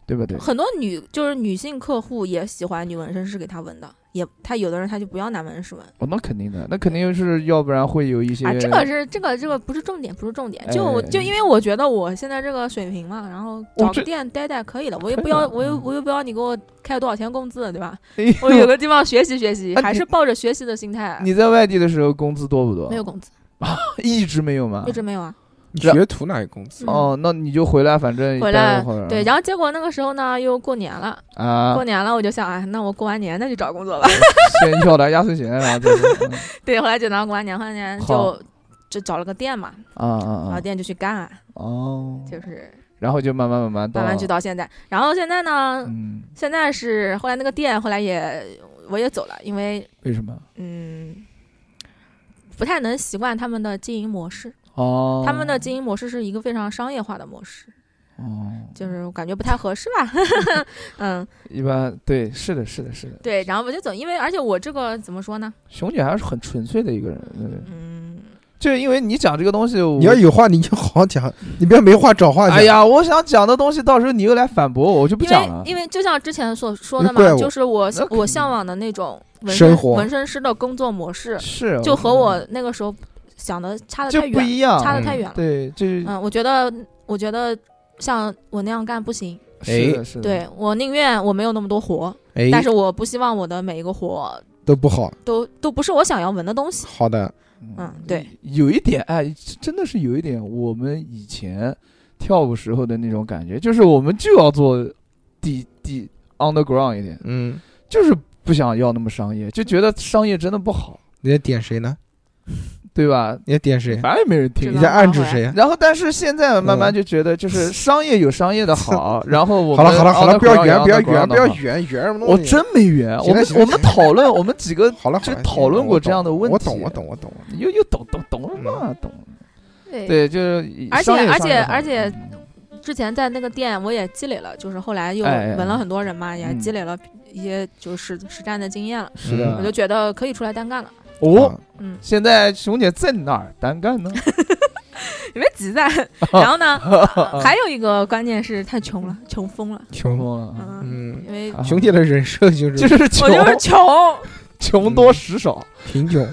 [SPEAKER 3] 对不对？
[SPEAKER 4] 很多女就是女性客户也喜欢女纹身师给她纹的，也她有的人她就不要男纹师纹
[SPEAKER 3] 哦，那肯定的，那肯定是要不然会有一些
[SPEAKER 4] 啊，这个是这个这个不是重点，不是重点，就
[SPEAKER 3] 哎
[SPEAKER 4] 就因为我觉得我现在这个水平嘛，然后
[SPEAKER 3] 我
[SPEAKER 4] 找个
[SPEAKER 3] 这
[SPEAKER 4] 店待待可以了，我也
[SPEAKER 3] 可以
[SPEAKER 4] 不要
[SPEAKER 3] 了
[SPEAKER 4] 我又
[SPEAKER 3] 嗯
[SPEAKER 4] 我又不要你给我开多少钱工资，对吧？
[SPEAKER 3] (laughs) 哎呦
[SPEAKER 4] 我有个地方学习学习，
[SPEAKER 3] 啊
[SPEAKER 4] 还
[SPEAKER 3] 你
[SPEAKER 4] 是抱着学习的心态，
[SPEAKER 3] 你在外地的时候工资多不多？
[SPEAKER 4] 没有，工资，
[SPEAKER 3] (laughs) 一直没有吗
[SPEAKER 4] 一？直没有啊。
[SPEAKER 2] 你
[SPEAKER 3] 是啊
[SPEAKER 2] 学徒哪有工资？
[SPEAKER 4] 嗯
[SPEAKER 3] 哦，那你就回来，反正
[SPEAKER 4] 回
[SPEAKER 3] 哎待
[SPEAKER 4] 来
[SPEAKER 3] 一会儿
[SPEAKER 4] 对，然后结果那个时候呢，又过年了，
[SPEAKER 3] 啊 (laughs)
[SPEAKER 4] 过，年了，我就想，哎，那我过完年再去找工作吧。 (laughs)
[SPEAKER 3] 先要点压岁钱，然后再说嗯
[SPEAKER 4] 对，后来就拿过完年，过完年
[SPEAKER 3] 好
[SPEAKER 4] 就就找了个店嘛，
[SPEAKER 3] 啊啊
[SPEAKER 4] 然后
[SPEAKER 3] 啊
[SPEAKER 4] 店就去干啊，
[SPEAKER 3] 哦，
[SPEAKER 4] 就是
[SPEAKER 3] 然后就慢慢慢慢到
[SPEAKER 4] 慢慢去到现在。然后现在呢，
[SPEAKER 3] 哦嗯，
[SPEAKER 4] 现在是后来那个店后来也我也走了，因为
[SPEAKER 3] 为什么？
[SPEAKER 4] 嗯。不太能习惯他们的经营模式，
[SPEAKER 3] 哦，
[SPEAKER 4] 他们的经营模式是一个非常商业化的模式，
[SPEAKER 3] 哦，
[SPEAKER 4] 就是我感觉不太合适
[SPEAKER 3] (laughs)
[SPEAKER 4] 吧。嗯，
[SPEAKER 3] 一般对，是的，是的，是的，
[SPEAKER 4] 对，然后我就走，因为而且我这个怎么说呢？
[SPEAKER 3] 熊姐还是很纯粹的一个人，对
[SPEAKER 4] 嗯，
[SPEAKER 3] 就是因为你讲这个东西，我
[SPEAKER 2] 你要有话你就好好讲，你不要没话找话讲。
[SPEAKER 3] 哎呀，我想讲的东西，到时候你又来反驳我，我就不
[SPEAKER 4] 因
[SPEAKER 3] 讲
[SPEAKER 4] 为
[SPEAKER 3] 了。
[SPEAKER 4] 因为就像之前所说的
[SPEAKER 2] 那怪
[SPEAKER 4] 嘛，
[SPEAKER 2] 我
[SPEAKER 4] 就是我
[SPEAKER 3] 那肯定
[SPEAKER 4] 我向往的那种纹
[SPEAKER 2] 生
[SPEAKER 4] 身
[SPEAKER 2] 活
[SPEAKER 4] 纹身师的工作模式，
[SPEAKER 3] 是，嗯
[SPEAKER 4] 就和我那个时候想的差的
[SPEAKER 3] 就
[SPEAKER 4] 太
[SPEAKER 3] 不
[SPEAKER 4] 远，
[SPEAKER 3] 一样，
[SPEAKER 4] 差的
[SPEAKER 2] 嗯
[SPEAKER 4] 太远了。
[SPEAKER 3] 对，这
[SPEAKER 4] 嗯，我觉得我觉得像我那样干不行，
[SPEAKER 3] 是的，是的，
[SPEAKER 4] 对我宁愿我没有那么多活，
[SPEAKER 2] 哎，
[SPEAKER 4] 但是我不希望我的每一个活
[SPEAKER 2] 都不好。
[SPEAKER 4] 都都不是我想要纹的东西。
[SPEAKER 2] 好的，
[SPEAKER 4] 嗯，对，
[SPEAKER 3] 有一点，哎，真的是有一点，我们以前跳舞时候的那种感觉，就是我们就要做底底 underground 一点，
[SPEAKER 2] 嗯，
[SPEAKER 3] 就是不想要那么商业，就觉得商业真的不好。
[SPEAKER 2] 你在点谁呢？
[SPEAKER 3] 对吧？
[SPEAKER 2] 你在点谁？
[SPEAKER 3] 反正也没人听
[SPEAKER 4] 知
[SPEAKER 2] 你
[SPEAKER 4] 道。
[SPEAKER 2] 在暗指谁啊呀？
[SPEAKER 3] 然后，但是现在慢慢就觉得，就是商业有商业的好，然后
[SPEAKER 2] 嗯
[SPEAKER 3] 我
[SPEAKER 2] 好
[SPEAKER 3] 们
[SPEAKER 2] 了好了好了，
[SPEAKER 3] 熬得
[SPEAKER 2] 不要
[SPEAKER 3] 苦
[SPEAKER 2] 圆不要圆
[SPEAKER 3] 熬得苦
[SPEAKER 2] 不要
[SPEAKER 3] 熬得苦
[SPEAKER 2] 圆圆什么东
[SPEAKER 3] 我
[SPEAKER 2] 西？
[SPEAKER 3] 真没圆，
[SPEAKER 2] 行了
[SPEAKER 3] 我们
[SPEAKER 2] 行了
[SPEAKER 3] 我们讨论，我们几个
[SPEAKER 2] 好了好
[SPEAKER 3] 就
[SPEAKER 2] 了，
[SPEAKER 3] 讨论过这样的问题。
[SPEAKER 2] 我懂我懂我懂。我懂
[SPEAKER 3] 又又懂懂懂什么
[SPEAKER 2] 嗯
[SPEAKER 3] 啊懂？
[SPEAKER 4] 对
[SPEAKER 3] 对，就是
[SPEAKER 4] 而且
[SPEAKER 3] 商业
[SPEAKER 4] 而
[SPEAKER 3] 上也
[SPEAKER 4] 且
[SPEAKER 3] 好嗯
[SPEAKER 4] 而且，之前在那个店我也积累了，就是后来又
[SPEAKER 3] 哎哎哎
[SPEAKER 4] 纹了很多人嘛，也
[SPEAKER 3] 嗯
[SPEAKER 4] 积累了一些就是实实战的经验了，
[SPEAKER 3] 是
[SPEAKER 2] 嗯
[SPEAKER 3] 的，
[SPEAKER 4] 我就觉得可以出来单干了。
[SPEAKER 3] 哦
[SPEAKER 2] 啊，
[SPEAKER 4] 嗯，
[SPEAKER 3] 现在熊姐在哪儿单干呢？
[SPEAKER 4] (laughs) 你别急噻。然
[SPEAKER 3] 嗯
[SPEAKER 4] 后呢，呃还有一个关键是太穷了，穷疯了。
[SPEAKER 2] 穷，
[SPEAKER 3] 忘了
[SPEAKER 4] 嗯，
[SPEAKER 2] 嗯，
[SPEAKER 4] 因为
[SPEAKER 3] 啊
[SPEAKER 2] 熊姐的人设嗯就
[SPEAKER 3] 就是是
[SPEAKER 4] 我
[SPEAKER 3] 穷
[SPEAKER 4] 就是穷，
[SPEAKER 3] 穷多食少，
[SPEAKER 2] 贫穷，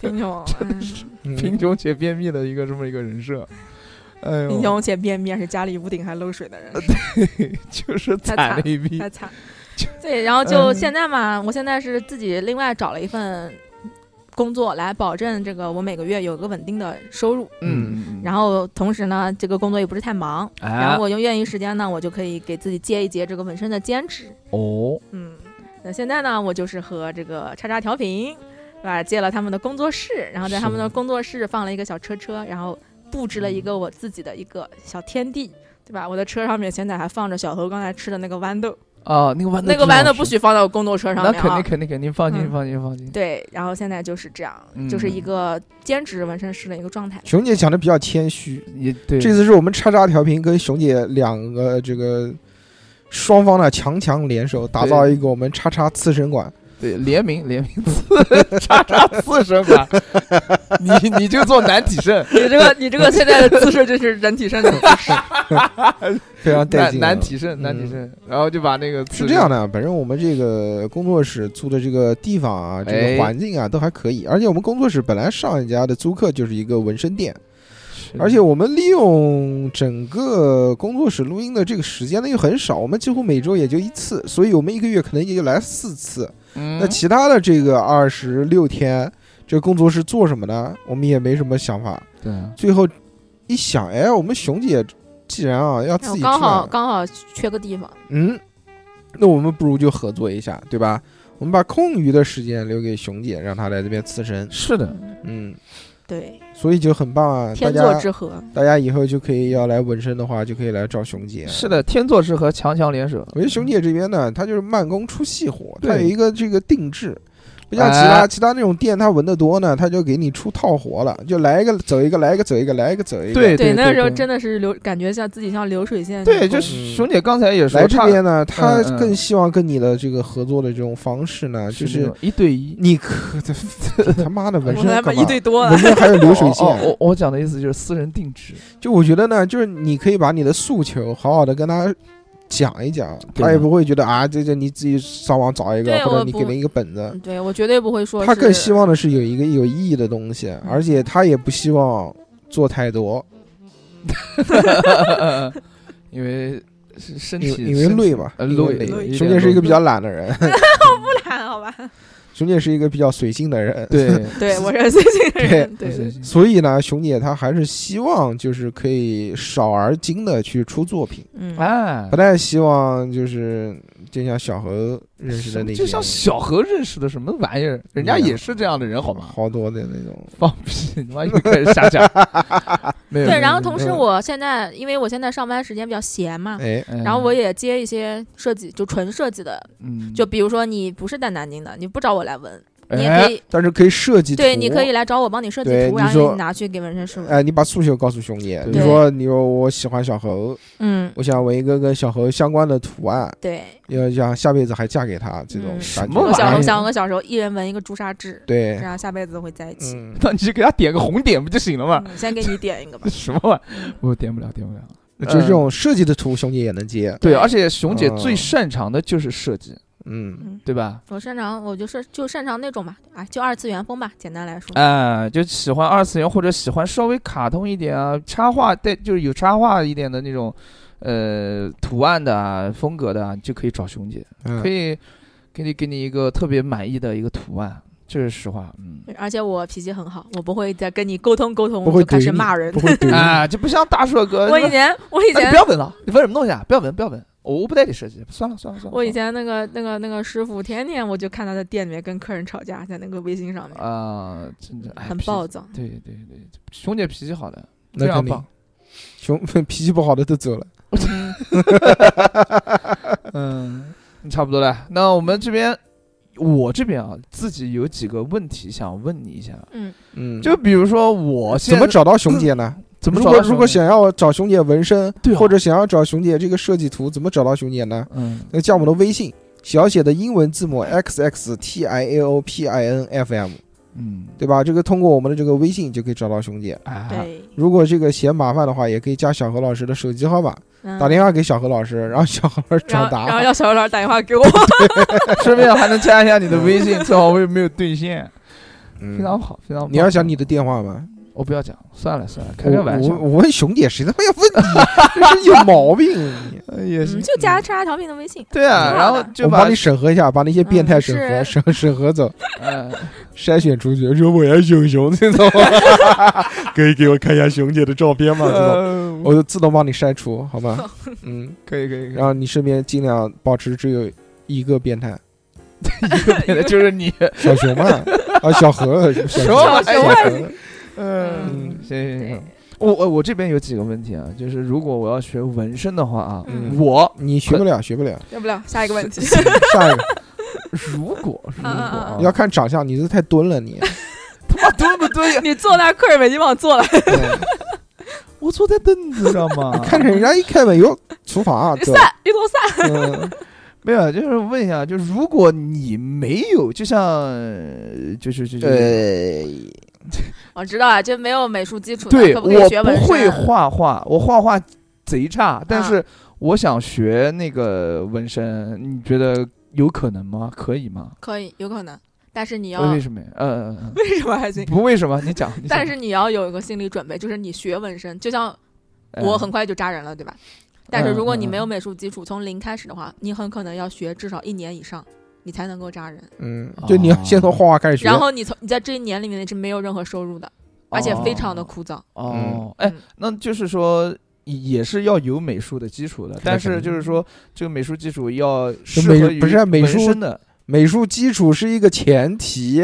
[SPEAKER 4] 贫穷，嗯
[SPEAKER 2] 嗯
[SPEAKER 3] (laughs) 贫穷且便秘的一个这么一个人设。哎呦，
[SPEAKER 4] 嗯贫穷且便秘，而且家里屋顶还漏水的人，
[SPEAKER 3] 就是
[SPEAKER 4] 太
[SPEAKER 3] 惨了
[SPEAKER 4] 惨
[SPEAKER 3] 一逼
[SPEAKER 4] 太。惨。对，然后就
[SPEAKER 3] 嗯
[SPEAKER 4] 现在嘛，我现在是自己另外找了一份工作来保证这个我每个月有个稳定的收入，
[SPEAKER 3] 嗯，
[SPEAKER 4] 然后同时呢，这个工作也不是太忙，然
[SPEAKER 3] 哎
[SPEAKER 4] 后我用业余时间呢，我就可以给自己接一接这个纹身的兼职。
[SPEAKER 3] 哦，
[SPEAKER 4] 嗯，那现在呢，我就是和这个叉叉调频，对吧？借了他们的工作室，然后在他们的
[SPEAKER 2] 是
[SPEAKER 4] 工作室放了一个小车车，然后布置了一个我自己的一个小天地。对吧？我的车上面现在还放着小何刚才吃的那个豌豆，
[SPEAKER 3] 啊，那个豌豆
[SPEAKER 4] 那
[SPEAKER 3] 真
[SPEAKER 4] 个
[SPEAKER 3] 好
[SPEAKER 4] 豌豆
[SPEAKER 3] 吃
[SPEAKER 4] 不，许放到我工作车上
[SPEAKER 3] 那
[SPEAKER 4] 面
[SPEAKER 3] 肯定
[SPEAKER 4] 啊。
[SPEAKER 3] 肯定肯定，放心
[SPEAKER 4] 嗯
[SPEAKER 3] 放心放心。
[SPEAKER 4] 对，然后现在就是这样，
[SPEAKER 3] 嗯
[SPEAKER 4] 就是一个兼职纹身师的一个状态。
[SPEAKER 2] 熊姐讲的比较谦虚，
[SPEAKER 3] 也对，
[SPEAKER 2] 这次是我们叉叉调频跟熊姐两个这个双方呢强强联手，打造一个我们叉叉刺身
[SPEAKER 3] (laughs)
[SPEAKER 2] 馆。
[SPEAKER 3] 对联名联名刺叉叉刺身馆，你你就做男体盛，
[SPEAKER 4] (laughs) 你这 (laughs) 个你这个现在的姿势就是人体身体，
[SPEAKER 3] (laughs)
[SPEAKER 2] 非常带
[SPEAKER 3] 男
[SPEAKER 2] 劲啊。
[SPEAKER 3] 男体盛男体盛，然后就把那个
[SPEAKER 2] 是
[SPEAKER 3] 刺
[SPEAKER 2] 这样的，本身我们这个工作室租的这个地方啊，这
[SPEAKER 3] 哎
[SPEAKER 2] 个环境啊都还可以，而且我们工作室本来上一家的租客就是一个纹身店，
[SPEAKER 3] 身，
[SPEAKER 2] 而且我们利用整个工作室录音的这个时间呢又很少，我们几乎每周也就一次，所以我们一个月可能也就来四次。
[SPEAKER 3] 嗯
[SPEAKER 2] 那其他的这个二十六天，这个工作室做什么呢？我们也没什么想法。
[SPEAKER 3] 对啊
[SPEAKER 2] 最后一想，哎，我们熊姐既然啊要自己出来
[SPEAKER 4] 哎刚好
[SPEAKER 2] 了，
[SPEAKER 4] 刚好缺个地方。
[SPEAKER 2] 嗯，那我们不如就合作一下，对吧？我们把空余的时间留给熊姐，让她来这边刺身，
[SPEAKER 3] 是的，
[SPEAKER 2] 嗯，
[SPEAKER 4] 对，
[SPEAKER 2] 所以就很棒啊！大
[SPEAKER 4] 天作
[SPEAKER 2] 家
[SPEAKER 4] 之合。
[SPEAKER 2] 大家以后就可以要来纹身的话，就可以来找熊姐。
[SPEAKER 3] 是的，天作之合，强强联手。
[SPEAKER 2] 我觉得熊姐这边呢，她就是慢工出细活，
[SPEAKER 3] 对
[SPEAKER 2] 她有一个这个定制，不像其他、
[SPEAKER 3] 哎
[SPEAKER 2] 其他那种店，她纹的多呢，她就给你出套活了，就来一个走一个，来一个走一个，来一个走一个。
[SPEAKER 3] 对
[SPEAKER 4] 对，那个时候
[SPEAKER 3] 对
[SPEAKER 4] 真的是流，感觉像自己像流水线那种。
[SPEAKER 3] 对，就是熊姐刚才也说，
[SPEAKER 2] 来这边呢，她
[SPEAKER 3] 嗯
[SPEAKER 2] 更希望跟你的这个合作的这种方式呢，
[SPEAKER 3] 她
[SPEAKER 2] 就是
[SPEAKER 3] 那
[SPEAKER 2] 是 (laughs)
[SPEAKER 3] 种一对一。 (laughs)
[SPEAKER 2] 你可他妈的纹
[SPEAKER 4] 我
[SPEAKER 2] 身
[SPEAKER 4] 他
[SPEAKER 2] 干
[SPEAKER 4] 妈
[SPEAKER 2] 嘛？
[SPEAKER 4] 一对多了啊
[SPEAKER 2] 纹。身还有流
[SPEAKER 3] (laughs)
[SPEAKER 2] 水线。
[SPEAKER 3] 哦哦我我讲的意思就是私人定制， (laughs)
[SPEAKER 2] 就我觉得呢，就是你可以把你的诉求好好的跟他讲一讲，
[SPEAKER 3] 对
[SPEAKER 2] 他也
[SPEAKER 3] 的
[SPEAKER 2] 不会觉得啊，这这你自己上网找一个
[SPEAKER 4] 对，
[SPEAKER 2] 或者
[SPEAKER 4] 我
[SPEAKER 2] 你
[SPEAKER 4] 不
[SPEAKER 2] 给了一个本子
[SPEAKER 4] 嗯。对，我绝对不会说。
[SPEAKER 2] 他更希。望的是有一个有意义的东西，而
[SPEAKER 3] 嗯
[SPEAKER 2] 且他也不希望做太多，
[SPEAKER 3] 因为是身
[SPEAKER 2] 因
[SPEAKER 3] 体
[SPEAKER 2] 为因为
[SPEAKER 3] 身体
[SPEAKER 2] 累嘛，
[SPEAKER 3] 呃
[SPEAKER 2] 因为
[SPEAKER 3] 累有
[SPEAKER 2] 累。
[SPEAKER 3] 点
[SPEAKER 2] 熊姐是一个
[SPEAKER 3] 累嗯
[SPEAKER 2] 比较懒的人， (laughs)
[SPEAKER 4] 看 (laughs) 好吧。
[SPEAKER 2] 熊姐是一个比较随性的人， (laughs)
[SPEAKER 3] 对
[SPEAKER 4] 对，我是最近的人。对
[SPEAKER 3] 对
[SPEAKER 4] 对，
[SPEAKER 2] 所以呢，熊姐她还是希望就是可以少而精的去出作品。
[SPEAKER 4] 嗯，
[SPEAKER 3] 啊
[SPEAKER 2] 不，太希望就是就像小何认识的那些，嗯
[SPEAKER 3] 就像小何认识的什么玩意儿，人家也是这样的人，好吗？
[SPEAKER 2] 好多的那种，
[SPEAKER 3] 放屁，你妈又开始瞎
[SPEAKER 2] (laughs)
[SPEAKER 3] 讲。没有
[SPEAKER 4] 对，然后同时，
[SPEAKER 3] 没有
[SPEAKER 4] 我现在因为我现在上班时间比较闲嘛。
[SPEAKER 2] 哎，
[SPEAKER 3] 没有
[SPEAKER 4] 然后我也接一些设计，就纯设计的，
[SPEAKER 3] 嗯，
[SPEAKER 4] 就比如说你不是在南京的，你不找我来纹，你也
[SPEAKER 3] 哎
[SPEAKER 4] 可以，
[SPEAKER 2] 但是可以设计图，
[SPEAKER 4] 对，你可以来找我帮你设计
[SPEAKER 2] 对
[SPEAKER 4] 图，
[SPEAKER 2] 你
[SPEAKER 4] 然后
[SPEAKER 2] 说
[SPEAKER 4] 你拿去给纹身师纹。
[SPEAKER 2] 哎，你把诉求告诉熊姐，
[SPEAKER 3] 对
[SPEAKER 2] 你说你说我喜欢小猴，
[SPEAKER 4] 嗯，
[SPEAKER 2] 我想纹一个跟小猴相关的图案，
[SPEAKER 4] 对，
[SPEAKER 2] 要想下辈子还嫁给他这种
[SPEAKER 4] 嗯
[SPEAKER 2] 感
[SPEAKER 3] 什么
[SPEAKER 2] 觉
[SPEAKER 4] 我
[SPEAKER 3] 玩意
[SPEAKER 4] 小
[SPEAKER 3] 儿
[SPEAKER 4] 时候想，我小时候一人纹一个朱砂痣，
[SPEAKER 2] 哎对，
[SPEAKER 3] 啊
[SPEAKER 4] 然后下辈子会在一起。
[SPEAKER 2] 嗯，
[SPEAKER 3] (laughs) 那你就给他点个红点不就行了吗？。
[SPEAKER 4] 嗯先给你点
[SPEAKER 2] (laughs)
[SPEAKER 4] 一个
[SPEAKER 3] (laughs)
[SPEAKER 4] 吧
[SPEAKER 3] 什么玩意儿？我点不了，点不了。
[SPEAKER 2] 就这种设计的图，熊姐也能接，
[SPEAKER 3] 对，而且熊姐
[SPEAKER 2] 嗯
[SPEAKER 3] 最擅长的就是设计，
[SPEAKER 2] 嗯，
[SPEAKER 3] 对吧？
[SPEAKER 4] 我擅长，我就是就擅长那种吧，啊，就二次元风吧，简单来说。
[SPEAKER 3] 哎、就喜欢二次元或者喜欢稍微卡通一点啊，插画带就是有插画一点的那种，呃，图案的啊，风格的啊，你就可以找熊姐，
[SPEAKER 2] 嗯
[SPEAKER 3] 可以给你给你一个特别满意的一个图案，这是实话，嗯。
[SPEAKER 4] 而且我脾气很好，我不会再跟你沟通沟通，
[SPEAKER 2] 不
[SPEAKER 4] 我
[SPEAKER 2] 会
[SPEAKER 4] 就开
[SPEAKER 2] 怼
[SPEAKER 4] 始
[SPEAKER 2] 你
[SPEAKER 4] 骂
[SPEAKER 3] (laughs)
[SPEAKER 4] 人
[SPEAKER 2] 不。会怼你
[SPEAKER 3] 啊，就不像大硕哥，
[SPEAKER 4] 我
[SPEAKER 3] 你
[SPEAKER 4] (laughs) 以前，我以
[SPEAKER 2] (laughs)
[SPEAKER 3] 哎你
[SPEAKER 4] 前
[SPEAKER 3] 不，要闻了，你闻什么东西啊？不要闻，不要闻。我不带你设计，算了算了算了。
[SPEAKER 4] 我以前那个那个那个师傅，天天我就看他在店里面跟客人吵架，在那个微信上面，
[SPEAKER 3] 啊，真的
[SPEAKER 4] 很暴。躁。
[SPEAKER 3] 哎脾气对对对，熊姐脾气好的，
[SPEAKER 2] 那
[SPEAKER 3] 非常
[SPEAKER 2] 肯定
[SPEAKER 3] 棒。
[SPEAKER 2] 熊 (laughs) 脾气不好的都走了。
[SPEAKER 3] 嗯，差不多了。那我们这边，我这边啊，自己有几个问题想问你一下，
[SPEAKER 4] 嗯，
[SPEAKER 2] 嗯，
[SPEAKER 3] 就比如说我现
[SPEAKER 2] 怎
[SPEAKER 3] 在
[SPEAKER 2] 么找到熊姐呢？
[SPEAKER 3] 怎么
[SPEAKER 2] 如
[SPEAKER 3] 找
[SPEAKER 2] 果
[SPEAKER 3] 到
[SPEAKER 2] 如果
[SPEAKER 3] 熊
[SPEAKER 2] 想
[SPEAKER 3] 姐，
[SPEAKER 2] 要找熊姐纹身，
[SPEAKER 3] 对啊
[SPEAKER 2] 或者想要找熊姐这个设计图，怎么找到熊姐呢？
[SPEAKER 3] 嗯，
[SPEAKER 2] 那加我们的微信，小写的英文字母 x x t i a o p i n f m，
[SPEAKER 3] 嗯，
[SPEAKER 2] 对吧？这个通过我们的这个微信就可以找到熊姐。
[SPEAKER 3] 哎，
[SPEAKER 4] 对，
[SPEAKER 2] 如果这个嫌麻烦的话，也可以加小何老师的手机号码，
[SPEAKER 4] 嗯
[SPEAKER 2] 打电话给小何老
[SPEAKER 4] (laughs)
[SPEAKER 2] 师，让小何老师
[SPEAKER 4] 然
[SPEAKER 2] 转
[SPEAKER 4] 后然后
[SPEAKER 2] 达。
[SPEAKER 4] 要小老师打电话
[SPEAKER 3] (laughs)
[SPEAKER 4] 给我，
[SPEAKER 3] 顺便还能加一下你的微信，最好我有没有兑现，非常
[SPEAKER 2] 嗯，
[SPEAKER 3] 好，非常棒。
[SPEAKER 2] 你要想你的电话吗？
[SPEAKER 3] 我不要讲，算了算了，开
[SPEAKER 2] 我
[SPEAKER 3] 开玩笑
[SPEAKER 2] 我，我问熊姐，谁他妈要问 (laughs) 你？这是有毛病！你
[SPEAKER 3] 哎也
[SPEAKER 4] 嗯就加叉调频的微信。
[SPEAKER 3] 对啊，
[SPEAKER 4] 挺好
[SPEAKER 3] 然后
[SPEAKER 4] 的
[SPEAKER 3] 就
[SPEAKER 2] 我
[SPEAKER 3] 把
[SPEAKER 2] 帮你审核一下，把那些变态审核
[SPEAKER 4] 嗯
[SPEAKER 2] 审 (laughs) 审核走， (laughs)
[SPEAKER 3] 嗯，
[SPEAKER 2] 筛选出去。说我要熊熊，这种，可以 (laughs) 给我看一下熊姐的照片吗？这种，
[SPEAKER 3] 呃
[SPEAKER 2] 我就自动帮你筛除，好
[SPEAKER 4] (laughs)
[SPEAKER 2] 吧？嗯，
[SPEAKER 3] 可以可以，
[SPEAKER 2] 然后你身边尽量保持只有一个变态，
[SPEAKER 3] 可以， (laughs) 就
[SPEAKER 2] (laughs)
[SPEAKER 3] 是你，
[SPEAKER 2] 小熊
[SPEAKER 4] (laughs)
[SPEAKER 2] 嘛，啊，小何，小
[SPEAKER 3] 什么
[SPEAKER 2] 何，
[SPEAKER 3] 玩
[SPEAKER 2] 小
[SPEAKER 3] 意
[SPEAKER 2] 何，
[SPEAKER 3] 嗯，行行行
[SPEAKER 4] 对。
[SPEAKER 3] 我我我这边有几个问题啊，就是如果我要学纹身的话啊，
[SPEAKER 4] 嗯
[SPEAKER 3] 我
[SPEAKER 2] 你学不了，学不
[SPEAKER 4] (laughs)
[SPEAKER 2] 了。
[SPEAKER 4] 要不了，下一个问题。
[SPEAKER 2] 下一个，
[SPEAKER 3] 如果如
[SPEAKER 4] 嗯
[SPEAKER 3] 果啊
[SPEAKER 2] 你要看长相，你这太蹲了，
[SPEAKER 4] (laughs)
[SPEAKER 2] 你。
[SPEAKER 3] 他妈蹲不蹲呀？
[SPEAKER 4] (laughs) 你坐那儿，客人没地方坐了，
[SPEAKER 3] 我坐在凳子上嘛，
[SPEAKER 2] 嗯
[SPEAKER 3] (laughs)
[SPEAKER 2] 看着人家一开门，哟，厨房
[SPEAKER 4] (laughs)
[SPEAKER 2] 啊，对，
[SPEAKER 4] 散一坨散。
[SPEAKER 3] (laughs)
[SPEAKER 2] 嗯，
[SPEAKER 3] 没有，就是问一下，就如果你没有，就像呃就是就就
[SPEAKER 2] 呃，
[SPEAKER 4] 我知道啊，这没有美术基础的，
[SPEAKER 3] 对
[SPEAKER 4] 可不可以
[SPEAKER 3] 我
[SPEAKER 4] 学啊
[SPEAKER 3] 不
[SPEAKER 4] 纹
[SPEAKER 3] 会
[SPEAKER 4] 身？
[SPEAKER 3] 画画，我画画贼差，但
[SPEAKER 4] 啊
[SPEAKER 3] 是我想学那个纹身，你觉得有可能吗？可以吗？
[SPEAKER 4] 可以，有可能，但是你要
[SPEAKER 3] 为什么呀？嗯嗯
[SPEAKER 4] (laughs) 为什么还行
[SPEAKER 3] 嗯，？不为什么，你讲。你讲
[SPEAKER 4] 但是你要有一个心理准备，就是你学纹身，就像
[SPEAKER 3] 哎
[SPEAKER 4] 我很快就扎人了，对吧？但是
[SPEAKER 3] 嗯
[SPEAKER 4] 如果你
[SPEAKER 3] 嗯
[SPEAKER 4] 没
[SPEAKER 3] 嗯
[SPEAKER 4] 有美术基础，从零开始的话，你很可能要学至少一年以上，你才能够扎人。
[SPEAKER 2] 嗯，就你要先从画画开始学，
[SPEAKER 4] 啊然后你从你在这一年里面是没有任何收入的，而且
[SPEAKER 2] 哦
[SPEAKER 4] 非常的枯燥。
[SPEAKER 3] 哦，哎
[SPEAKER 4] 嗯，
[SPEAKER 3] 那就是说。也是要有美术的基础的，但是就是说，这个美术基础要适合
[SPEAKER 2] 美
[SPEAKER 3] 于
[SPEAKER 2] 不是啊美
[SPEAKER 3] 纹
[SPEAKER 2] 术
[SPEAKER 3] 身的，
[SPEAKER 2] 美术基础是一个前提。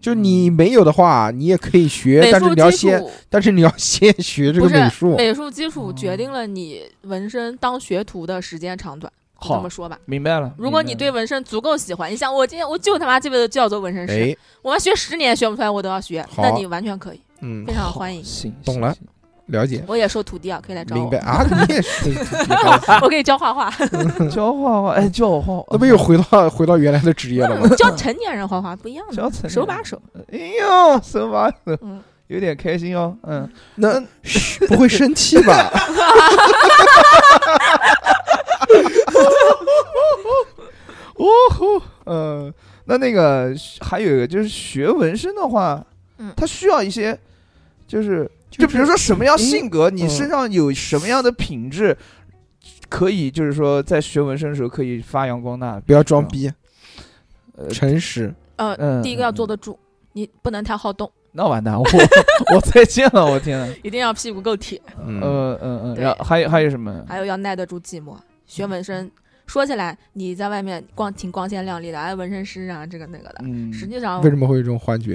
[SPEAKER 2] 就你没有的话，你也可以学，
[SPEAKER 4] 美
[SPEAKER 2] 但是
[SPEAKER 4] 术
[SPEAKER 2] 你要
[SPEAKER 4] 基
[SPEAKER 2] 先，
[SPEAKER 4] 础
[SPEAKER 2] 但是你要先学这
[SPEAKER 4] 不
[SPEAKER 2] 个
[SPEAKER 4] 是
[SPEAKER 2] 美术。
[SPEAKER 4] 美术基础
[SPEAKER 3] 哦
[SPEAKER 4] 决定了你纹身当学徒的时间长短。就这
[SPEAKER 3] 好
[SPEAKER 4] 么说吧，
[SPEAKER 3] 明白了。
[SPEAKER 4] 如果
[SPEAKER 3] 明白
[SPEAKER 4] 你
[SPEAKER 3] 了
[SPEAKER 4] 对纹身足够喜欢，你想我今天我就他妈这辈子就要做纹身师，
[SPEAKER 2] 哎，
[SPEAKER 4] 我要学十年学不出来我都要学，
[SPEAKER 2] 好
[SPEAKER 4] 那你完全可以，
[SPEAKER 2] 嗯
[SPEAKER 4] 非，常欢迎。
[SPEAKER 3] 行，
[SPEAKER 2] 懂
[SPEAKER 3] 行
[SPEAKER 2] 了，
[SPEAKER 3] 行
[SPEAKER 2] 了解，
[SPEAKER 4] 我也收徒弟啊，可以来找我。
[SPEAKER 2] 明白啊，你也
[SPEAKER 4] (laughs)
[SPEAKER 2] 是，
[SPEAKER 4] 我可以教画画，
[SPEAKER 3] 教画画，哎，教我画画，
[SPEAKER 2] 那不又回到回到原来的职业了吗？
[SPEAKER 3] (laughs)
[SPEAKER 4] (laughs) 教成年人画画不一样的，
[SPEAKER 3] 教成
[SPEAKER 4] 手把手。
[SPEAKER 3] 哎呦，手把手
[SPEAKER 4] 嗯，
[SPEAKER 3] 有点开心哦，嗯，
[SPEAKER 2] 那嘘 (laughs) 不会生气吧？
[SPEAKER 3] 哦吼，嗯，那那个还有一个就是学纹身的话，
[SPEAKER 4] 嗯
[SPEAKER 3] 它需要一些，就是 (laughs) 嗯就比如说什么
[SPEAKER 2] 嗯
[SPEAKER 3] 样性格，你身上有什么样的品质，可以就是说在学纹身的时候可以发扬光大，
[SPEAKER 2] 不要装逼，
[SPEAKER 3] 嗯呃，
[SPEAKER 2] 诚实。
[SPEAKER 4] 呃，
[SPEAKER 3] 嗯，
[SPEAKER 4] 第一个要坐
[SPEAKER 3] 的，
[SPEAKER 4] 得住，你不能太好动，
[SPEAKER 3] 那完蛋，我我再见了，我天呐，
[SPEAKER 4] 一定要屁股够挺，
[SPEAKER 2] 嗯，
[SPEAKER 3] 呃嗯嗯，
[SPEAKER 4] 对
[SPEAKER 3] 然后还有还有什么？
[SPEAKER 4] 还有要耐得住寂寞。学纹
[SPEAKER 3] 嗯
[SPEAKER 4] 身，说起来你在外面光挺光鲜亮丽的，哎，纹身师啊，这个那个的。
[SPEAKER 3] 嗯，
[SPEAKER 4] 实际上，
[SPEAKER 2] 为什么会有这种幻觉？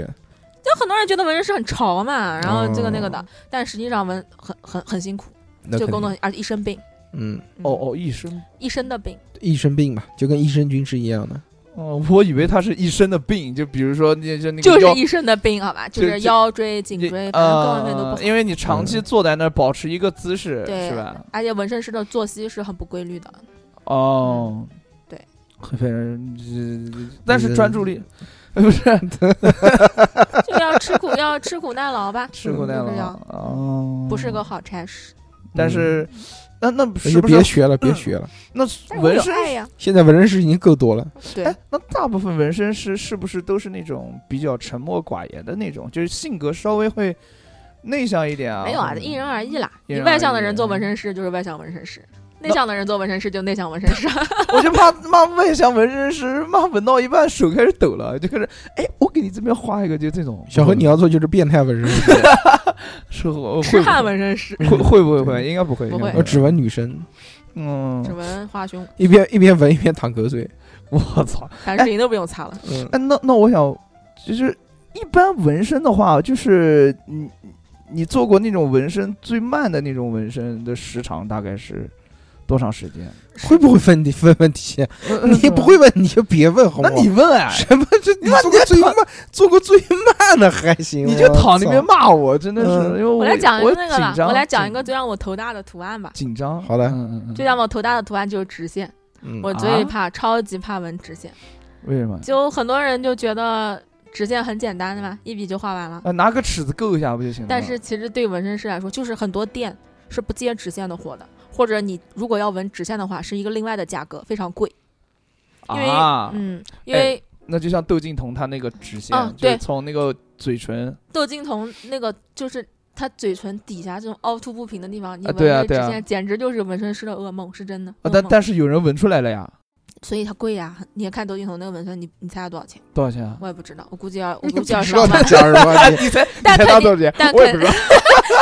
[SPEAKER 4] 就很多人觉得纹身师很潮嘛，然后这
[SPEAKER 3] 哦
[SPEAKER 4] 个那个的，但实际上纹很很很辛苦，
[SPEAKER 2] 那
[SPEAKER 4] 这
[SPEAKER 2] 肯
[SPEAKER 4] 个工作
[SPEAKER 2] 定，
[SPEAKER 4] 很，而且一身病，
[SPEAKER 2] 嗯，
[SPEAKER 4] 嗯
[SPEAKER 3] 哦，哦，一身
[SPEAKER 4] 一身的病，
[SPEAKER 2] 一身病吧，就跟益生菌是一
[SPEAKER 3] (laughs)
[SPEAKER 2] 样的。
[SPEAKER 3] 哦，我以为他是一身的病，就比如说那就那个
[SPEAKER 4] 就是
[SPEAKER 3] 腰
[SPEAKER 4] 一身的病，好吧，就
[SPEAKER 3] 就是
[SPEAKER 4] 腰椎、颈
[SPEAKER 3] 你
[SPEAKER 4] 椎，反正各方面都不
[SPEAKER 3] 呃
[SPEAKER 4] 好，。
[SPEAKER 3] 因为你长期坐在那儿保持一个姿势，
[SPEAKER 4] 对
[SPEAKER 3] 是吧？
[SPEAKER 4] 而且纹身师的作息是很不
[SPEAKER 3] (laughs)
[SPEAKER 4] 规律的，
[SPEAKER 3] 哦，
[SPEAKER 4] 嗯对，
[SPEAKER 3] 很非常，但是专注力， (laughs) 呃不是
[SPEAKER 4] 就要吃苦，要吃苦耐劳吧，嗯
[SPEAKER 3] 吃苦耐
[SPEAKER 4] 就是
[SPEAKER 3] 劳
[SPEAKER 4] 要
[SPEAKER 3] 哦，
[SPEAKER 4] 不是个好差事。
[SPEAKER 3] 但是那那
[SPEAKER 2] 那
[SPEAKER 3] 是
[SPEAKER 2] 哎就
[SPEAKER 3] 不
[SPEAKER 2] 嗯别
[SPEAKER 3] 是
[SPEAKER 2] 学了，别学了。
[SPEAKER 3] 那
[SPEAKER 4] 但是我
[SPEAKER 3] 纹
[SPEAKER 4] 有
[SPEAKER 3] 身？
[SPEAKER 4] 爱呀，
[SPEAKER 2] 现在纹身师已经够多了，
[SPEAKER 4] 对
[SPEAKER 3] 哎，，那大部分纹身师是不是都是那种比较沉默寡言的那种，就是性格稍微会内向一点啊？
[SPEAKER 4] 没有啊，
[SPEAKER 3] 或者
[SPEAKER 4] 因人而异啦。
[SPEAKER 3] 因
[SPEAKER 4] 你
[SPEAKER 3] 人
[SPEAKER 4] 外向的
[SPEAKER 3] 而异嗯
[SPEAKER 4] 人做纹身师就是外向纹身师，内向的人做纹身师就内向纹身
[SPEAKER 3] (laughs)
[SPEAKER 4] 师，
[SPEAKER 3] 我就怕妈外向纹身师，妈纹到一半手开始抖了，就开始哎，我给你这边画一个，就这种。
[SPEAKER 2] 小何，你要做就是变态纹身师，
[SPEAKER 3] (laughs) 是会
[SPEAKER 4] 痴
[SPEAKER 3] 会
[SPEAKER 4] 汉纹身师，
[SPEAKER 3] 会会不会会？应该不会，
[SPEAKER 4] 不会
[SPEAKER 3] 应该
[SPEAKER 2] 我只纹女生，
[SPEAKER 3] 嗯，
[SPEAKER 4] 指纹、画胸，
[SPEAKER 2] 一边一边纹一边淌口水。
[SPEAKER 3] 我操！
[SPEAKER 4] 凡士林都不用擦了。
[SPEAKER 2] 嗯，
[SPEAKER 3] 哎，那那我想，就是一般纹身的话，就是你你做过那种纹身最慢的那种纹身的时长大概是多长时
[SPEAKER 2] (laughs)
[SPEAKER 3] 间？呃
[SPEAKER 2] 会不会问你问问题？啊你不会问你就别问好
[SPEAKER 3] 嗯那
[SPEAKER 2] 吗？
[SPEAKER 3] 你问哎，
[SPEAKER 2] (laughs) 什么？这你
[SPEAKER 3] 那
[SPEAKER 2] 做
[SPEAKER 3] 你
[SPEAKER 2] 过
[SPEAKER 3] 就
[SPEAKER 2] 最慢
[SPEAKER 3] 躺，
[SPEAKER 2] (laughs) 做过最慢的还行，
[SPEAKER 3] 你就
[SPEAKER 2] 我
[SPEAKER 3] 躺那
[SPEAKER 2] 操
[SPEAKER 3] 边。骂我，真的是，
[SPEAKER 2] 嗯
[SPEAKER 3] 因为我
[SPEAKER 4] 我来讲一
[SPEAKER 3] 我
[SPEAKER 4] 个那个吧
[SPEAKER 3] 紧，张
[SPEAKER 4] 我来讲一个
[SPEAKER 3] 紧
[SPEAKER 4] 最让我头大的图案吧。
[SPEAKER 3] 紧张。
[SPEAKER 2] 好的
[SPEAKER 3] 嗯嗯嗯，
[SPEAKER 4] 最让我头大的图案就是直线，
[SPEAKER 2] 嗯
[SPEAKER 4] 我最怕，超级怕纹直线。
[SPEAKER 3] 啊为什么？
[SPEAKER 4] 就很多人就觉得直线很简单的嘛，一笔就画完了。
[SPEAKER 3] 啊，拿个尺子够一下不就行了吗？
[SPEAKER 4] 但是其实对纹身师来说，就是很多店是不接直线的货的，或者你如果要纹直线的话，是一个另外的价格，非常贵。因为
[SPEAKER 3] 啊，
[SPEAKER 4] 嗯，因为
[SPEAKER 3] 那就像窦靖童他那个直线
[SPEAKER 4] 嗯，
[SPEAKER 3] 就是
[SPEAKER 4] 对嗯
[SPEAKER 3] 从那个嘴唇，
[SPEAKER 4] 窦靖童那个就是他嘴唇底下这种凹凸不平的地方，你
[SPEAKER 3] 啊
[SPEAKER 4] 纹
[SPEAKER 3] 对啊
[SPEAKER 4] 那个
[SPEAKER 3] 对啊
[SPEAKER 4] 直线简直就是纹身师的噩梦，是真的。
[SPEAKER 3] 啊，
[SPEAKER 4] 噩
[SPEAKER 3] 但
[SPEAKER 4] 梦
[SPEAKER 3] 但是有人纹出来了呀，
[SPEAKER 4] 所以它贵呀、你也看窦靖童那个纹身，你你猜它多少钱？
[SPEAKER 3] 多少钱啊？
[SPEAKER 4] 我也不知道，我估计 (laughs) 要我
[SPEAKER 2] 你
[SPEAKER 4] 估计要
[SPEAKER 2] 不知道
[SPEAKER 4] 上
[SPEAKER 2] 他
[SPEAKER 4] 万， (laughs)
[SPEAKER 2] 讲什么？你
[SPEAKER 3] (laughs) 你才你
[SPEAKER 4] 但
[SPEAKER 3] 才
[SPEAKER 4] 肯
[SPEAKER 3] 到
[SPEAKER 4] 定
[SPEAKER 3] 多
[SPEAKER 4] (laughs)
[SPEAKER 3] 少钱
[SPEAKER 4] 但？
[SPEAKER 3] 我也不
[SPEAKER 4] 肯
[SPEAKER 3] 知道。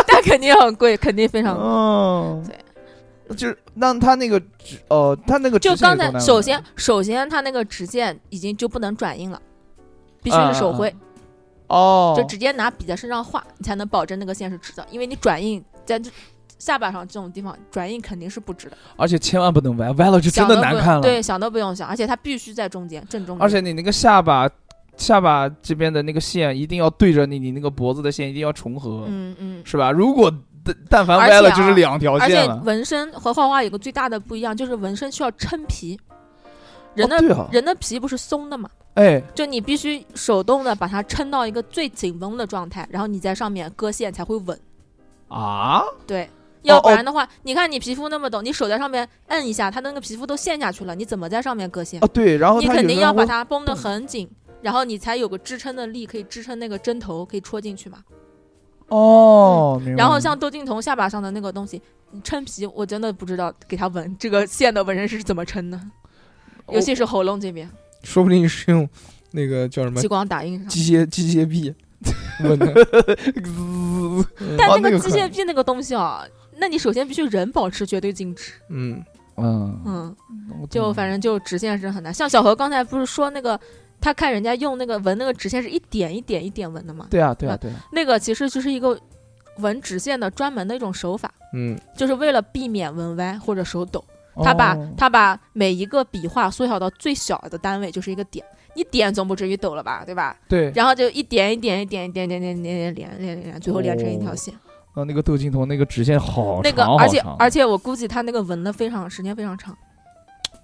[SPEAKER 4] 但肯定很贵，肯定非常贵。
[SPEAKER 3] 嗯，
[SPEAKER 4] 对。
[SPEAKER 3] 就是那他那个直哦，他那个
[SPEAKER 4] 就
[SPEAKER 3] 直线
[SPEAKER 4] 刚
[SPEAKER 3] 有多
[SPEAKER 4] 才，
[SPEAKER 3] 难
[SPEAKER 4] 首
[SPEAKER 3] 纹
[SPEAKER 4] 先首先它那个直线已经就不能转印了，必须
[SPEAKER 3] 啊
[SPEAKER 4] 是手绘，
[SPEAKER 3] 哦，
[SPEAKER 4] 就直接拿笔在身上画，你才能保证那个线是直的，因为你转印在这下巴上这种地方转印肯定是不直的，
[SPEAKER 3] 而且千万不能歪，歪了就真
[SPEAKER 4] 想
[SPEAKER 3] 的
[SPEAKER 4] 都
[SPEAKER 3] 难
[SPEAKER 4] 不
[SPEAKER 3] 看了。
[SPEAKER 4] 对，想都不用想，而且它必须在中间正中间，
[SPEAKER 3] 而且你那个下巴下巴这边的那个线一定要对着你，你那个脖子的线一定要重合，
[SPEAKER 4] 嗯嗯。
[SPEAKER 3] 是吧？如果但但凡
[SPEAKER 4] 而
[SPEAKER 3] 歪了，
[SPEAKER 4] 且啊
[SPEAKER 3] 就是两条
[SPEAKER 4] 而且
[SPEAKER 3] 线了。
[SPEAKER 4] 纹身和画画有个最大的不一样，就是纹身需要撑皮，人的、
[SPEAKER 3] 哦对啊
[SPEAKER 4] 人的皮不是松的嘛，
[SPEAKER 3] 哎，
[SPEAKER 4] 就你必须手动的把它撑到一个最紧绷的状态，然后你在上面割线才会稳。
[SPEAKER 3] 啊，
[SPEAKER 4] 对，要不
[SPEAKER 3] 哦
[SPEAKER 4] 然的话，你看你皮肤那么抖，你手在上面摁一下，它那个皮肤都陷下去了，你怎么在上面割线
[SPEAKER 3] 啊？对，然后
[SPEAKER 4] 你
[SPEAKER 3] 他
[SPEAKER 4] 肯
[SPEAKER 3] 有
[SPEAKER 4] 定
[SPEAKER 3] 的
[SPEAKER 4] 要
[SPEAKER 3] 人
[SPEAKER 4] 把
[SPEAKER 3] 会
[SPEAKER 4] 它绷得
[SPEAKER 3] 动
[SPEAKER 4] 很紧，然后你才有个支撑的力，可以支撑那个针头可以戳进去嘛。
[SPEAKER 3] 哦，明白
[SPEAKER 4] 嗯然后
[SPEAKER 3] 了
[SPEAKER 4] 像窦靖童下巴上的那个东西。撑皮，我真的不知道给他纹这个线的纹身师是怎么撑的，尤其是喉咙这边，
[SPEAKER 2] 说不定是用那个叫什么
[SPEAKER 4] 激光打印上。
[SPEAKER 2] 机械机械
[SPEAKER 3] (laughs)
[SPEAKER 2] 臂问的。嗯
[SPEAKER 4] 但
[SPEAKER 3] 哦
[SPEAKER 4] 啊那
[SPEAKER 3] 那
[SPEAKER 4] 个
[SPEAKER 3] 个
[SPEAKER 4] 机
[SPEAKER 3] 可
[SPEAKER 4] 械臂那个东西啊，那你首先必须人保持绝对静止。
[SPEAKER 2] 嗯，
[SPEAKER 3] 嗯，
[SPEAKER 4] 嗯，
[SPEAKER 3] 我
[SPEAKER 4] 就
[SPEAKER 3] 懂
[SPEAKER 4] 反正就直线是很难。像小何刚才不是说那个，他看人家用那个纹那个直线是一点一点一点纹的嘛？
[SPEAKER 3] 对啊，对啊，
[SPEAKER 4] 呃
[SPEAKER 3] 对啊，
[SPEAKER 4] 那个其实就是一个纹直线的专门的一种手法，
[SPEAKER 2] 嗯，
[SPEAKER 4] 就是为了避免纹歪或者手抖。他把
[SPEAKER 3] 哦
[SPEAKER 4] 他把每一个笔画缩小到最小的单位，就是一个点。你点总不至于抖了吧，对吧？
[SPEAKER 3] 对，
[SPEAKER 4] 然后就一点一点一点一点点点点点连连连连，最后连成一条
[SPEAKER 3] 哦
[SPEAKER 4] 线。
[SPEAKER 3] 啊，那个窦靖童那个直线好
[SPEAKER 4] 那个，
[SPEAKER 3] 长
[SPEAKER 4] 而
[SPEAKER 3] 好
[SPEAKER 4] 且
[SPEAKER 3] 长
[SPEAKER 4] 而且我估计他那个纹的非常时间非常长。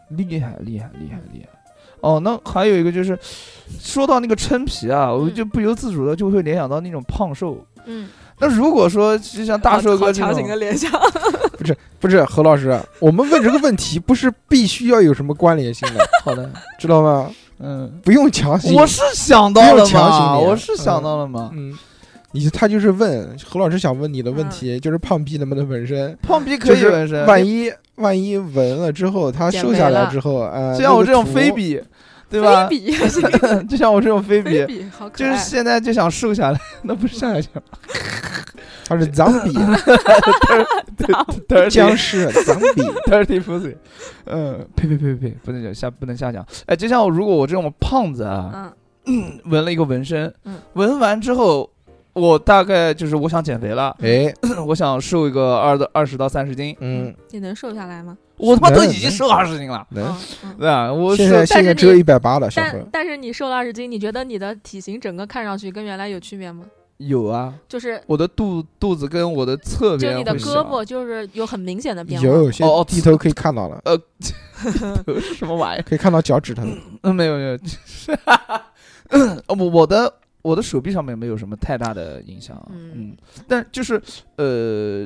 [SPEAKER 3] 厉害厉害厉害厉害。哦，那还有一个就是，说到那个撑皮啊，我
[SPEAKER 4] 嗯
[SPEAKER 3] 就不由自主的就会联想到那种胖瘦。
[SPEAKER 4] 嗯，
[SPEAKER 3] 那如果说就像大寿哥这
[SPEAKER 4] 强行的
[SPEAKER 3] 种，
[SPEAKER 4] 联想。
[SPEAKER 2] 不是何老师，啊我们问这个问题不是必须要有什么关联性的，
[SPEAKER 3] 好的，
[SPEAKER 2] 知道吗？
[SPEAKER 3] 嗯，
[SPEAKER 2] 不用强行。
[SPEAKER 3] 我是想到
[SPEAKER 2] 不
[SPEAKER 3] 了
[SPEAKER 2] 用强行
[SPEAKER 3] 嘛，
[SPEAKER 2] 联
[SPEAKER 3] 我是想
[SPEAKER 2] 嗯
[SPEAKER 3] 到了嘛，
[SPEAKER 2] 嗯，你他就是问何老师想问你的问题，
[SPEAKER 4] 嗯
[SPEAKER 2] 就是胖逼能不能纹身？
[SPEAKER 3] 胖逼可
[SPEAKER 2] 就
[SPEAKER 3] 以
[SPEAKER 2] 是
[SPEAKER 3] 纹身，
[SPEAKER 2] 万一万一纹了之后，他
[SPEAKER 4] 减
[SPEAKER 2] 瘦
[SPEAKER 4] 肥
[SPEAKER 2] 下来
[SPEAKER 4] 了
[SPEAKER 2] 之后，呃，
[SPEAKER 3] 就像我
[SPEAKER 2] 那个
[SPEAKER 3] 这种
[SPEAKER 2] 图
[SPEAKER 3] 菲，比， (laughs) 对吧？
[SPEAKER 4] 菲比，是个
[SPEAKER 3] (laughs) 就像我这种菲
[SPEAKER 4] 菲
[SPEAKER 3] 比，
[SPEAKER 4] 比，哎好可
[SPEAKER 3] 就是
[SPEAKER 4] 爱。
[SPEAKER 3] 现在就想瘦下来， (laughs) 那不是下来去
[SPEAKER 4] (laughs)
[SPEAKER 3] 吗？
[SPEAKER 2] 他是
[SPEAKER 3] (laughs)
[SPEAKER 2] zombie 僵
[SPEAKER 3] 僵
[SPEAKER 2] 尸 zombie，
[SPEAKER 3] (laughs) dirty pussy，嗯，呸呸呸呸，呸，不能讲下不能下讲。哎，就像我如果我这种胖子啊，
[SPEAKER 4] 嗯，
[SPEAKER 3] 纹了一个纹身
[SPEAKER 4] 嗯，
[SPEAKER 3] 纹完之后，我大概就是我想减肥了，
[SPEAKER 2] 哎，
[SPEAKER 4] 嗯
[SPEAKER 3] 我想瘦一个二的二十到三十斤，
[SPEAKER 2] 嗯，
[SPEAKER 4] 你能瘦下来吗？
[SPEAKER 3] 我他妈都
[SPEAKER 2] 能
[SPEAKER 3] 已经
[SPEAKER 2] 能
[SPEAKER 3] 瘦二十斤了，
[SPEAKER 2] 能，
[SPEAKER 4] 嗯嗯。
[SPEAKER 3] 对啊，我
[SPEAKER 2] 现
[SPEAKER 3] 是
[SPEAKER 2] 在现在只有一百八了，小何
[SPEAKER 4] 但。但是你瘦了二十斤，你觉得你的体型整个看上去跟原来有区别吗？
[SPEAKER 3] 有啊，
[SPEAKER 4] 就是
[SPEAKER 3] 我的肚肚子跟我的侧
[SPEAKER 4] 就
[SPEAKER 3] 边
[SPEAKER 4] 你的
[SPEAKER 3] 会
[SPEAKER 4] 胳
[SPEAKER 3] 小 (laughs)
[SPEAKER 4] 膊就是有很明显的变化。
[SPEAKER 2] 有，现在
[SPEAKER 3] 哦
[SPEAKER 2] 低头可以看到了，
[SPEAKER 3] 什么玩意儿？
[SPEAKER 2] 可以看到脚趾头。
[SPEAKER 3] 嗯，没有没有， (laughs) 我我的我的手臂上面没有什么太大的影响，
[SPEAKER 4] 嗯
[SPEAKER 3] 嗯，但就是呃，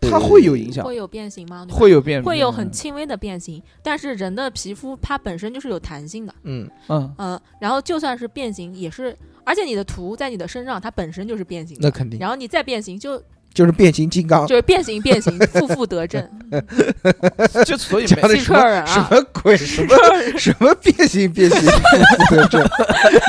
[SPEAKER 3] 它会有影响
[SPEAKER 4] 会，有变形吗？对吧
[SPEAKER 3] 会有变，嗯
[SPEAKER 4] 会有
[SPEAKER 2] 嗯
[SPEAKER 4] 很轻微的变形，但是人的皮肤它本身就是有弹性的，
[SPEAKER 2] 嗯，
[SPEAKER 3] 嗯，
[SPEAKER 4] 嗯，然后就算是变形也是，而且你的图在你的身上它本身就是变形
[SPEAKER 2] 那
[SPEAKER 4] 的，
[SPEAKER 2] 肯定。哦
[SPEAKER 4] 然后你再变形就
[SPEAKER 2] 就是变形金刚，
[SPEAKER 4] 就是变形
[SPEAKER 2] (laughs)
[SPEAKER 4] 变形，负负得正，
[SPEAKER 3] 就所以
[SPEAKER 2] 讲
[SPEAKER 3] 没
[SPEAKER 2] 的
[SPEAKER 4] 汽
[SPEAKER 2] 什
[SPEAKER 4] 车
[SPEAKER 2] 么
[SPEAKER 4] 人啊
[SPEAKER 2] 什么 (laughs)
[SPEAKER 3] (laughs)
[SPEAKER 2] 鬼什么什么变形变形不得正，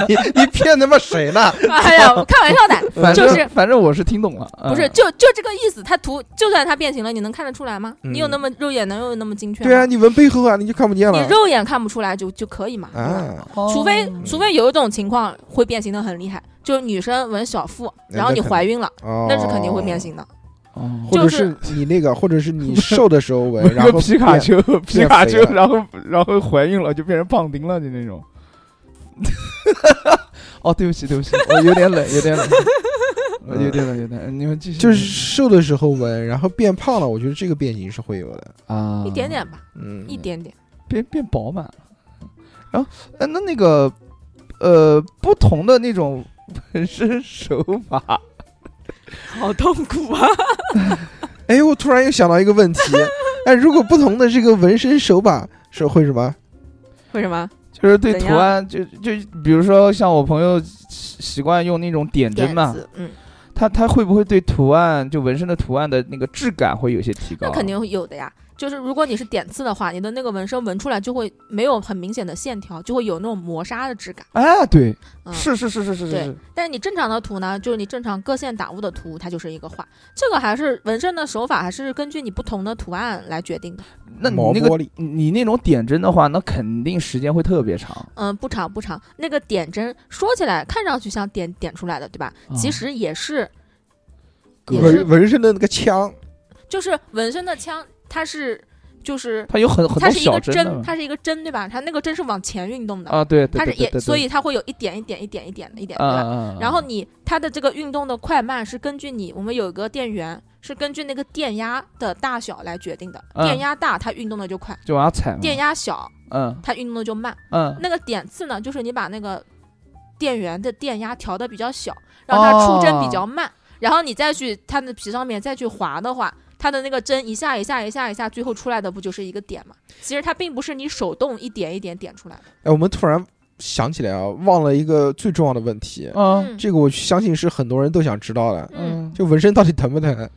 [SPEAKER 2] 你你骗他妈谁呢？
[SPEAKER 4] 哎呀，开玩笑
[SPEAKER 2] (laughs)
[SPEAKER 4] 的，
[SPEAKER 3] 反正、
[SPEAKER 4] 就是
[SPEAKER 3] 反正我是听懂了，
[SPEAKER 4] 不是
[SPEAKER 3] 嗯
[SPEAKER 4] 就就这个意思。它图就算它变形了，你能看得出来吗？
[SPEAKER 2] 嗯
[SPEAKER 4] 你有那么肉眼能有那么精确吗？
[SPEAKER 2] 对啊，你闻背后啊，你就看不见
[SPEAKER 4] 你
[SPEAKER 2] 了
[SPEAKER 4] 肉眼看不出来就就可以嘛。对吧
[SPEAKER 2] 啊。
[SPEAKER 4] 除非
[SPEAKER 3] 哦
[SPEAKER 4] 除非有一种情况会变形的很厉害，就是女生纹小腹，
[SPEAKER 2] 那
[SPEAKER 4] 然后你
[SPEAKER 2] 那肯
[SPEAKER 4] 怀孕了，
[SPEAKER 2] 哦，
[SPEAKER 4] 那是肯定会变，形的。
[SPEAKER 3] 哦
[SPEAKER 2] 或者
[SPEAKER 4] 就是
[SPEAKER 2] 是你那个，或者是你瘦的时
[SPEAKER 3] (laughs)
[SPEAKER 2] 候闻，然后
[SPEAKER 3] 纹个皮卡
[SPEAKER 2] 变
[SPEAKER 3] 丘，皮
[SPEAKER 2] 变
[SPEAKER 3] 卡
[SPEAKER 2] 肥
[SPEAKER 3] 丘，
[SPEAKER 2] 了
[SPEAKER 3] 然后然后怀孕了就变成胖丁了，就那种。 (laughs) 哦，对不起，对不起，我有点冷，有点冷，我有点冷，有点冷。你们继续，
[SPEAKER 2] 就是瘦的时候闻，然后变胖了，我觉得这个变形是会有的。
[SPEAKER 3] 啊，
[SPEAKER 4] 一点点吧，
[SPEAKER 2] 嗯，
[SPEAKER 4] 一点点。
[SPEAKER 3] 变变饱满了。然后，呃，那那个，呃，不同的那种纹身手法，
[SPEAKER 4] 好痛苦啊！
[SPEAKER 2] 哎，我突然又想到一个问题，哎，如果不同的这个纹身手法是会什么？
[SPEAKER 4] (laughs) 为什么？
[SPEAKER 3] 就是对
[SPEAKER 4] 怎
[SPEAKER 3] 图
[SPEAKER 4] 样
[SPEAKER 3] 案，就就比如说像我朋友习习惯用那种点针
[SPEAKER 4] 点
[SPEAKER 3] 嘛，
[SPEAKER 4] 子，嗯，
[SPEAKER 3] 他他会不会对图案就纹身的图案的那个质感会有些提高？啊
[SPEAKER 4] 那肯定会有的呀。就是如果你是点刺的话，你的那个纹身纹出来就会没有很明显的线条，就会有那种磨砂的质感。
[SPEAKER 3] 啊，对，
[SPEAKER 4] 嗯，
[SPEAKER 3] 是是是是是是
[SPEAKER 4] 对
[SPEAKER 3] 是，
[SPEAKER 4] 但是你正常的图呢，就是你正常各线打雾的图，它就是一个画。这个还是纹身的手法，还是根据你不同的图案来决定的。
[SPEAKER 3] 那你
[SPEAKER 2] 毛
[SPEAKER 3] 那个
[SPEAKER 2] 玻璃
[SPEAKER 3] 你你那种点针的话，那肯定时间会特别长。
[SPEAKER 4] 嗯，不长不长。那个点针说起来看上去像点点出来的，对吧？其
[SPEAKER 3] 啊
[SPEAKER 4] 实也是，也是
[SPEAKER 2] 纹纹身的那个枪，
[SPEAKER 4] 就是纹身的枪，它是就是
[SPEAKER 3] 它有很很
[SPEAKER 4] 它
[SPEAKER 3] 多
[SPEAKER 4] 是一
[SPEAKER 3] 小
[SPEAKER 4] 个
[SPEAKER 3] 针的
[SPEAKER 4] 针，
[SPEAKER 3] 嘛
[SPEAKER 4] 它是一个针，对吧？它那个针是往前运动的，
[SPEAKER 3] 啊，对，对
[SPEAKER 4] 它是
[SPEAKER 3] 对对
[SPEAKER 4] 也
[SPEAKER 3] 对
[SPEAKER 4] 所
[SPEAKER 3] 对
[SPEAKER 4] 以它会有一点一点一点一点的一点，
[SPEAKER 3] 啊
[SPEAKER 4] 对
[SPEAKER 3] 啊
[SPEAKER 4] 吧？
[SPEAKER 3] 啊啊
[SPEAKER 4] 然后你它的这个运动的快慢是根据你，我们有一个电源是根据那个电压的大小来决定的，
[SPEAKER 3] 嗯
[SPEAKER 4] 电压大它运动的就快，
[SPEAKER 3] 就往下踩嘛，
[SPEAKER 4] 电压小
[SPEAKER 3] 嗯
[SPEAKER 4] 它运动的就慢。
[SPEAKER 3] 嗯，
[SPEAKER 4] 那个点刺呢，就是你把那个电源的电压调的比较小，让它出针比
[SPEAKER 2] 哦
[SPEAKER 4] 较慢，然后你再去它的皮上面再去划的话，它的那个针一下一下一下一下，最后出来的不就是一个点嘛？其实它并不是你手动一点一点点出来的。
[SPEAKER 2] 哎，我们突然想起来啊，忘了一个最重要的问题，
[SPEAKER 3] 嗯
[SPEAKER 4] 嗯
[SPEAKER 2] 哦这个我相信是很多人都想知道的，
[SPEAKER 4] 嗯，
[SPEAKER 2] 就纹身到底疼不疼？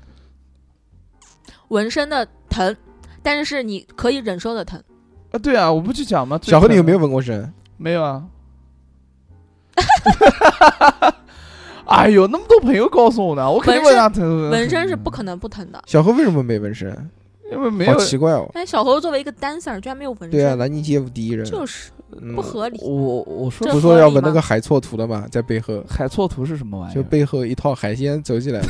[SPEAKER 4] 纹身的疼，但是是你可以忍受的疼。
[SPEAKER 3] 啊，对啊，我不去讲吗？最
[SPEAKER 2] 小何，
[SPEAKER 3] 疼
[SPEAKER 2] 你有没有
[SPEAKER 3] 的？
[SPEAKER 2] 纹过身？
[SPEAKER 3] 没有啊。 (laughs) 哎呦，那么多朋友告诉我呢，我肯定
[SPEAKER 4] 纹
[SPEAKER 3] 问
[SPEAKER 4] 身
[SPEAKER 3] 他
[SPEAKER 2] 嗯
[SPEAKER 3] 疼。
[SPEAKER 4] 纹身是
[SPEAKER 3] 疼
[SPEAKER 4] 不可能不疼的。
[SPEAKER 2] 小何为什么没纹身？
[SPEAKER 3] 因为没
[SPEAKER 2] 好
[SPEAKER 3] 有嗯
[SPEAKER 2] 奇怪哦。
[SPEAKER 4] 但小猴作为一个 dancer 居然没有纹身，
[SPEAKER 2] 对啊，南京街舞第一人，
[SPEAKER 4] 就是
[SPEAKER 2] 嗯
[SPEAKER 4] 不合理。
[SPEAKER 3] 我我说
[SPEAKER 4] 这
[SPEAKER 2] 不
[SPEAKER 4] 合
[SPEAKER 2] 说要
[SPEAKER 4] 理
[SPEAKER 2] 纹那
[SPEAKER 4] 吗
[SPEAKER 2] 个海错图的嘛，
[SPEAKER 3] 哎
[SPEAKER 2] 在背后，
[SPEAKER 3] 海错图是什么玩意儿？
[SPEAKER 2] 就背后一套海鲜走起来
[SPEAKER 3] (laughs)
[SPEAKER 2] 嘛，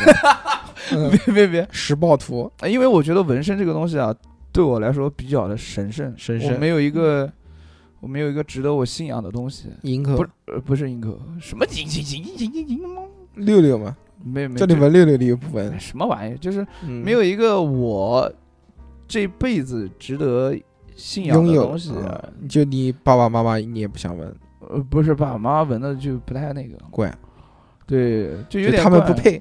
[SPEAKER 2] 嗯
[SPEAKER 3] 别别别，
[SPEAKER 2] 时报图，
[SPEAKER 3] 呃因为我觉得纹身这个东西啊，对我来说比较的神圣，
[SPEAKER 2] 神
[SPEAKER 3] 我
[SPEAKER 2] 圣嗯
[SPEAKER 3] 没有一个，我没有一个值得我信仰的东西。
[SPEAKER 2] 迎
[SPEAKER 3] 不
[SPEAKER 2] 合
[SPEAKER 3] 是，呃，不是银狗，什么银银银银银银吗？
[SPEAKER 2] 六六嘛，
[SPEAKER 3] 没有没有，
[SPEAKER 2] 叫你
[SPEAKER 3] 就
[SPEAKER 2] 纹六六，你又不纹
[SPEAKER 3] 哎，什么玩意儿？就是
[SPEAKER 2] 嗯
[SPEAKER 3] 没有一个我这辈子值得信仰
[SPEAKER 2] 拥
[SPEAKER 3] 的
[SPEAKER 2] 有
[SPEAKER 3] 东西。啊
[SPEAKER 2] 嗯就你爸爸妈妈，你也不想纹，
[SPEAKER 3] 呃，不是爸爸妈妈纹的就不太那个，
[SPEAKER 2] 怪，
[SPEAKER 3] 对，就有
[SPEAKER 2] 就
[SPEAKER 3] 点
[SPEAKER 2] 他们
[SPEAKER 3] 怪
[SPEAKER 2] 不，配。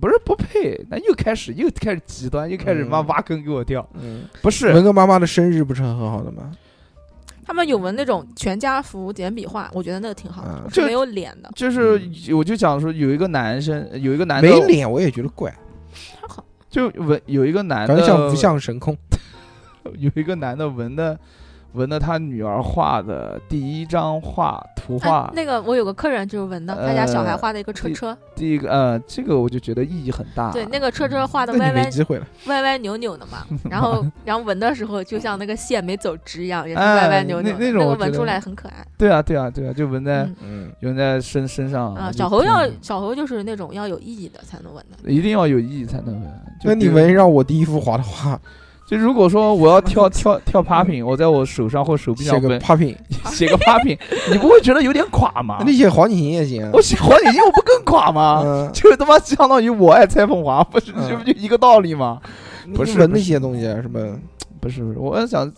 [SPEAKER 3] 不是不配，那又开始又开始极端，又开始妈
[SPEAKER 2] 嗯
[SPEAKER 3] 挖坑给我跳，
[SPEAKER 2] 嗯，
[SPEAKER 3] 不是
[SPEAKER 2] 纹个妈妈的生日不是很好的吗？
[SPEAKER 4] 他们有纹那种全家福简笔画，我觉得那个挺好
[SPEAKER 2] 啊
[SPEAKER 4] 的，
[SPEAKER 3] 就是
[SPEAKER 4] 没有脸的。
[SPEAKER 3] 就是我就讲说有一个男生，有一个男
[SPEAKER 2] 嗯
[SPEAKER 3] 的
[SPEAKER 2] 没脸我也觉得怪，
[SPEAKER 3] 就纹有一个男
[SPEAKER 2] 感
[SPEAKER 3] 的
[SPEAKER 2] 觉像无相神空。
[SPEAKER 3] 有一个男的纹的纹的他女儿画的第一张画图
[SPEAKER 4] 哎
[SPEAKER 3] 画，
[SPEAKER 4] 那个我有个客人就是纹的，他家小孩
[SPEAKER 3] 呃
[SPEAKER 4] 画的一个车车，
[SPEAKER 3] 第一个呃这个我就觉得意义很大。
[SPEAKER 4] 对，那个车车画的
[SPEAKER 2] 那
[SPEAKER 4] 歪
[SPEAKER 2] 你没
[SPEAKER 4] 歪
[SPEAKER 2] 机会了。
[SPEAKER 4] 歪歪扭扭的
[SPEAKER 3] (laughs)
[SPEAKER 4] 嘛，然后然后纹的时候就像那个线没走直一样，也是
[SPEAKER 3] 哎
[SPEAKER 4] 歪歪扭扭的，
[SPEAKER 3] 那那
[SPEAKER 4] 那
[SPEAKER 3] 种我
[SPEAKER 4] 个
[SPEAKER 3] 觉得
[SPEAKER 4] 纹出来很可爱。
[SPEAKER 3] 对啊对啊对啊，就纹在
[SPEAKER 4] 嗯
[SPEAKER 2] 嗯，
[SPEAKER 3] 纹在身身上
[SPEAKER 4] 啊，
[SPEAKER 3] 就
[SPEAKER 4] 小猴要
[SPEAKER 3] 挺嗯
[SPEAKER 4] 小猴就是那种要有意义的才能纹的，
[SPEAKER 3] 一定要有意义才能纹。就
[SPEAKER 2] 那你
[SPEAKER 3] 比如
[SPEAKER 2] 纹让我第一幅画的画，
[SPEAKER 3] 就如果说我要跳跳跳 popping，我在我手上或手臂
[SPEAKER 2] 写
[SPEAKER 3] 上
[SPEAKER 2] 个
[SPEAKER 3] 纹
[SPEAKER 2] popping，
[SPEAKER 3] 写个 popping，你不会觉得有点垮吗
[SPEAKER 2] (laughs) 那？你写黄景行也行
[SPEAKER 3] 啊我喜欢你，我不更垮吗？
[SPEAKER 2] 啊。
[SPEAKER 3] (laughs) 就他妈相当于我爱蔡凤华，不是
[SPEAKER 2] 嗯
[SPEAKER 3] 这不就一个道理吗？
[SPEAKER 2] 嗯，
[SPEAKER 3] 不是
[SPEAKER 2] 纹
[SPEAKER 3] 不
[SPEAKER 2] 那
[SPEAKER 3] 是
[SPEAKER 2] 些东西啊，什么
[SPEAKER 3] 不是不是，我想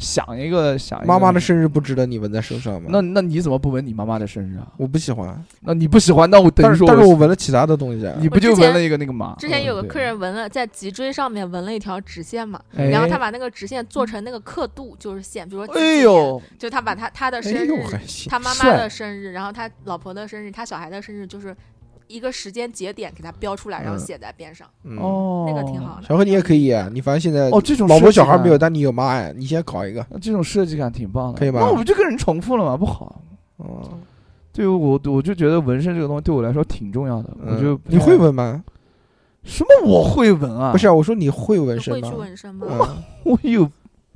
[SPEAKER 3] 想一个想一个
[SPEAKER 2] 妈妈的，啊生日不值得你纹在手上吗？
[SPEAKER 3] 那那你怎么不纹你妈妈的生日啊？
[SPEAKER 2] 我不喜欢，
[SPEAKER 3] 那你不喜欢，那我等
[SPEAKER 2] 但
[SPEAKER 3] 于
[SPEAKER 2] 是
[SPEAKER 3] 说
[SPEAKER 2] 但是我纹了其他的东西啊。
[SPEAKER 3] 你不就纹了一个那个吗？
[SPEAKER 4] 之前有个
[SPEAKER 3] 嗯，
[SPEAKER 4] 客人纹了在脊椎上面纹了一条直线嘛，
[SPEAKER 3] 对哎
[SPEAKER 4] 然后他把那个直线做成那个刻度，就是线，比如说
[SPEAKER 3] 哎
[SPEAKER 4] 几几年，
[SPEAKER 3] 呦，
[SPEAKER 4] 就他把他他的生
[SPEAKER 2] 哎
[SPEAKER 4] 日
[SPEAKER 2] 呦，还行。
[SPEAKER 4] 他妈妈
[SPEAKER 3] 帅
[SPEAKER 4] 的生日，然后他老婆的生日，他小孩的生日，就是一个时间节点给它标出来，然后
[SPEAKER 2] 嗯
[SPEAKER 4] 写在边上。
[SPEAKER 2] 嗯，
[SPEAKER 3] 哦，
[SPEAKER 4] 那个挺好的
[SPEAKER 2] 小何你也可以啊，你反正现在
[SPEAKER 3] 哦，这种
[SPEAKER 2] 老婆
[SPEAKER 3] 设计
[SPEAKER 2] 小孩
[SPEAKER 3] 感
[SPEAKER 2] 没有，，但你有妈哎，你先搞一个，
[SPEAKER 3] 这种设计感挺棒的，
[SPEAKER 2] 可以吧
[SPEAKER 3] 那我们就跟人重复了嘛，不好。
[SPEAKER 2] 哦，
[SPEAKER 3] 对于我，我就觉得纹身这个东西对我来说挺重要的。我就
[SPEAKER 2] 嗯你会
[SPEAKER 3] 纹
[SPEAKER 2] 纹吗？
[SPEAKER 3] 什么？我会纹啊？
[SPEAKER 2] 不是，啊，我说你会
[SPEAKER 3] 哦
[SPEAKER 2] 纹
[SPEAKER 4] 会
[SPEAKER 2] 身吗
[SPEAKER 4] 去？纹身吗？
[SPEAKER 2] 嗯，
[SPEAKER 3] (laughs) 我有，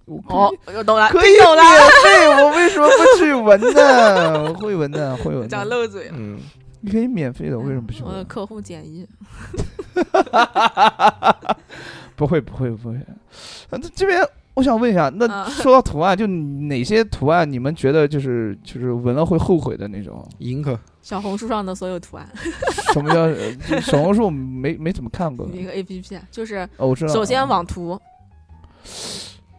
[SPEAKER 3] 我可以
[SPEAKER 4] 哦，我懂了，
[SPEAKER 3] 可以
[SPEAKER 4] 听懂
[SPEAKER 3] 免
[SPEAKER 4] 了，
[SPEAKER 3] 费，我为什么不去纹呢？我
[SPEAKER 4] (laughs)
[SPEAKER 3] 会纹的，会纹
[SPEAKER 4] 讲
[SPEAKER 3] 的，
[SPEAKER 4] 漏嘴了。
[SPEAKER 2] 嗯，
[SPEAKER 3] 你可以免费的，为什么不去
[SPEAKER 4] 我的
[SPEAKER 3] 纹？
[SPEAKER 4] 客户建议，嗯
[SPEAKER 3] (laughs) 不会，不会，不会。啊，这这边我想问一下，那
[SPEAKER 4] 嗯
[SPEAKER 3] 说到图案，就哪些图案你们觉得就是就是纹了会后悔的那
[SPEAKER 4] (laughs)
[SPEAKER 3] 种？
[SPEAKER 2] 迎合，
[SPEAKER 4] 小红书上的所有图案，
[SPEAKER 3] 什么叫呃就小红书？我没没怎么看过。
[SPEAKER 4] 一个 A P P 就是
[SPEAKER 3] 哦，我知道。
[SPEAKER 4] 首先网图，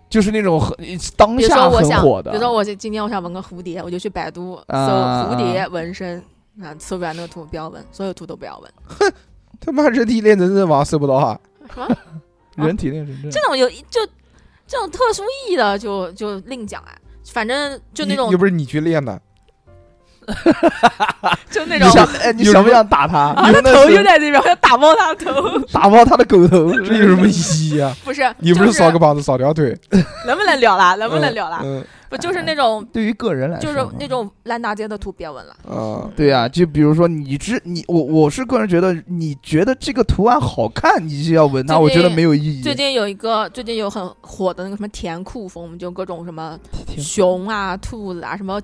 [SPEAKER 3] 就是那种很当
[SPEAKER 4] 比如
[SPEAKER 3] 下
[SPEAKER 4] 说我
[SPEAKER 3] 很
[SPEAKER 4] 想，
[SPEAKER 3] 火
[SPEAKER 4] 比
[SPEAKER 3] 的。
[SPEAKER 4] 如说我啊今今天我想纹个蝴蝶，我就去百度搜
[SPEAKER 3] 啊
[SPEAKER 4] 蝴蝶纹身，啊，搜不了那个图不要纹，所有图都不要纹。
[SPEAKER 2] 他妈人体练成这网搜不到啊，
[SPEAKER 4] 什
[SPEAKER 3] (laughs)
[SPEAKER 4] 么
[SPEAKER 3] 人体练成这
[SPEAKER 4] 这
[SPEAKER 3] 样，
[SPEAKER 4] 种有就这种特殊意义的就就另讲啊，反正 (laughs) 就那
[SPEAKER 2] 你
[SPEAKER 4] 种
[SPEAKER 2] 又不是你去练的，
[SPEAKER 4] 就那
[SPEAKER 3] 你
[SPEAKER 4] 种
[SPEAKER 3] 想哎，你想不想打
[SPEAKER 4] (laughs)
[SPEAKER 3] 他？
[SPEAKER 4] 啊，
[SPEAKER 3] 你
[SPEAKER 4] 他
[SPEAKER 3] 那
[SPEAKER 4] 头
[SPEAKER 3] 是
[SPEAKER 4] 就在这边，我要打爆他的头。 (laughs)
[SPEAKER 3] 打爆他的狗头，
[SPEAKER 2] 这有什么意义啊？
[SPEAKER 4] 不是，
[SPEAKER 2] (laughs) 你不
[SPEAKER 4] 就是
[SPEAKER 2] 扫个膀子扫条腿，
[SPEAKER 4] 能不能聊啦？能不能聊啦？
[SPEAKER 2] 嗯哎
[SPEAKER 4] 不就是那种
[SPEAKER 3] 对于个人来
[SPEAKER 4] 就
[SPEAKER 3] 说
[SPEAKER 4] 是
[SPEAKER 3] 嘛，
[SPEAKER 4] 那种烂大街的图别纹了。
[SPEAKER 2] 啊，
[SPEAKER 3] 对啊，就比如说你知你我我是个人觉得，你觉得这个图案好看，你就要纹它，
[SPEAKER 4] 最
[SPEAKER 3] 我觉得
[SPEAKER 4] 近
[SPEAKER 3] 没有意义。
[SPEAKER 4] 最近有一个，最近有很火的那个什么甜酷风，我们就各种什么
[SPEAKER 3] 天
[SPEAKER 4] 熊啊、兔子啊，什么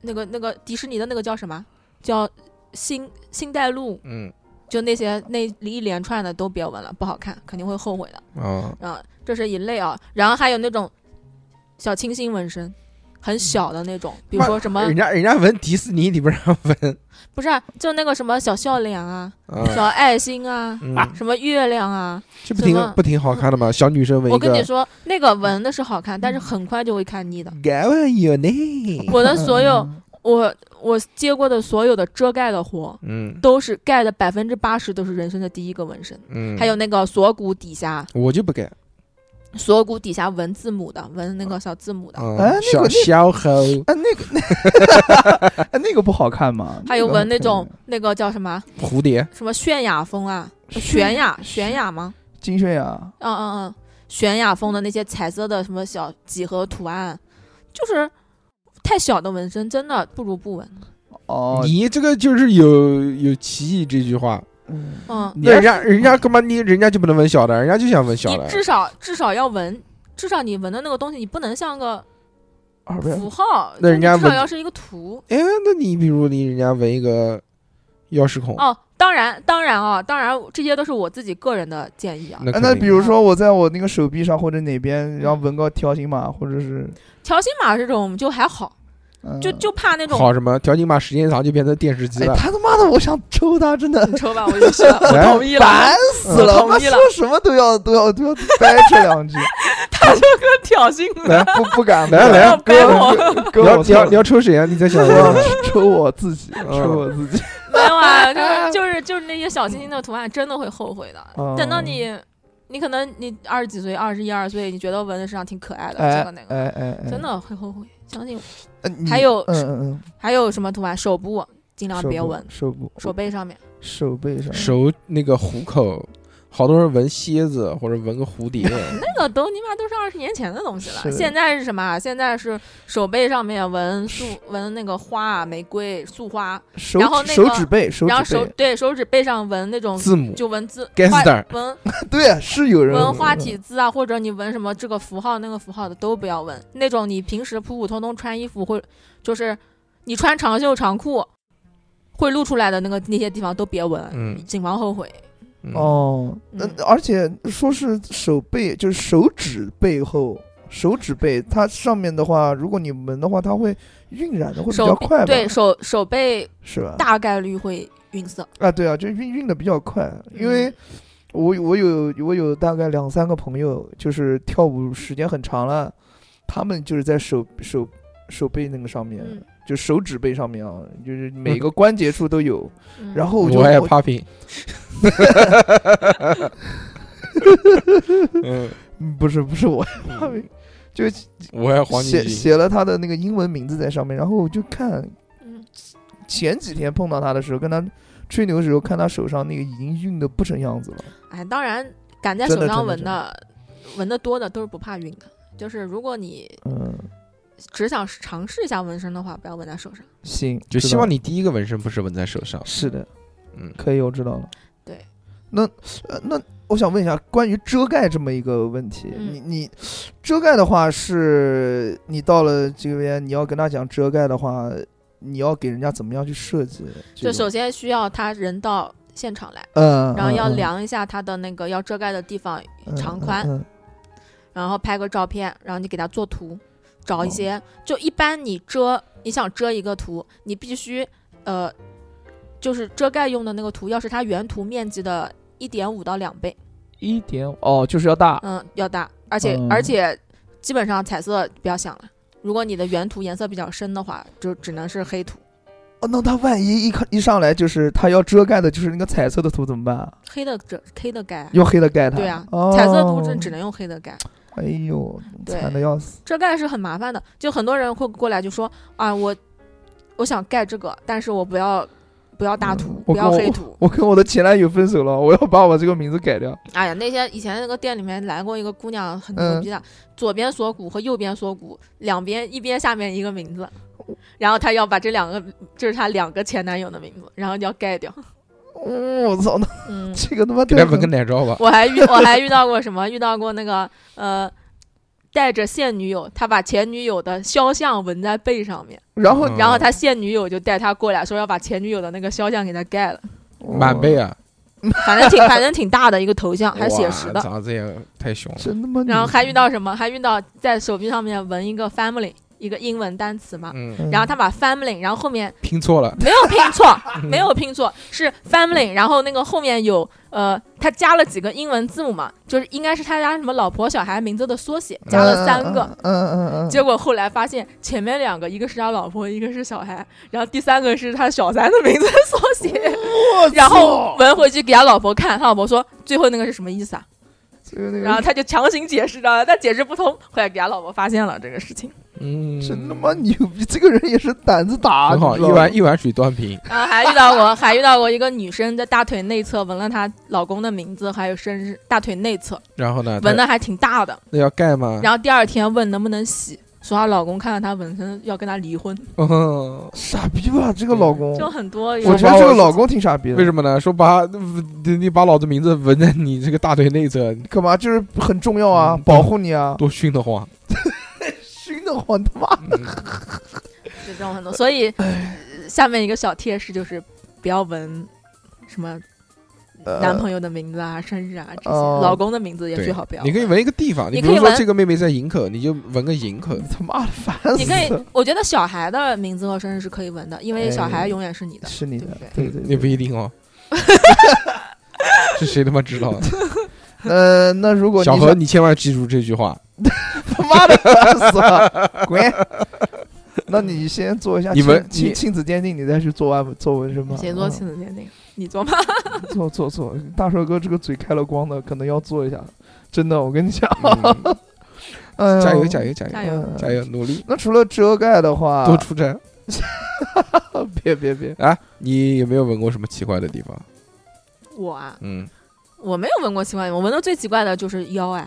[SPEAKER 4] 那个那个迪士尼的那个叫什么？叫新新带路，
[SPEAKER 2] 嗯
[SPEAKER 4] 就那些那一连串的都别纹了，不好看，肯定会后悔的。
[SPEAKER 2] 啊，
[SPEAKER 4] 啊，这是一类啊。然后还有那种小清新纹身，很小的那种，比如说什么
[SPEAKER 2] 人家人家纹迪士尼，你不让纹
[SPEAKER 4] 不是啊、就那个什么小笑脸啊、
[SPEAKER 2] 啊，
[SPEAKER 4] 小爱心啊、
[SPEAKER 2] 嗯，
[SPEAKER 4] 什么月亮啊。
[SPEAKER 2] 这不挺
[SPEAKER 4] 什么
[SPEAKER 2] 不挺好看的吗？小女生纹一
[SPEAKER 4] 我跟你
[SPEAKER 2] 个，嗯
[SPEAKER 4] 说，那个纹的是好看，但是很快就会看腻的。
[SPEAKER 2] 该纹有呢，
[SPEAKER 4] 我的所有，
[SPEAKER 2] 嗯
[SPEAKER 4] 我我接过的所有的遮盖的活，
[SPEAKER 2] 嗯
[SPEAKER 4] 都是盖的百分之八十都是人生的第一个纹身。
[SPEAKER 2] 嗯，
[SPEAKER 4] 还有那个锁骨底下，
[SPEAKER 2] 我就不改，
[SPEAKER 4] 锁骨底下纹字母的，纹那个小字母的，
[SPEAKER 2] 嗯
[SPEAKER 3] 哎那个
[SPEAKER 2] 小
[SPEAKER 3] 那
[SPEAKER 2] 小猴，
[SPEAKER 3] 啊，那个那 (laughs) 啊那个不好看吗？
[SPEAKER 4] 还有纹那
[SPEAKER 3] 个
[SPEAKER 4] 种
[SPEAKER 3] 可以
[SPEAKER 4] 那个叫什么
[SPEAKER 2] 蝴蝶，
[SPEAKER 4] 什么泫雅风啊，
[SPEAKER 3] 是
[SPEAKER 4] 泫雅
[SPEAKER 3] 是
[SPEAKER 4] 泫雅吗？
[SPEAKER 3] (laughs) 金啊泫雅，
[SPEAKER 4] 嗯嗯嗯，泫雅风的那些彩色的什么小几何图案，就是太小的纹身，真的不如不纹。
[SPEAKER 3] 哦，
[SPEAKER 2] 你这个就是有有歧义这句话。
[SPEAKER 3] 嗯
[SPEAKER 4] 嗯，
[SPEAKER 2] 那人家人家干嘛你人家就不能纹小的，人家就想纹小
[SPEAKER 4] 你
[SPEAKER 2] 的。
[SPEAKER 4] 至少至少要纹，至少你纹的那个东西，你不能像个
[SPEAKER 3] 二百
[SPEAKER 4] 符号，
[SPEAKER 2] 那人家
[SPEAKER 4] 你至少
[SPEAKER 2] 纹
[SPEAKER 4] 要是一个图。
[SPEAKER 2] 哎，那你比如你人家纹一个钥匙孔，
[SPEAKER 4] 哦，当然当然啊，当然这些都是我自己个人的建议啊。
[SPEAKER 2] 那
[SPEAKER 3] 啊
[SPEAKER 2] 肯
[SPEAKER 3] 那
[SPEAKER 2] 定
[SPEAKER 3] 比如说我在我那个手臂上或者哪边，然后纹个条形码，或者是
[SPEAKER 4] 条形码这种就还好，
[SPEAKER 3] 嗯
[SPEAKER 4] 就就怕那种。
[SPEAKER 2] 好什么条形码时间长就变成电视机
[SPEAKER 3] 哎
[SPEAKER 2] 了。
[SPEAKER 3] 他他妈的，我想抽他，真的
[SPEAKER 4] 你抽吧，我就
[SPEAKER 2] (laughs)
[SPEAKER 4] 去了，我
[SPEAKER 2] 哎
[SPEAKER 4] 同意了。嗯
[SPEAKER 3] 烦死了，他
[SPEAKER 4] 同
[SPEAKER 3] 妈
[SPEAKER 4] 意
[SPEAKER 3] 说
[SPEAKER 4] 了
[SPEAKER 3] 什么都要都要都要掰扯两句，
[SPEAKER 4] (laughs) 挑衅
[SPEAKER 2] 来
[SPEAKER 4] 的，
[SPEAKER 3] 不不敢
[SPEAKER 2] 来来
[SPEAKER 4] 要掰我。
[SPEAKER 3] 哥
[SPEAKER 2] 你要
[SPEAKER 3] 哎
[SPEAKER 2] 你要
[SPEAKER 3] 我错
[SPEAKER 2] 你要抽谁啊？你在想
[SPEAKER 3] 我
[SPEAKER 2] 什
[SPEAKER 3] 要
[SPEAKER 2] 么？
[SPEAKER 3] (laughs) 抽我自 (laughs) 己，
[SPEAKER 2] 嗯
[SPEAKER 3] 抽我自己。
[SPEAKER 4] 没有啊，就
[SPEAKER 3] (laughs)
[SPEAKER 4] 是就是就是那些小清新的图案，真的会后悔的。
[SPEAKER 3] 哦
[SPEAKER 4] 等到你，你可能你二十几岁、二十一二岁，你觉得纹的身上挺可爱的，
[SPEAKER 3] 哎
[SPEAKER 4] 这个那个，
[SPEAKER 3] 哎哎，哎
[SPEAKER 4] 真的会后悔。相信我。
[SPEAKER 3] 呃你
[SPEAKER 4] 还有
[SPEAKER 3] 嗯嗯
[SPEAKER 4] 还有什么图案？手部啊
[SPEAKER 3] 嗯，
[SPEAKER 4] 尽量
[SPEAKER 3] 手
[SPEAKER 4] 别
[SPEAKER 3] 部
[SPEAKER 4] 纹，
[SPEAKER 3] 手部
[SPEAKER 4] 手背上面。
[SPEAKER 3] 手背上
[SPEAKER 2] 手那个虎口，好多人纹蝎子或者纹个蝴蝶。
[SPEAKER 4] 那个都你妈都是二十年前的东西
[SPEAKER 3] 是
[SPEAKER 4] 了。
[SPEAKER 3] 的
[SPEAKER 4] 现在是什么啊？现在是手背上面纹素纹那个花啊，玫瑰、束花，
[SPEAKER 3] 手
[SPEAKER 4] 然后
[SPEAKER 3] 指
[SPEAKER 4] 那个
[SPEAKER 3] 手指背手
[SPEAKER 4] 然后
[SPEAKER 3] 指
[SPEAKER 4] 手
[SPEAKER 3] 背， (laughs)
[SPEAKER 4] 对手指背上纹那种
[SPEAKER 2] 字母
[SPEAKER 4] 就纹字
[SPEAKER 2] 该死
[SPEAKER 4] 花
[SPEAKER 2] 的
[SPEAKER 4] 纹
[SPEAKER 3] 对啊是有人
[SPEAKER 4] 纹花
[SPEAKER 3] 嗯
[SPEAKER 4] 体字啊，或者你纹什么这个符号那个符号的都不要纹。那种你平时普普通通穿衣服会，就是你穿长袖长裤会露出来的那个那些地方都别纹，
[SPEAKER 2] 嗯
[SPEAKER 4] 谨防后悔。
[SPEAKER 2] 嗯，
[SPEAKER 3] 哦，
[SPEAKER 4] 嗯
[SPEAKER 3] 呃而且说是手背就是手指背后。手指背，它上面的话，如果你纹的话，它会晕染的会比较
[SPEAKER 4] 手臂
[SPEAKER 3] 快吧？
[SPEAKER 4] 对手手背
[SPEAKER 3] 是吧？
[SPEAKER 4] 大概率会晕色。
[SPEAKER 3] 啊，对啊，就晕晕的比较快，因为
[SPEAKER 4] 嗯
[SPEAKER 3] 我我有我有大概两三个朋友，就是跳舞时间很长了，他们就是在手手手背那个上面，
[SPEAKER 4] 嗯，
[SPEAKER 3] 就手指背上面啊， (laughs) 就是每个关节处都有。
[SPEAKER 4] 嗯
[SPEAKER 3] (laughs) 然后我就
[SPEAKER 2] 我也怕拼。
[SPEAKER 3] (laughs)
[SPEAKER 2] 嗯，
[SPEAKER 3] 嗯不是不是我，怕拼就
[SPEAKER 2] 我也黄
[SPEAKER 3] 写
[SPEAKER 2] 金鸡。
[SPEAKER 3] 写了他的那个英文名字在上面，然后我就看
[SPEAKER 4] 嗯
[SPEAKER 3] 前几天碰到他的时候，跟他吹牛的时候，看他手上那个已经晕的不成样子了。
[SPEAKER 4] 哎，当然，敢在
[SPEAKER 3] 真的
[SPEAKER 4] 手
[SPEAKER 3] 真
[SPEAKER 4] 上
[SPEAKER 3] 的
[SPEAKER 4] 纹
[SPEAKER 3] 真
[SPEAKER 4] 的、纹的多的都是不怕晕的。就是如果你
[SPEAKER 3] 嗯，
[SPEAKER 4] 只想尝试一下纹身的话，不要纹在手上。
[SPEAKER 3] 行，
[SPEAKER 2] 就
[SPEAKER 3] 知
[SPEAKER 2] 希
[SPEAKER 3] 道
[SPEAKER 2] 望
[SPEAKER 3] 了
[SPEAKER 2] 你第一个纹身不是纹在手上，
[SPEAKER 3] 是的，
[SPEAKER 2] 嗯，
[SPEAKER 3] 可以，我知道了。
[SPEAKER 4] 对，
[SPEAKER 3] 那呃那我想问一下关于遮盖这么一个问题，
[SPEAKER 4] 嗯
[SPEAKER 3] 你你遮盖的话是你到了这边你要跟他讲遮盖的话，你要给人家怎么样去设计这
[SPEAKER 4] 就
[SPEAKER 3] 种？
[SPEAKER 4] 首先需要他人到现场来，
[SPEAKER 3] 嗯，
[SPEAKER 4] 然后要
[SPEAKER 3] 嗯，
[SPEAKER 4] 量一下他的那个要遮盖的地方
[SPEAKER 3] 嗯
[SPEAKER 4] 长宽，
[SPEAKER 3] 嗯嗯
[SPEAKER 4] 然后拍个照片，然后你给他做图，找一
[SPEAKER 3] 哦
[SPEAKER 4] 些就一般你遮你想遮一个图，你必须呃就是遮盖用的那个图要是它原图面积的一点五到两倍，
[SPEAKER 3] 一点哦，就是要大，
[SPEAKER 4] 嗯，要大，而且、
[SPEAKER 3] 嗯
[SPEAKER 4] 而且基本上彩色不要想了。如果你的原图颜色比较深的话，就只能是黑图。
[SPEAKER 3] 哦，那他万一一看一上来就是他要遮盖的，就是那个彩色的图怎么办啊？
[SPEAKER 4] 黑的遮，黑的盖啊，
[SPEAKER 3] 用黑的盖它？
[SPEAKER 4] 对啊
[SPEAKER 3] 哦、
[SPEAKER 4] 彩色图只只能用黑的盖。
[SPEAKER 3] 哎呦，
[SPEAKER 4] 对
[SPEAKER 3] 惨的要死。
[SPEAKER 4] 遮盖是很麻烦的，就很多人会过来就说啊，我我想盖这个，但是我不要不要大图
[SPEAKER 3] 嗯，我
[SPEAKER 4] 不要
[SPEAKER 3] 跟 (laughs)
[SPEAKER 4] 黑图。
[SPEAKER 3] 我跟我的前男友分手了，我要把我这个名字改掉。
[SPEAKER 4] 哎呀，那些以前那个店里面来过一个姑娘，很牛
[SPEAKER 3] 嗯
[SPEAKER 4] 逼的，左边锁骨和右边锁骨两边一边下面一个名字，然后她要把这两个，这是她两个前男友的名字，然后要
[SPEAKER 3] (laughs)
[SPEAKER 4] 盖掉。
[SPEAKER 3] 嗯，我操，那
[SPEAKER 4] 嗯，
[SPEAKER 3] 这个他妈
[SPEAKER 2] 给
[SPEAKER 3] 太
[SPEAKER 2] 他
[SPEAKER 3] 狠
[SPEAKER 2] 纹个奶罩吧。
[SPEAKER 4] 我还遇我还遇到过什么？遇到过那个呃，带着现女友，他把前女友的肖像纹在背上面。
[SPEAKER 3] 然后
[SPEAKER 2] 嗯
[SPEAKER 4] 然后他现女友就带他过来，说要把前女友的那个肖像给他盖了，
[SPEAKER 3] 哦
[SPEAKER 2] 满背，啊，
[SPEAKER 4] 反正挺反正挺大的一个头像，还写实
[SPEAKER 2] 哇
[SPEAKER 4] 的。
[SPEAKER 2] 长得这样太凶了
[SPEAKER 3] 哦，真他妈牛。
[SPEAKER 4] 然后还遇到什么？还遇到在手臂上面纹一个 family，一个英文单词嘛。
[SPEAKER 2] 嗯，
[SPEAKER 3] 嗯，
[SPEAKER 4] 然后他把 family，然后后面
[SPEAKER 2] 拼错了，
[SPEAKER 4] 没有拼错，没有拼错，是 family，然后那个后面有呃，他加了几个英文字母嘛，就是应该是他家什么老婆小孩名字的缩写，加了三个。
[SPEAKER 3] 嗯，嗯嗯嗯嗯，
[SPEAKER 4] 结果后来发现前面两个，一个是他老婆，一个是小孩，然后第三个是他小三的名字的缩写。
[SPEAKER 3] 我操
[SPEAKER 4] 然后纹回去给他老婆看，他老婆说最后那个是什么意思啊？
[SPEAKER 3] 这个那
[SPEAKER 4] 然后
[SPEAKER 3] 个
[SPEAKER 4] 他就强行解释的，但解释不通，后来给他老婆发现了这个
[SPEAKER 3] (laughs)
[SPEAKER 4] 事情，
[SPEAKER 2] 嗯，
[SPEAKER 3] 真他妈牛逼，这个人也是胆子大，
[SPEAKER 2] 很好，
[SPEAKER 3] 你
[SPEAKER 2] 一
[SPEAKER 3] 知道吗
[SPEAKER 2] 碗一碗水端平，
[SPEAKER 4] 然后啊还遇到过，还遇到过一个女生在大腿内侧纹了她老公的名字还有生日，大腿内侧
[SPEAKER 2] 然后
[SPEAKER 3] 啊
[SPEAKER 2] 呢，
[SPEAKER 4] 纹
[SPEAKER 2] 他
[SPEAKER 4] 的还挺大的，
[SPEAKER 2] 那要盖
[SPEAKER 3] 嗯
[SPEAKER 2] 吗？
[SPEAKER 4] 然后第二天问能不能洗。说她老公看到她纹身要跟她离婚，
[SPEAKER 2] 嗯，
[SPEAKER 3] 傻逼吧，这个老公，
[SPEAKER 4] 就很多人。
[SPEAKER 3] 哦我觉得这个老公挺傻逼的。
[SPEAKER 2] 为
[SPEAKER 3] 么？
[SPEAKER 2] 什么呢？说把你你把老子名字纹在你这个大腿内侧，
[SPEAKER 3] 干嘛？就是很重要啊，
[SPEAKER 2] 嗯
[SPEAKER 3] 保护你啊，
[SPEAKER 2] 多熏得慌。
[SPEAKER 3] 熏得慌他妈。
[SPEAKER 2] 嗯
[SPEAKER 4] 就这种很多，所以呃下面一个小贴士就是不要纹什么
[SPEAKER 3] 呃
[SPEAKER 4] 男朋友的名字啊、生日啊这些，
[SPEAKER 3] 哦
[SPEAKER 4] 老公的名字也
[SPEAKER 2] 对
[SPEAKER 4] 最好不要。
[SPEAKER 2] 你可以，纹一个地方，
[SPEAKER 4] 你
[SPEAKER 2] 比
[SPEAKER 4] 可
[SPEAKER 2] 如
[SPEAKER 4] 以
[SPEAKER 2] 说
[SPEAKER 4] 纹
[SPEAKER 2] 这个妹妹在营口，你就纹个营口
[SPEAKER 3] 你。他妈的烦死了！
[SPEAKER 4] (laughs) 你可以，我觉得小孩的名字和生日是可以纹的，因为小
[SPEAKER 3] 哎
[SPEAKER 4] 孩永远是你的。
[SPEAKER 3] 是你的，
[SPEAKER 2] 嗯
[SPEAKER 3] 对对
[SPEAKER 2] 也
[SPEAKER 3] 对
[SPEAKER 2] 不一定
[SPEAKER 3] (laughs)
[SPEAKER 2] 哦。这谁他妈知道啊？
[SPEAKER 3] 呃，那如果你
[SPEAKER 2] 小
[SPEAKER 3] 想
[SPEAKER 2] 何，你千万记住这句
[SPEAKER 4] (laughs)
[SPEAKER 2] 话，
[SPEAKER 3] 他 (laughs) 妈的烦
[SPEAKER 2] (laughs)
[SPEAKER 3] 死了，滚！那你先做一下
[SPEAKER 2] 你
[SPEAKER 3] 亲
[SPEAKER 2] 们
[SPEAKER 3] 亲
[SPEAKER 2] 你
[SPEAKER 3] 亲子鉴定，你再去做完做纹身吧。
[SPEAKER 4] 谁做
[SPEAKER 3] 嗯
[SPEAKER 4] 亲子鉴定？你做吗？ (laughs)
[SPEAKER 3] 做做做，大帅哥这个嘴开了光的，可能要做一下。真的，我跟你讲，
[SPEAKER 2] 嗯
[SPEAKER 3] 哎呦
[SPEAKER 2] (laughs) 加油加！油加油
[SPEAKER 4] 加油
[SPEAKER 3] 嗯
[SPEAKER 2] 加！油，努力
[SPEAKER 3] 那除了遮盖的话，
[SPEAKER 2] 多出差
[SPEAKER 3] 别别别，
[SPEAKER 2] 啊！你有没有闻过什么奇怪的地方？
[SPEAKER 4] 我啊，
[SPEAKER 2] 嗯，
[SPEAKER 4] 我没有纹过奇怪的，我纹的最奇怪的就是腰哎，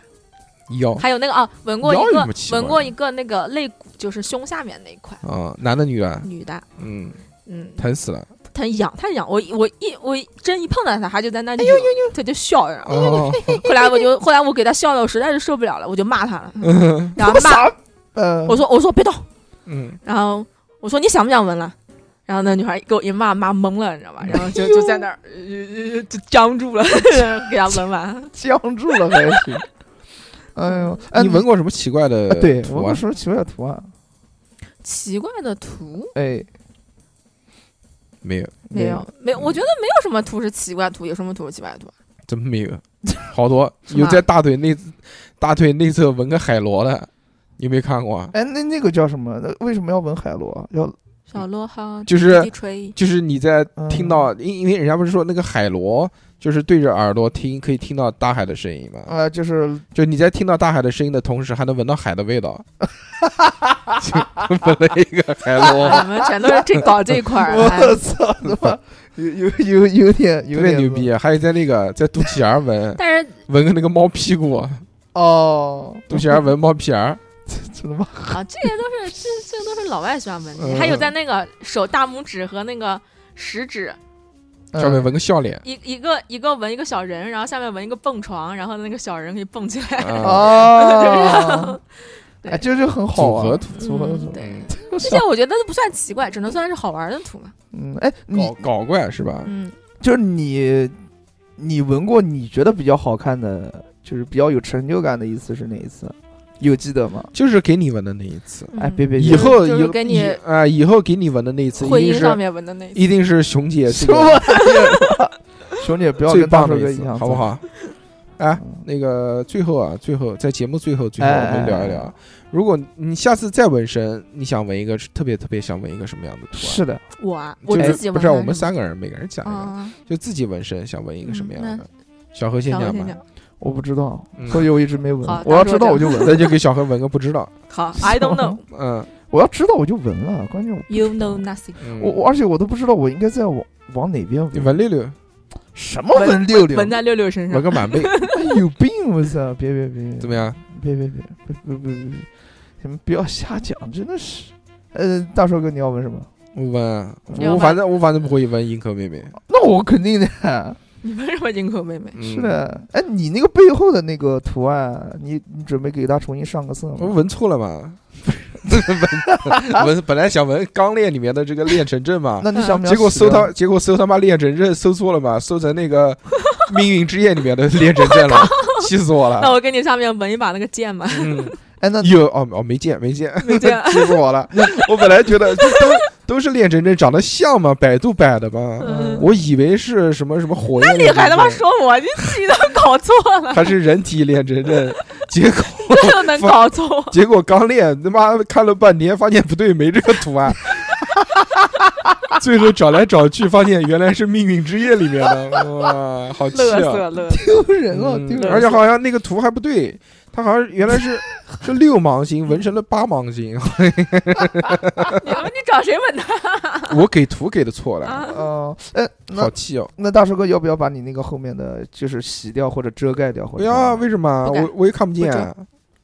[SPEAKER 2] 腰
[SPEAKER 4] 还有那个啊，纹过一
[SPEAKER 2] 哦腰有什
[SPEAKER 4] 个
[SPEAKER 2] 么奇怪的
[SPEAKER 4] 纹过一个那个肋骨，就是胸下面那一块，
[SPEAKER 2] 啊，男的女的？
[SPEAKER 4] 女的，
[SPEAKER 2] 嗯，
[SPEAKER 4] 嗯，
[SPEAKER 2] 疼死
[SPEAKER 3] (laughs)
[SPEAKER 2] 了。
[SPEAKER 4] 疼痒，太痒，我我一我一针一碰到她，她就在那里，哎呦呦呦，她就笑，
[SPEAKER 3] 哎
[SPEAKER 4] 然后
[SPEAKER 2] 哦，
[SPEAKER 4] 后来我就后来我给她笑的，我实在是受不了了，我就骂她了，
[SPEAKER 2] 嗯
[SPEAKER 4] 然后
[SPEAKER 3] (laughs)
[SPEAKER 4] 骂
[SPEAKER 3] 啥？呃，
[SPEAKER 4] 我说我说别动，
[SPEAKER 2] 嗯，
[SPEAKER 4] 然后我说你想不想纹了？然后那女孩给我一骂，骂懵了，你知道吧？然后就
[SPEAKER 3] 哎呦
[SPEAKER 4] 就在那儿、呃呃就僵 (laughs) 住了，给她纹完。
[SPEAKER 3] 僵住了还
[SPEAKER 4] (laughs)
[SPEAKER 3] 行。哎呦，哎
[SPEAKER 2] 你闻过什么奇怪的
[SPEAKER 3] 啊？对，
[SPEAKER 2] 图
[SPEAKER 3] 纹过
[SPEAKER 2] 案？
[SPEAKER 3] 什么奇怪的图案？
[SPEAKER 4] 奇怪的图
[SPEAKER 3] 哎，
[SPEAKER 2] 没有，
[SPEAKER 4] 没有，没有，我觉得没有什么图是奇怪图，有什么图是奇怪图？啊
[SPEAKER 2] 真没
[SPEAKER 3] (laughs)
[SPEAKER 2] 有，好多
[SPEAKER 4] 吗
[SPEAKER 2] 有在大腿内大腿内侧纹个海螺的，有没有看过啊？
[SPEAKER 3] 哎，那那个叫什么？那为什么要纹海螺啊？要
[SPEAKER 4] 小螺号
[SPEAKER 2] 就是
[SPEAKER 4] 滴吹，
[SPEAKER 2] 就是你在听到，
[SPEAKER 3] 嗯
[SPEAKER 2] 因、因为人家不是说那个海螺，就是对着耳朵听，可以听到大海的声音嘛。
[SPEAKER 3] 啊，就是
[SPEAKER 2] 就你在听到大海的声音的同时，还能闻到海的味
[SPEAKER 3] (laughs)
[SPEAKER 2] 道。就闻了一个海螺，
[SPEAKER 4] 啊 (laughs) 你们全都是这搞这一块儿。哎，
[SPEAKER 3] 我操，他妈有有有有点 (laughs) 有
[SPEAKER 2] 特别
[SPEAKER 3] 点
[SPEAKER 2] 牛逼。啊还有在那个在肚脐眼儿闻
[SPEAKER 4] 但是
[SPEAKER 2] 闻个那个猫屁股，啊
[SPEAKER 3] 哦，
[SPEAKER 2] 肚脐眼儿闻猫屁眼儿，
[SPEAKER 3] 真的吗？
[SPEAKER 4] 啊，这些都是这这都是老外喜欢闻的，
[SPEAKER 2] 嗯
[SPEAKER 4] 还有在那个手大拇指和那个食指，嗯
[SPEAKER 2] 上
[SPEAKER 3] 嗯
[SPEAKER 2] 面闻个笑
[SPEAKER 4] (laughs)
[SPEAKER 2] 脸。
[SPEAKER 4] 一一个一个纹一个小人，然后下面纹一个蹦床，然后那个小人可以蹦起来。
[SPEAKER 3] 嗯
[SPEAKER 2] 啊，
[SPEAKER 4] 啊 (laughs)
[SPEAKER 3] 哦，
[SPEAKER 4] 对
[SPEAKER 3] 哎，这就很好
[SPEAKER 2] 组
[SPEAKER 3] 玩
[SPEAKER 2] 合。图
[SPEAKER 3] 组合
[SPEAKER 4] 嗯
[SPEAKER 3] 组合
[SPEAKER 4] 对，
[SPEAKER 3] 我
[SPEAKER 4] 这
[SPEAKER 3] 操
[SPEAKER 4] 些我觉得都不算奇怪，只能算是好玩的图嘛。
[SPEAKER 3] 嗯，哎，你
[SPEAKER 2] 搞搞怪是吧？
[SPEAKER 4] 嗯，
[SPEAKER 3] 就是你，你闻过你觉得比较好看的，就是比较有成就感的一次是哪一次？有记得吗？
[SPEAKER 2] 就是给你闻的那一次，
[SPEAKER 4] 嗯
[SPEAKER 3] 哎，别别，
[SPEAKER 2] 以后
[SPEAKER 4] 就是
[SPEAKER 2] 有
[SPEAKER 4] 给你
[SPEAKER 2] 以啊，以后给你闻的那一次，
[SPEAKER 4] 婚
[SPEAKER 2] 一定
[SPEAKER 4] 姻上
[SPEAKER 2] 是
[SPEAKER 4] 面纹的那一
[SPEAKER 2] 一定是熊姐
[SPEAKER 3] 什
[SPEAKER 2] 这
[SPEAKER 3] 么
[SPEAKER 2] 个
[SPEAKER 3] 玩意 (laughs) 儿？熊姐不要
[SPEAKER 2] 最
[SPEAKER 3] 跟大
[SPEAKER 2] 棒
[SPEAKER 3] 帅
[SPEAKER 2] 的
[SPEAKER 3] 哥
[SPEAKER 2] 一
[SPEAKER 3] 一
[SPEAKER 2] 次，
[SPEAKER 3] 样，
[SPEAKER 2] 好不？好？啊
[SPEAKER 3] 嗯，
[SPEAKER 2] 那个最后啊，最后在节目最后，最后
[SPEAKER 3] 哎
[SPEAKER 2] 我们聊一
[SPEAKER 3] 哎哎
[SPEAKER 2] 聊。如果你下次再纹身，你想纹一个特别特别想纹一个什么样的图案？
[SPEAKER 3] 是的，
[SPEAKER 4] 我啊，
[SPEAKER 2] 就
[SPEAKER 4] 我
[SPEAKER 2] 是
[SPEAKER 4] 自己
[SPEAKER 2] 不
[SPEAKER 4] 纹
[SPEAKER 2] 是
[SPEAKER 4] 的
[SPEAKER 2] 啊我
[SPEAKER 4] 是
[SPEAKER 2] 们
[SPEAKER 4] 吗
[SPEAKER 2] 三个人每个人讲一个，
[SPEAKER 4] 啊，
[SPEAKER 2] 就自己纹身想纹一个什么样
[SPEAKER 4] 嗯
[SPEAKER 2] 的？小何先
[SPEAKER 4] 小何
[SPEAKER 2] 讲
[SPEAKER 4] 先
[SPEAKER 2] 吧，
[SPEAKER 4] 讲
[SPEAKER 3] 我不知道，
[SPEAKER 2] 嗯
[SPEAKER 3] 所以我一直没闻
[SPEAKER 4] 好。
[SPEAKER 3] 我要
[SPEAKER 4] 到时
[SPEAKER 3] 知
[SPEAKER 4] 候
[SPEAKER 3] 道
[SPEAKER 4] 就
[SPEAKER 3] 我就
[SPEAKER 4] (laughs)
[SPEAKER 3] 闻，
[SPEAKER 2] (laughs) 那就给小何纹个不知道。
[SPEAKER 4] 好，I don't know,
[SPEAKER 2] 嗯，
[SPEAKER 3] 我要知道我就闻了。关键我
[SPEAKER 4] (laughs) you know nothing。
[SPEAKER 2] 嗯
[SPEAKER 3] 我我而且我都不知道我应该在往往哪边
[SPEAKER 2] 你
[SPEAKER 3] 闻。
[SPEAKER 2] 纹六六，
[SPEAKER 3] 什么闻六六？
[SPEAKER 4] 纹在六六身
[SPEAKER 2] 纹
[SPEAKER 4] 上，
[SPEAKER 2] 个满背，
[SPEAKER 3] 哎有病！我操！别别别！
[SPEAKER 2] 怎么样？
[SPEAKER 3] 别别别别别别别！你们不要瞎讲，真的是。呃，大帅哥，你要闻什么？
[SPEAKER 2] 我
[SPEAKER 3] (laughs)
[SPEAKER 2] 纹，
[SPEAKER 4] 你要
[SPEAKER 2] 我反正我反正不会纹银河妹妹。
[SPEAKER 3] 那我肯定的，
[SPEAKER 4] 你纹什么金口妹妹？
[SPEAKER 2] 嗯
[SPEAKER 3] 是，的。哎，你那个背后的那个图案，你你准备给它重新上个色
[SPEAKER 2] 我
[SPEAKER 3] 吗？
[SPEAKER 2] 纹错了嘛？ (laughs) 纹纹本来想纹钢炼里面的这个炼成阵嘛，
[SPEAKER 3] 那你想不想
[SPEAKER 2] 结果
[SPEAKER 3] 洗
[SPEAKER 2] 搜
[SPEAKER 3] 掉？
[SPEAKER 2] 他，结果搜他妈炼成阵，搜错了嘛，搜成那个
[SPEAKER 3] (laughs)
[SPEAKER 2] 命运之夜里面的炼成阵了，气死我
[SPEAKER 4] 那
[SPEAKER 2] 了。
[SPEAKER 4] 我给你上面纹一把那个剑
[SPEAKER 2] (laughs)
[SPEAKER 4] 吧，
[SPEAKER 2] 嗯，
[SPEAKER 3] 哎， (laughs) 那啊
[SPEAKER 2] 有哦哦，没见没见，(laughs)
[SPEAKER 4] 那剑
[SPEAKER 2] 气死我了！我本来觉得这都都是炼成阵，长得像嘛，百度百的嘛，
[SPEAKER 4] 嗯
[SPEAKER 2] 我以为是什么什么火焰，
[SPEAKER 4] 你还他妈，说我，你自己都搞错
[SPEAKER 2] (laughs)
[SPEAKER 4] 了，
[SPEAKER 2] 还是人体炼成阵， (laughs) 结果
[SPEAKER 4] 这都能搞错？
[SPEAKER 2] 结果刚练，他妈看了半天，发现不对，没这个图案。 (laughs) 最后找来找去，发现原来是《命运之夜》里面的，哇，好气
[SPEAKER 4] 乐
[SPEAKER 2] 啊！
[SPEAKER 4] 色
[SPEAKER 2] (laughs)
[SPEAKER 4] 乐色，
[SPEAKER 3] 丢人哦了，
[SPEAKER 2] 嗯
[SPEAKER 3] 丢人！
[SPEAKER 2] 而且好像那个图还不对，它好像原来是是六芒星纹成了八芒星， (laughs)
[SPEAKER 4] 你们你找谁纹的？
[SPEAKER 2] 我给图给的错了，
[SPEAKER 4] 啊
[SPEAKER 3] 哦，哎，
[SPEAKER 2] 好
[SPEAKER 3] 那
[SPEAKER 2] 气哦！
[SPEAKER 3] 那大帅哥要不要把你那个后面的就是洗掉或者遮盖掉？或
[SPEAKER 2] 不
[SPEAKER 3] 者
[SPEAKER 2] 要，哎为什么
[SPEAKER 4] 不敢
[SPEAKER 2] 我我也看不见啊？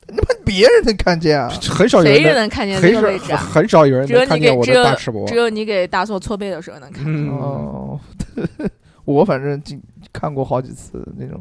[SPEAKER 3] 那不别人能看见啊？
[SPEAKER 2] 很少有
[SPEAKER 4] 谁
[SPEAKER 2] 人
[SPEAKER 4] 是
[SPEAKER 2] 能，
[SPEAKER 4] 能看见这
[SPEAKER 2] 很
[SPEAKER 4] 个位置
[SPEAKER 2] 少
[SPEAKER 4] 啊？
[SPEAKER 2] 很少有人
[SPEAKER 4] 只有
[SPEAKER 2] 能
[SPEAKER 4] 你
[SPEAKER 2] 看
[SPEAKER 4] 给
[SPEAKER 2] 见我
[SPEAKER 4] 只
[SPEAKER 2] 的
[SPEAKER 4] 有
[SPEAKER 2] 大赤膊
[SPEAKER 4] 只。有你给大硕搓背的时候能看。
[SPEAKER 2] 嗯，
[SPEAKER 3] 哦， (laughs) 我反正经看过好几次那种。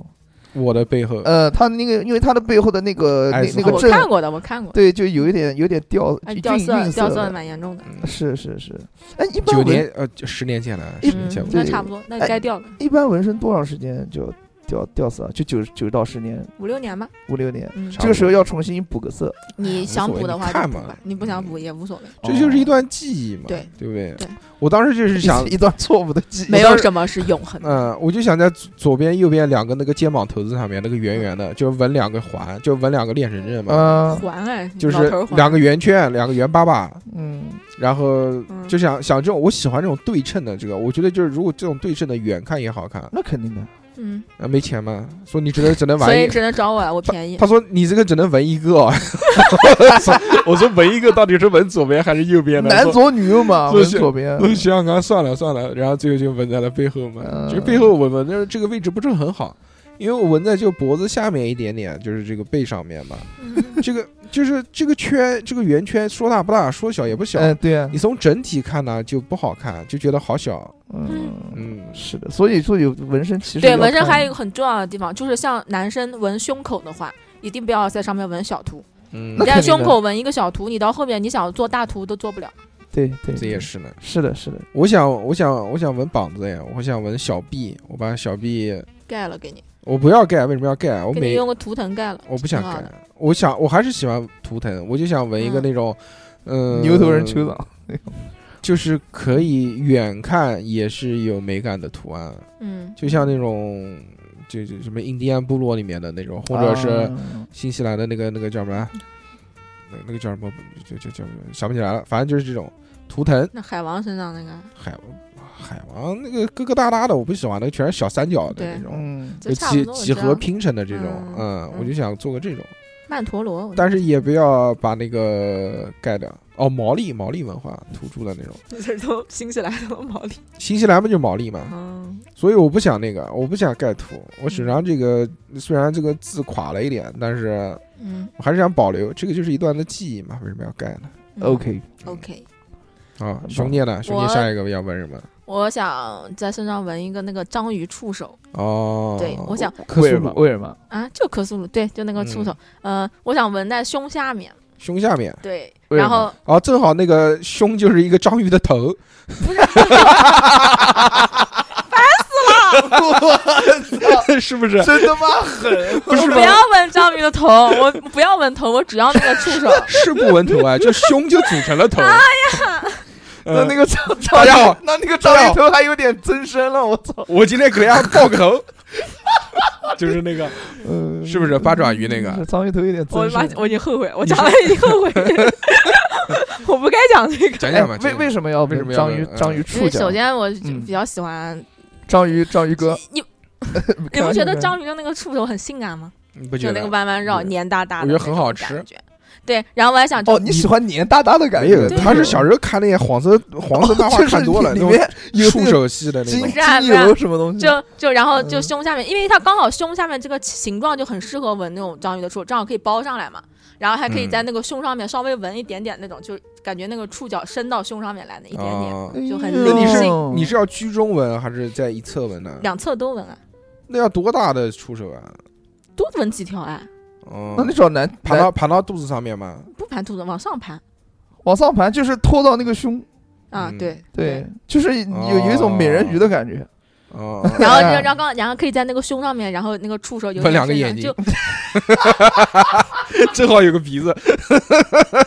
[SPEAKER 2] 我的背后，
[SPEAKER 3] 呃，他那个，因为他的背后的那个
[SPEAKER 2] 哎
[SPEAKER 3] 那
[SPEAKER 2] 是
[SPEAKER 3] 那
[SPEAKER 2] 吧
[SPEAKER 3] 个
[SPEAKER 4] 我
[SPEAKER 3] 阵，
[SPEAKER 4] 看过的，我看过，
[SPEAKER 3] 对，就有一点有点掉
[SPEAKER 4] 哎，
[SPEAKER 3] 晕
[SPEAKER 4] 掉色
[SPEAKER 3] 晕
[SPEAKER 4] 掉色
[SPEAKER 3] 的，
[SPEAKER 4] 蛮严重的，
[SPEAKER 2] 嗯
[SPEAKER 3] 是是是。哎，一般
[SPEAKER 2] 九
[SPEAKER 3] 纹
[SPEAKER 2] 年呃十年前了，
[SPEAKER 3] 一
[SPEAKER 2] 十年
[SPEAKER 4] 嗯
[SPEAKER 2] 前我
[SPEAKER 3] 对
[SPEAKER 4] 那差不多，那
[SPEAKER 3] 哎
[SPEAKER 4] 该掉了，
[SPEAKER 3] 一般纹身多长时间就掉掉色啊？就九九到十年，
[SPEAKER 4] 五六年吧。
[SPEAKER 3] 五六年。
[SPEAKER 4] 嗯
[SPEAKER 2] 差，不
[SPEAKER 3] 这个时候要重新补个色，
[SPEAKER 4] 你想补的话就补
[SPEAKER 2] 无所谓你看嘛
[SPEAKER 4] 吧，你不想补也无所谓，
[SPEAKER 2] 这就是一
[SPEAKER 3] 哦
[SPEAKER 2] 段记忆嘛，
[SPEAKER 4] 对
[SPEAKER 2] 对不对？
[SPEAKER 4] 对
[SPEAKER 2] 我当时就是想
[SPEAKER 3] (laughs) 一，一段错误的记忆。
[SPEAKER 4] 没有什么 (laughs) 是永恒的。
[SPEAKER 2] 嗯、我就想在左左边、右边两个那个肩膀头子上面那个圆圆的，就纹两个环，就纹两个炼成阵嘛，
[SPEAKER 3] 嗯
[SPEAKER 4] 还哎，
[SPEAKER 2] 就是
[SPEAKER 4] 老头儿还
[SPEAKER 2] 两个圆圈，两个圆巴巴，
[SPEAKER 3] 嗯，
[SPEAKER 2] 然后
[SPEAKER 4] 嗯
[SPEAKER 2] 就想想这种，我喜欢这种对称的这个，我觉得就是如果这种对称的远看也好看，
[SPEAKER 3] 那肯定的。
[SPEAKER 4] 嗯，
[SPEAKER 2] 啊，没钱嘛，说你只能只能
[SPEAKER 4] 所
[SPEAKER 2] 玩一
[SPEAKER 4] 以。只能找我，我便
[SPEAKER 2] (laughs)
[SPEAKER 4] 宜。
[SPEAKER 2] 他说：“你这个只能纹一个、哦。” (laughs) 我说：“纹一个到底是纹左边还是右边呢？”
[SPEAKER 3] 男
[SPEAKER 2] 说
[SPEAKER 3] 左女右嘛，
[SPEAKER 2] 说
[SPEAKER 3] 纹
[SPEAKER 2] 是
[SPEAKER 3] 左边。
[SPEAKER 2] 我想想看，算了算了，然后最后就纹在了背后嘛。
[SPEAKER 3] 嗯
[SPEAKER 2] 其实背后纹纹的这个位置不是很好，因为我纹在就脖子下面一点点，就是这个背上面
[SPEAKER 3] (laughs)
[SPEAKER 2] 嘛。
[SPEAKER 4] 嗯
[SPEAKER 2] 这个就是这个圈，这个圆圈说大不大，说小也不小。
[SPEAKER 3] 嗯，对啊，
[SPEAKER 2] 你从整体看呢就不好看，就觉得好小。
[SPEAKER 3] 嗯，
[SPEAKER 2] 嗯，
[SPEAKER 3] 是的。所以说有纹身其实
[SPEAKER 4] 对，
[SPEAKER 3] 要
[SPEAKER 4] 纹身
[SPEAKER 3] 看
[SPEAKER 4] 还有一个很重要的地方，就是像男生纹胸口的话，一定不要在上面纹小图。
[SPEAKER 2] 嗯
[SPEAKER 4] 你
[SPEAKER 3] 那
[SPEAKER 4] 在
[SPEAKER 3] 肯定
[SPEAKER 4] 胸
[SPEAKER 3] 的
[SPEAKER 4] 口纹一个小图，你到后面你想做大图都做不了。
[SPEAKER 3] 对对，
[SPEAKER 2] 这
[SPEAKER 3] 对
[SPEAKER 2] 也是呢。
[SPEAKER 3] 是的，是的。
[SPEAKER 2] 我想，我想，我想纹膀子呀，我想纹小臂，我把小臂
[SPEAKER 4] 盖了给你，
[SPEAKER 2] 我不要盖，为什么要盖？啊我
[SPEAKER 4] 给你
[SPEAKER 2] 每
[SPEAKER 4] 用个图腾盖了。
[SPEAKER 2] 我不想
[SPEAKER 4] 挺好的
[SPEAKER 2] 改，我想我还是喜欢图腾，我就想纹一个
[SPEAKER 4] 嗯
[SPEAKER 2] 那种，嗯，
[SPEAKER 3] 牛头人酋长，
[SPEAKER 2] 就是可以远看也是有美感的图案，
[SPEAKER 4] 嗯，
[SPEAKER 2] 就像那种就就什么印第安部落里面的那种，或者是
[SPEAKER 3] 啊
[SPEAKER 2] 新西兰的那个那个叫什么，啊那那个叫什么，就就叫想不起来了，反正就是这种图腾
[SPEAKER 4] 那海王身上那个，
[SPEAKER 2] 海海王那个疙疙瘩瘩的，我不喜欢，那个全是小三角的
[SPEAKER 4] 对
[SPEAKER 2] 那种。
[SPEAKER 3] 嗯，
[SPEAKER 4] 就
[SPEAKER 2] 就
[SPEAKER 4] 差不
[SPEAKER 2] 几
[SPEAKER 4] 多
[SPEAKER 2] 几
[SPEAKER 4] 这
[SPEAKER 2] 何
[SPEAKER 4] 样
[SPEAKER 2] 拼成的这种，
[SPEAKER 4] 嗯
[SPEAKER 2] 嗯，我就
[SPEAKER 4] 嗯
[SPEAKER 2] 想做个这种。
[SPEAKER 4] 曼陀罗，我
[SPEAKER 2] 但是也不要把那个盖掉，哦，毛利毛利文化突出的那种，
[SPEAKER 4] (laughs) 这都新西兰的毛利。
[SPEAKER 2] 新西兰不就是毛利嘛，
[SPEAKER 4] 嗯，
[SPEAKER 2] 所以我不想那个，我不想盖图，我手上这个虽然这个字垮了一点，但是
[SPEAKER 4] 嗯
[SPEAKER 2] 我还是想保留，这个就是一段的记忆嘛，为什么要盖呢？
[SPEAKER 3] OK，
[SPEAKER 4] OK，
[SPEAKER 2] 啊，兄弟呢？兄弟
[SPEAKER 4] 我
[SPEAKER 2] 下一个要问什么？
[SPEAKER 4] 我想在身上纹一个那个章鱼触手
[SPEAKER 2] 哦，
[SPEAKER 4] 对我想
[SPEAKER 2] 克
[SPEAKER 3] 为
[SPEAKER 2] 苏
[SPEAKER 3] 什么？
[SPEAKER 2] 鲁
[SPEAKER 3] 为什么？
[SPEAKER 4] 啊，就克苏鲁，对，就那个触手。呃，我想纹在胸下面，
[SPEAKER 2] 胸下面
[SPEAKER 4] 对，
[SPEAKER 3] 嗯为什
[SPEAKER 4] 然
[SPEAKER 3] 么
[SPEAKER 4] 后
[SPEAKER 2] 哦，正好那个胸就是一个章鱼的 (laughs) 头，
[SPEAKER 3] (laughs)
[SPEAKER 2] 是不是？
[SPEAKER 3] (laughs) 真他妈狠！
[SPEAKER 2] (laughs) 不是
[SPEAKER 4] 不
[SPEAKER 2] 吗？
[SPEAKER 4] 要纹章鱼的头，我不要纹头，我只要那个触
[SPEAKER 3] (laughs)
[SPEAKER 4] 手。
[SPEAKER 2] 是不纹头啊，就胸就组成了头。哎呃呀， (laughs)
[SPEAKER 3] 那那个张张
[SPEAKER 2] 大家好，
[SPEAKER 3] 那那个张一头还有点增生了，我操！
[SPEAKER 2] 我今天给大家爆个头，就是那个
[SPEAKER 3] 嗯
[SPEAKER 2] 是不是八爪鱼那个？
[SPEAKER 3] 张一头有点
[SPEAKER 4] 我
[SPEAKER 3] 增
[SPEAKER 4] 妈
[SPEAKER 3] 生，。
[SPEAKER 4] 我已经后悔，我讲了已经后悔，
[SPEAKER 3] (laughs)
[SPEAKER 4] 我不该讲这个。
[SPEAKER 2] 讲
[SPEAKER 3] 哎
[SPEAKER 2] 讲吧，
[SPEAKER 3] 为为
[SPEAKER 2] 什
[SPEAKER 3] 什么要
[SPEAKER 2] 为什么要
[SPEAKER 3] 章鱼
[SPEAKER 2] 嗯
[SPEAKER 3] 章鱼
[SPEAKER 4] 因
[SPEAKER 3] 触
[SPEAKER 4] 为
[SPEAKER 3] 角
[SPEAKER 4] 首？先我就
[SPEAKER 3] 嗯呃
[SPEAKER 4] 比较喜欢，
[SPEAKER 3] 章鱼章鱼哥，
[SPEAKER 4] 你
[SPEAKER 3] 你
[SPEAKER 4] 你不觉得章鱼的那个触手很性感吗？
[SPEAKER 2] 么不
[SPEAKER 4] 就
[SPEAKER 2] 觉
[SPEAKER 4] 那
[SPEAKER 2] 得嗯
[SPEAKER 4] 个？弯弯绕
[SPEAKER 2] 对
[SPEAKER 4] 黏哒哒
[SPEAKER 2] 我
[SPEAKER 4] 的，
[SPEAKER 2] 觉得很好吃。
[SPEAKER 4] 对，然后我还想
[SPEAKER 3] 哦，你喜欢黏哒哒的感
[SPEAKER 2] 没
[SPEAKER 3] 觉哦
[SPEAKER 2] 有，？
[SPEAKER 4] 对
[SPEAKER 2] 他是小时候看那些黄色黄色漫画看多了，
[SPEAKER 3] 里
[SPEAKER 2] 那
[SPEAKER 3] 面有
[SPEAKER 2] 种触手系的那
[SPEAKER 3] 精
[SPEAKER 2] 种
[SPEAKER 4] 是啊
[SPEAKER 3] 精油什么东西？
[SPEAKER 4] 就就然后就
[SPEAKER 3] 嗯
[SPEAKER 4] 胸下面，因为它刚好胸下面这个形状就很适合纹那种章鱼的触，正好可以包上来嘛，然后还可以
[SPEAKER 2] 嗯
[SPEAKER 4] 在那个胸上面稍微纹一点点那种，就感觉那个触角伸到胸上面来的一点点，
[SPEAKER 2] 啊。
[SPEAKER 3] 嗯
[SPEAKER 4] 就
[SPEAKER 3] 哎
[SPEAKER 4] 很
[SPEAKER 2] 那你是
[SPEAKER 4] 灵
[SPEAKER 3] 性
[SPEAKER 2] 你是要居中纹还是在一侧纹呢？
[SPEAKER 4] 两侧都纹啊，
[SPEAKER 2] 那要多大的触手啊？
[SPEAKER 4] 多纹几条啊，
[SPEAKER 2] 哦
[SPEAKER 3] 那你找男
[SPEAKER 2] 盘
[SPEAKER 3] 男
[SPEAKER 2] 到盘到肚子上面吗？
[SPEAKER 4] 不盘肚子往上盘
[SPEAKER 3] 往上盘，就是拖到那个胸，
[SPEAKER 4] 啊，
[SPEAKER 2] 嗯
[SPEAKER 4] 对
[SPEAKER 3] 对，就是有有一
[SPEAKER 2] 哦
[SPEAKER 3] 种美人鱼的感觉。 (laughs)
[SPEAKER 2] 哦，
[SPEAKER 4] 然后
[SPEAKER 3] 哎
[SPEAKER 4] 就然后刚然后可以在那个胸上面，然后那个触手有
[SPEAKER 2] 纹两
[SPEAKER 4] 点
[SPEAKER 2] 个
[SPEAKER 4] 伸展
[SPEAKER 2] 眼睛 (laughs)
[SPEAKER 4] 就
[SPEAKER 2] 正好有个鼻子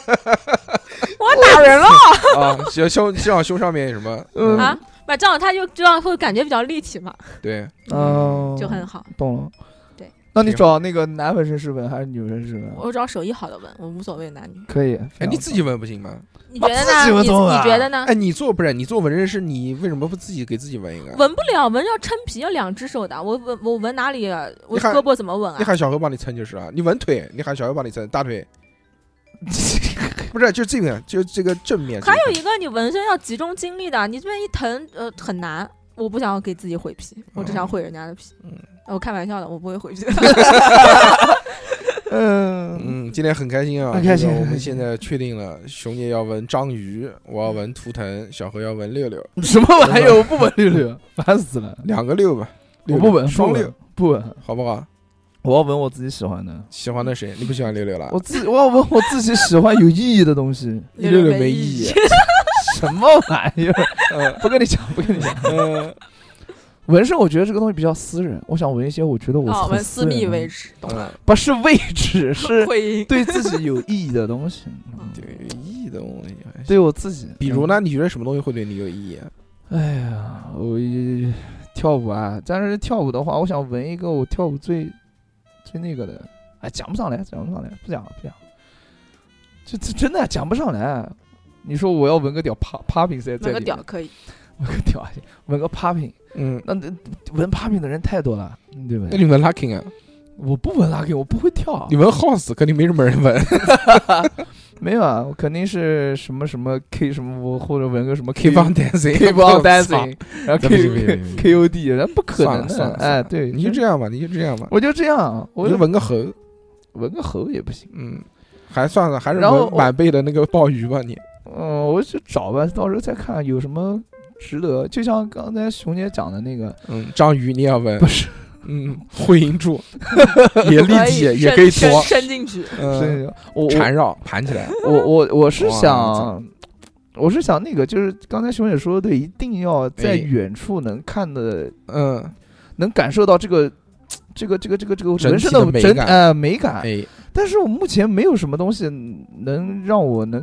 [SPEAKER 4] 我打人了 (laughs)
[SPEAKER 2] 啊，胸胸正好胸上面有什么？
[SPEAKER 3] 嗯
[SPEAKER 4] 啊，那这样它就这样会感觉比较立体嘛，
[SPEAKER 2] 对，哎
[SPEAKER 3] 哦，
[SPEAKER 4] 就很好。
[SPEAKER 3] 懂了。
[SPEAKER 4] 对，
[SPEAKER 3] 那你
[SPEAKER 2] 挺
[SPEAKER 3] 找那个男纹身师纹还是女纹身师纹？
[SPEAKER 4] 我只要手艺好的纹，我无所谓男女。
[SPEAKER 3] 可以。
[SPEAKER 2] 哎，你
[SPEAKER 3] 非常
[SPEAKER 2] 自己纹不行吗？
[SPEAKER 4] 你觉得
[SPEAKER 3] 我自
[SPEAKER 4] 呢？
[SPEAKER 3] 己
[SPEAKER 4] 你
[SPEAKER 3] 纹
[SPEAKER 4] 你
[SPEAKER 3] 怎么纹啊
[SPEAKER 4] 觉得呢
[SPEAKER 2] 哎，？你做不是你做纹身师，你为什么不自己给自己纹一个？
[SPEAKER 4] 纹不了，纹要撑皮，要两只手的。我纹我纹哪里啊？我
[SPEAKER 2] 你看
[SPEAKER 4] 胳膊怎么纹
[SPEAKER 2] 你
[SPEAKER 4] 啊？
[SPEAKER 2] 喊小何帮你撑就是啊，你纹腿，你喊小何帮你撑大腿，
[SPEAKER 3] (laughs)
[SPEAKER 2] 不是就这边，就这个正面。
[SPEAKER 4] 还有
[SPEAKER 2] 这
[SPEAKER 4] 一个，你纹身要集中精力的，你这边一疼，呃，很难。我不想要给自己毁皮，我只想毁人家的皮。呃
[SPEAKER 2] 嗯
[SPEAKER 4] 我开玩笑的，我不会毁皮的。
[SPEAKER 3] 嗯，
[SPEAKER 2] 嗯，今天很开心啊！
[SPEAKER 3] 很开心
[SPEAKER 2] 这个我
[SPEAKER 3] 很
[SPEAKER 2] 们
[SPEAKER 3] 开心
[SPEAKER 2] 现在确定了，熊姐要纹章鱼，我要纹图腾，小何要纹六六，
[SPEAKER 3] 什么玩嗯意儿？我不纹六六，烦死了。
[SPEAKER 2] 两个六吧，
[SPEAKER 3] 我
[SPEAKER 2] 六
[SPEAKER 3] 不纹，
[SPEAKER 2] 双
[SPEAKER 3] 不
[SPEAKER 2] 六
[SPEAKER 3] 纹，不纹。
[SPEAKER 2] 好不好？
[SPEAKER 3] 我要纹我自己喜欢的。
[SPEAKER 2] 喜欢的谁？你不喜欢六六了？
[SPEAKER 3] 我自我要纹我自己喜欢有意义的东
[SPEAKER 4] (laughs)
[SPEAKER 3] 西。
[SPEAKER 2] 一
[SPEAKER 4] 六
[SPEAKER 2] 六
[SPEAKER 4] 没
[SPEAKER 3] (laughs)
[SPEAKER 2] 没
[SPEAKER 4] 意
[SPEAKER 2] 义
[SPEAKER 4] 义。
[SPEAKER 3] 什么玩意儿？嗯不跟你讲，不跟你讲。
[SPEAKER 2] 嗯， (laughs)
[SPEAKER 3] 纹身，我觉得这个东西比较私人，我想纹一些我觉得我
[SPEAKER 4] 哦，
[SPEAKER 3] 很
[SPEAKER 4] 纹
[SPEAKER 3] 私
[SPEAKER 4] 私
[SPEAKER 3] 人的
[SPEAKER 4] 密
[SPEAKER 3] 东
[SPEAKER 4] 为
[SPEAKER 3] 西，
[SPEAKER 4] 止，
[SPEAKER 2] (laughs)
[SPEAKER 4] 懂吗？
[SPEAKER 3] 不是位置，是
[SPEAKER 4] 会阴
[SPEAKER 3] 对自己有意义的东西。嗯
[SPEAKER 2] 对有意义的东西还行，
[SPEAKER 3] 对我自己，
[SPEAKER 2] 比如呢？你觉得什么东西会对你有意义啊？
[SPEAKER 3] 嗯？哎呀，我一跳舞啊，但是跳舞的话，我想纹一个我跳舞最最那个的，哎，讲不上来，讲不上来，不讲了，不讲了。这这真的讲不上来。你说我要纹个屌趴趴 p 在在
[SPEAKER 4] 那个
[SPEAKER 3] 里面
[SPEAKER 4] 屌，可以。
[SPEAKER 3] 纹个屌，纹个 popping，
[SPEAKER 2] 嗯，
[SPEAKER 3] 那那纹 popping 的人太多了，嗯对不
[SPEAKER 2] 那
[SPEAKER 3] 对？
[SPEAKER 2] 你纹 lucky 啊？
[SPEAKER 3] 我不纹 lucky，我不会跳
[SPEAKER 2] 你。纹 house 肯定没什么人
[SPEAKER 3] (laughs)
[SPEAKER 2] 纹
[SPEAKER 3] 没有啊，我肯定是什么什么 K 什么，我或者纹个什么 K
[SPEAKER 2] ，keep on (laughs) dancing
[SPEAKER 3] K
[SPEAKER 2] 我
[SPEAKER 3] (laughs) on
[SPEAKER 2] 操
[SPEAKER 3] dancing，然后
[SPEAKER 2] 咱不
[SPEAKER 3] K
[SPEAKER 2] 行不行不
[SPEAKER 3] K
[SPEAKER 2] 行
[SPEAKER 3] K O D，那不可
[SPEAKER 2] 算
[SPEAKER 3] 能
[SPEAKER 2] 了算
[SPEAKER 3] 的
[SPEAKER 2] 了，。
[SPEAKER 3] 哎，对，
[SPEAKER 2] 你就这样吧，你就这样吧，
[SPEAKER 3] 我就这样，我
[SPEAKER 2] 你就
[SPEAKER 3] 就
[SPEAKER 2] 纹个猴，
[SPEAKER 3] 纹个猴也不行。
[SPEAKER 2] 嗯，还算了，还是
[SPEAKER 3] 然后
[SPEAKER 2] 纹满背的那个鲍鱼吧，你
[SPEAKER 3] 嗯，我就找吧，到时候再看有什么值得。就像刚才熊姐讲的那个，
[SPEAKER 2] 嗯，章鱼你也要纹
[SPEAKER 3] 不，是，
[SPEAKER 2] 嗯，会阴
[SPEAKER 3] (laughs)
[SPEAKER 2] 柱也立
[SPEAKER 4] 可以
[SPEAKER 2] 体，也
[SPEAKER 4] 伸
[SPEAKER 2] 可以
[SPEAKER 4] 伸
[SPEAKER 2] 搓，
[SPEAKER 4] 伸进去。
[SPEAKER 2] 嗯，
[SPEAKER 3] 是我
[SPEAKER 2] 缠绕盘起来，
[SPEAKER 3] 我我我我是
[SPEAKER 2] 哇
[SPEAKER 3] 想。我是想那个，就是刚才熊姐说的，一定要
[SPEAKER 2] 哎
[SPEAKER 3] 在远处能看的
[SPEAKER 2] 嗯，
[SPEAKER 3] 能感受到这个这个这个这个这个
[SPEAKER 2] 整
[SPEAKER 3] 纹身
[SPEAKER 2] 体的美
[SPEAKER 3] 整
[SPEAKER 2] 感
[SPEAKER 3] 呃美感、
[SPEAKER 2] 哎，
[SPEAKER 3] 但是我目前没有什么东西能让我能，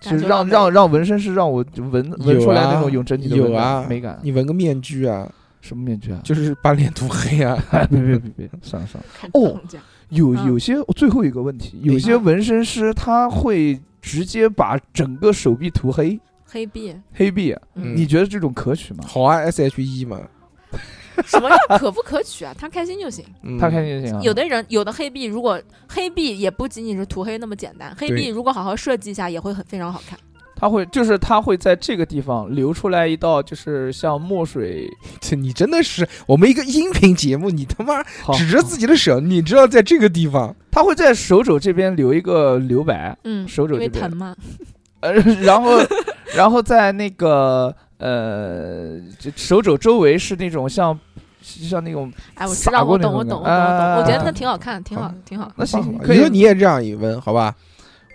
[SPEAKER 3] 就
[SPEAKER 4] 感
[SPEAKER 3] 是
[SPEAKER 4] 受到
[SPEAKER 3] 让
[SPEAKER 4] 美
[SPEAKER 3] 让让纹身师让我纹纹
[SPEAKER 2] 有
[SPEAKER 3] 出来那
[SPEAKER 2] 啊
[SPEAKER 3] 种有整体的
[SPEAKER 2] 有
[SPEAKER 3] 纹
[SPEAKER 2] 啊
[SPEAKER 3] 美感，
[SPEAKER 2] 你纹个面具啊，
[SPEAKER 3] 什么面具啊？
[SPEAKER 2] 就是把脸涂黑啊，
[SPEAKER 3] 哎，别别别别，算了算了。
[SPEAKER 4] 看
[SPEAKER 3] 哦
[SPEAKER 4] 这种这样
[SPEAKER 3] 有
[SPEAKER 4] 嗯
[SPEAKER 3] 有些我最后一个问题，有些
[SPEAKER 4] 嗯
[SPEAKER 3] 纹身师他会直接把整个手臂涂黑
[SPEAKER 4] 黑臂，
[SPEAKER 3] 黑臂，
[SPEAKER 2] 嗯
[SPEAKER 3] 你觉得这种可取吗？
[SPEAKER 2] 好啊，S H E 嘛，
[SPEAKER 4] 什么叫可不可取啊？他开心就行。
[SPEAKER 2] 嗯
[SPEAKER 3] 他开心就行啊。
[SPEAKER 4] 有的人有的黑币，如果黑币也不仅仅是涂黑那么简单，黑币如果好好设计一下，也会很非常好看。
[SPEAKER 3] 他会就是他会在这个地方流出来一道就是像墨水，
[SPEAKER 2] 这你真的是我们一个音频节目，你他妈
[SPEAKER 3] 好
[SPEAKER 2] 指着自己的手，你知道在这个地方，
[SPEAKER 3] 他会在手肘这边留一个留白，
[SPEAKER 4] 嗯，
[SPEAKER 3] 手肘
[SPEAKER 4] 因为
[SPEAKER 3] 这边
[SPEAKER 4] 疼嘛，
[SPEAKER 3] 呃， (laughs) 然后然后在那个呃这手肘周围是那种像像那种
[SPEAKER 4] 哎，我知
[SPEAKER 3] 撒
[SPEAKER 4] 道，
[SPEAKER 3] 过
[SPEAKER 4] 我
[SPEAKER 3] 那
[SPEAKER 4] 懂，我
[SPEAKER 3] 种
[SPEAKER 4] 懂，我懂，我
[SPEAKER 3] 的啊
[SPEAKER 4] 懂。我觉得那挺好看，挺好
[SPEAKER 2] 好，
[SPEAKER 4] 挺好。
[SPEAKER 3] 那行行可
[SPEAKER 2] 以
[SPEAKER 3] 以
[SPEAKER 2] 后，你也这样一问，好吧？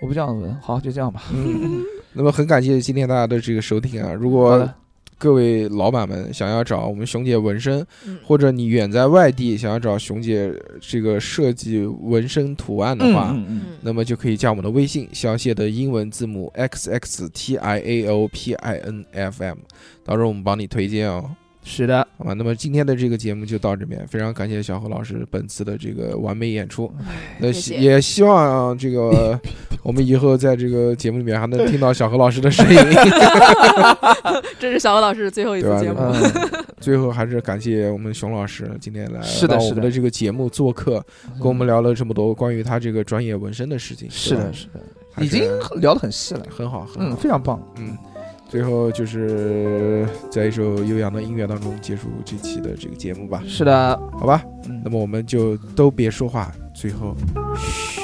[SPEAKER 3] 我不这样问，好就这样吧。 (laughs)
[SPEAKER 2] 嗯，那么很感谢今天大家的这个收听啊！如
[SPEAKER 3] 好
[SPEAKER 2] 果
[SPEAKER 3] 的，
[SPEAKER 2] 各位老板们想要找我们熊姐纹身，
[SPEAKER 4] 嗯，
[SPEAKER 2] 或者你远在外地想要找熊姐这个设计纹身图案的
[SPEAKER 3] 嗯
[SPEAKER 2] 话，
[SPEAKER 3] 嗯嗯，
[SPEAKER 4] 嗯，
[SPEAKER 2] 那么就可以加我们的微信，小写的英文字母 x x t i a o p i n f m，到时候我们帮你推荐哦。
[SPEAKER 3] 是的，
[SPEAKER 2] 好吧，那么今天的这个节目就到这边，非常感谢小何老师本次的这个完美演出。那
[SPEAKER 4] 嗯谢
[SPEAKER 2] 希
[SPEAKER 4] 谢
[SPEAKER 2] 也希望这
[SPEAKER 3] (laughs)
[SPEAKER 2] 个我们以后在这个节目里面还能听到小何老师的
[SPEAKER 3] (laughs)
[SPEAKER 2] 声音，
[SPEAKER 4] 这是小欧老师最后一
[SPEAKER 2] 对
[SPEAKER 4] 次
[SPEAKER 2] 吧？
[SPEAKER 4] 节目，
[SPEAKER 3] 呃
[SPEAKER 2] 嗯最后还是感谢我们熊老师今天来
[SPEAKER 3] 是的
[SPEAKER 2] 到
[SPEAKER 3] 是
[SPEAKER 2] 我们
[SPEAKER 3] 的
[SPEAKER 2] 的这个节目做客，跟我们聊了这么多关于他这个专业纹身的事情。
[SPEAKER 3] 嗯是
[SPEAKER 2] 对吧
[SPEAKER 3] 的，是的，
[SPEAKER 2] 还
[SPEAKER 3] 已
[SPEAKER 2] 是
[SPEAKER 3] 经聊得很细了，
[SPEAKER 2] 很好，很
[SPEAKER 3] 嗯，
[SPEAKER 2] 好。
[SPEAKER 3] 非常棒。
[SPEAKER 2] 嗯，最后就是在一首悠扬的音乐当中结束这期的这个节目吧，
[SPEAKER 3] 是的，
[SPEAKER 2] 好吧？
[SPEAKER 3] 嗯
[SPEAKER 2] 那，么我们就都别说话，最后，嘘。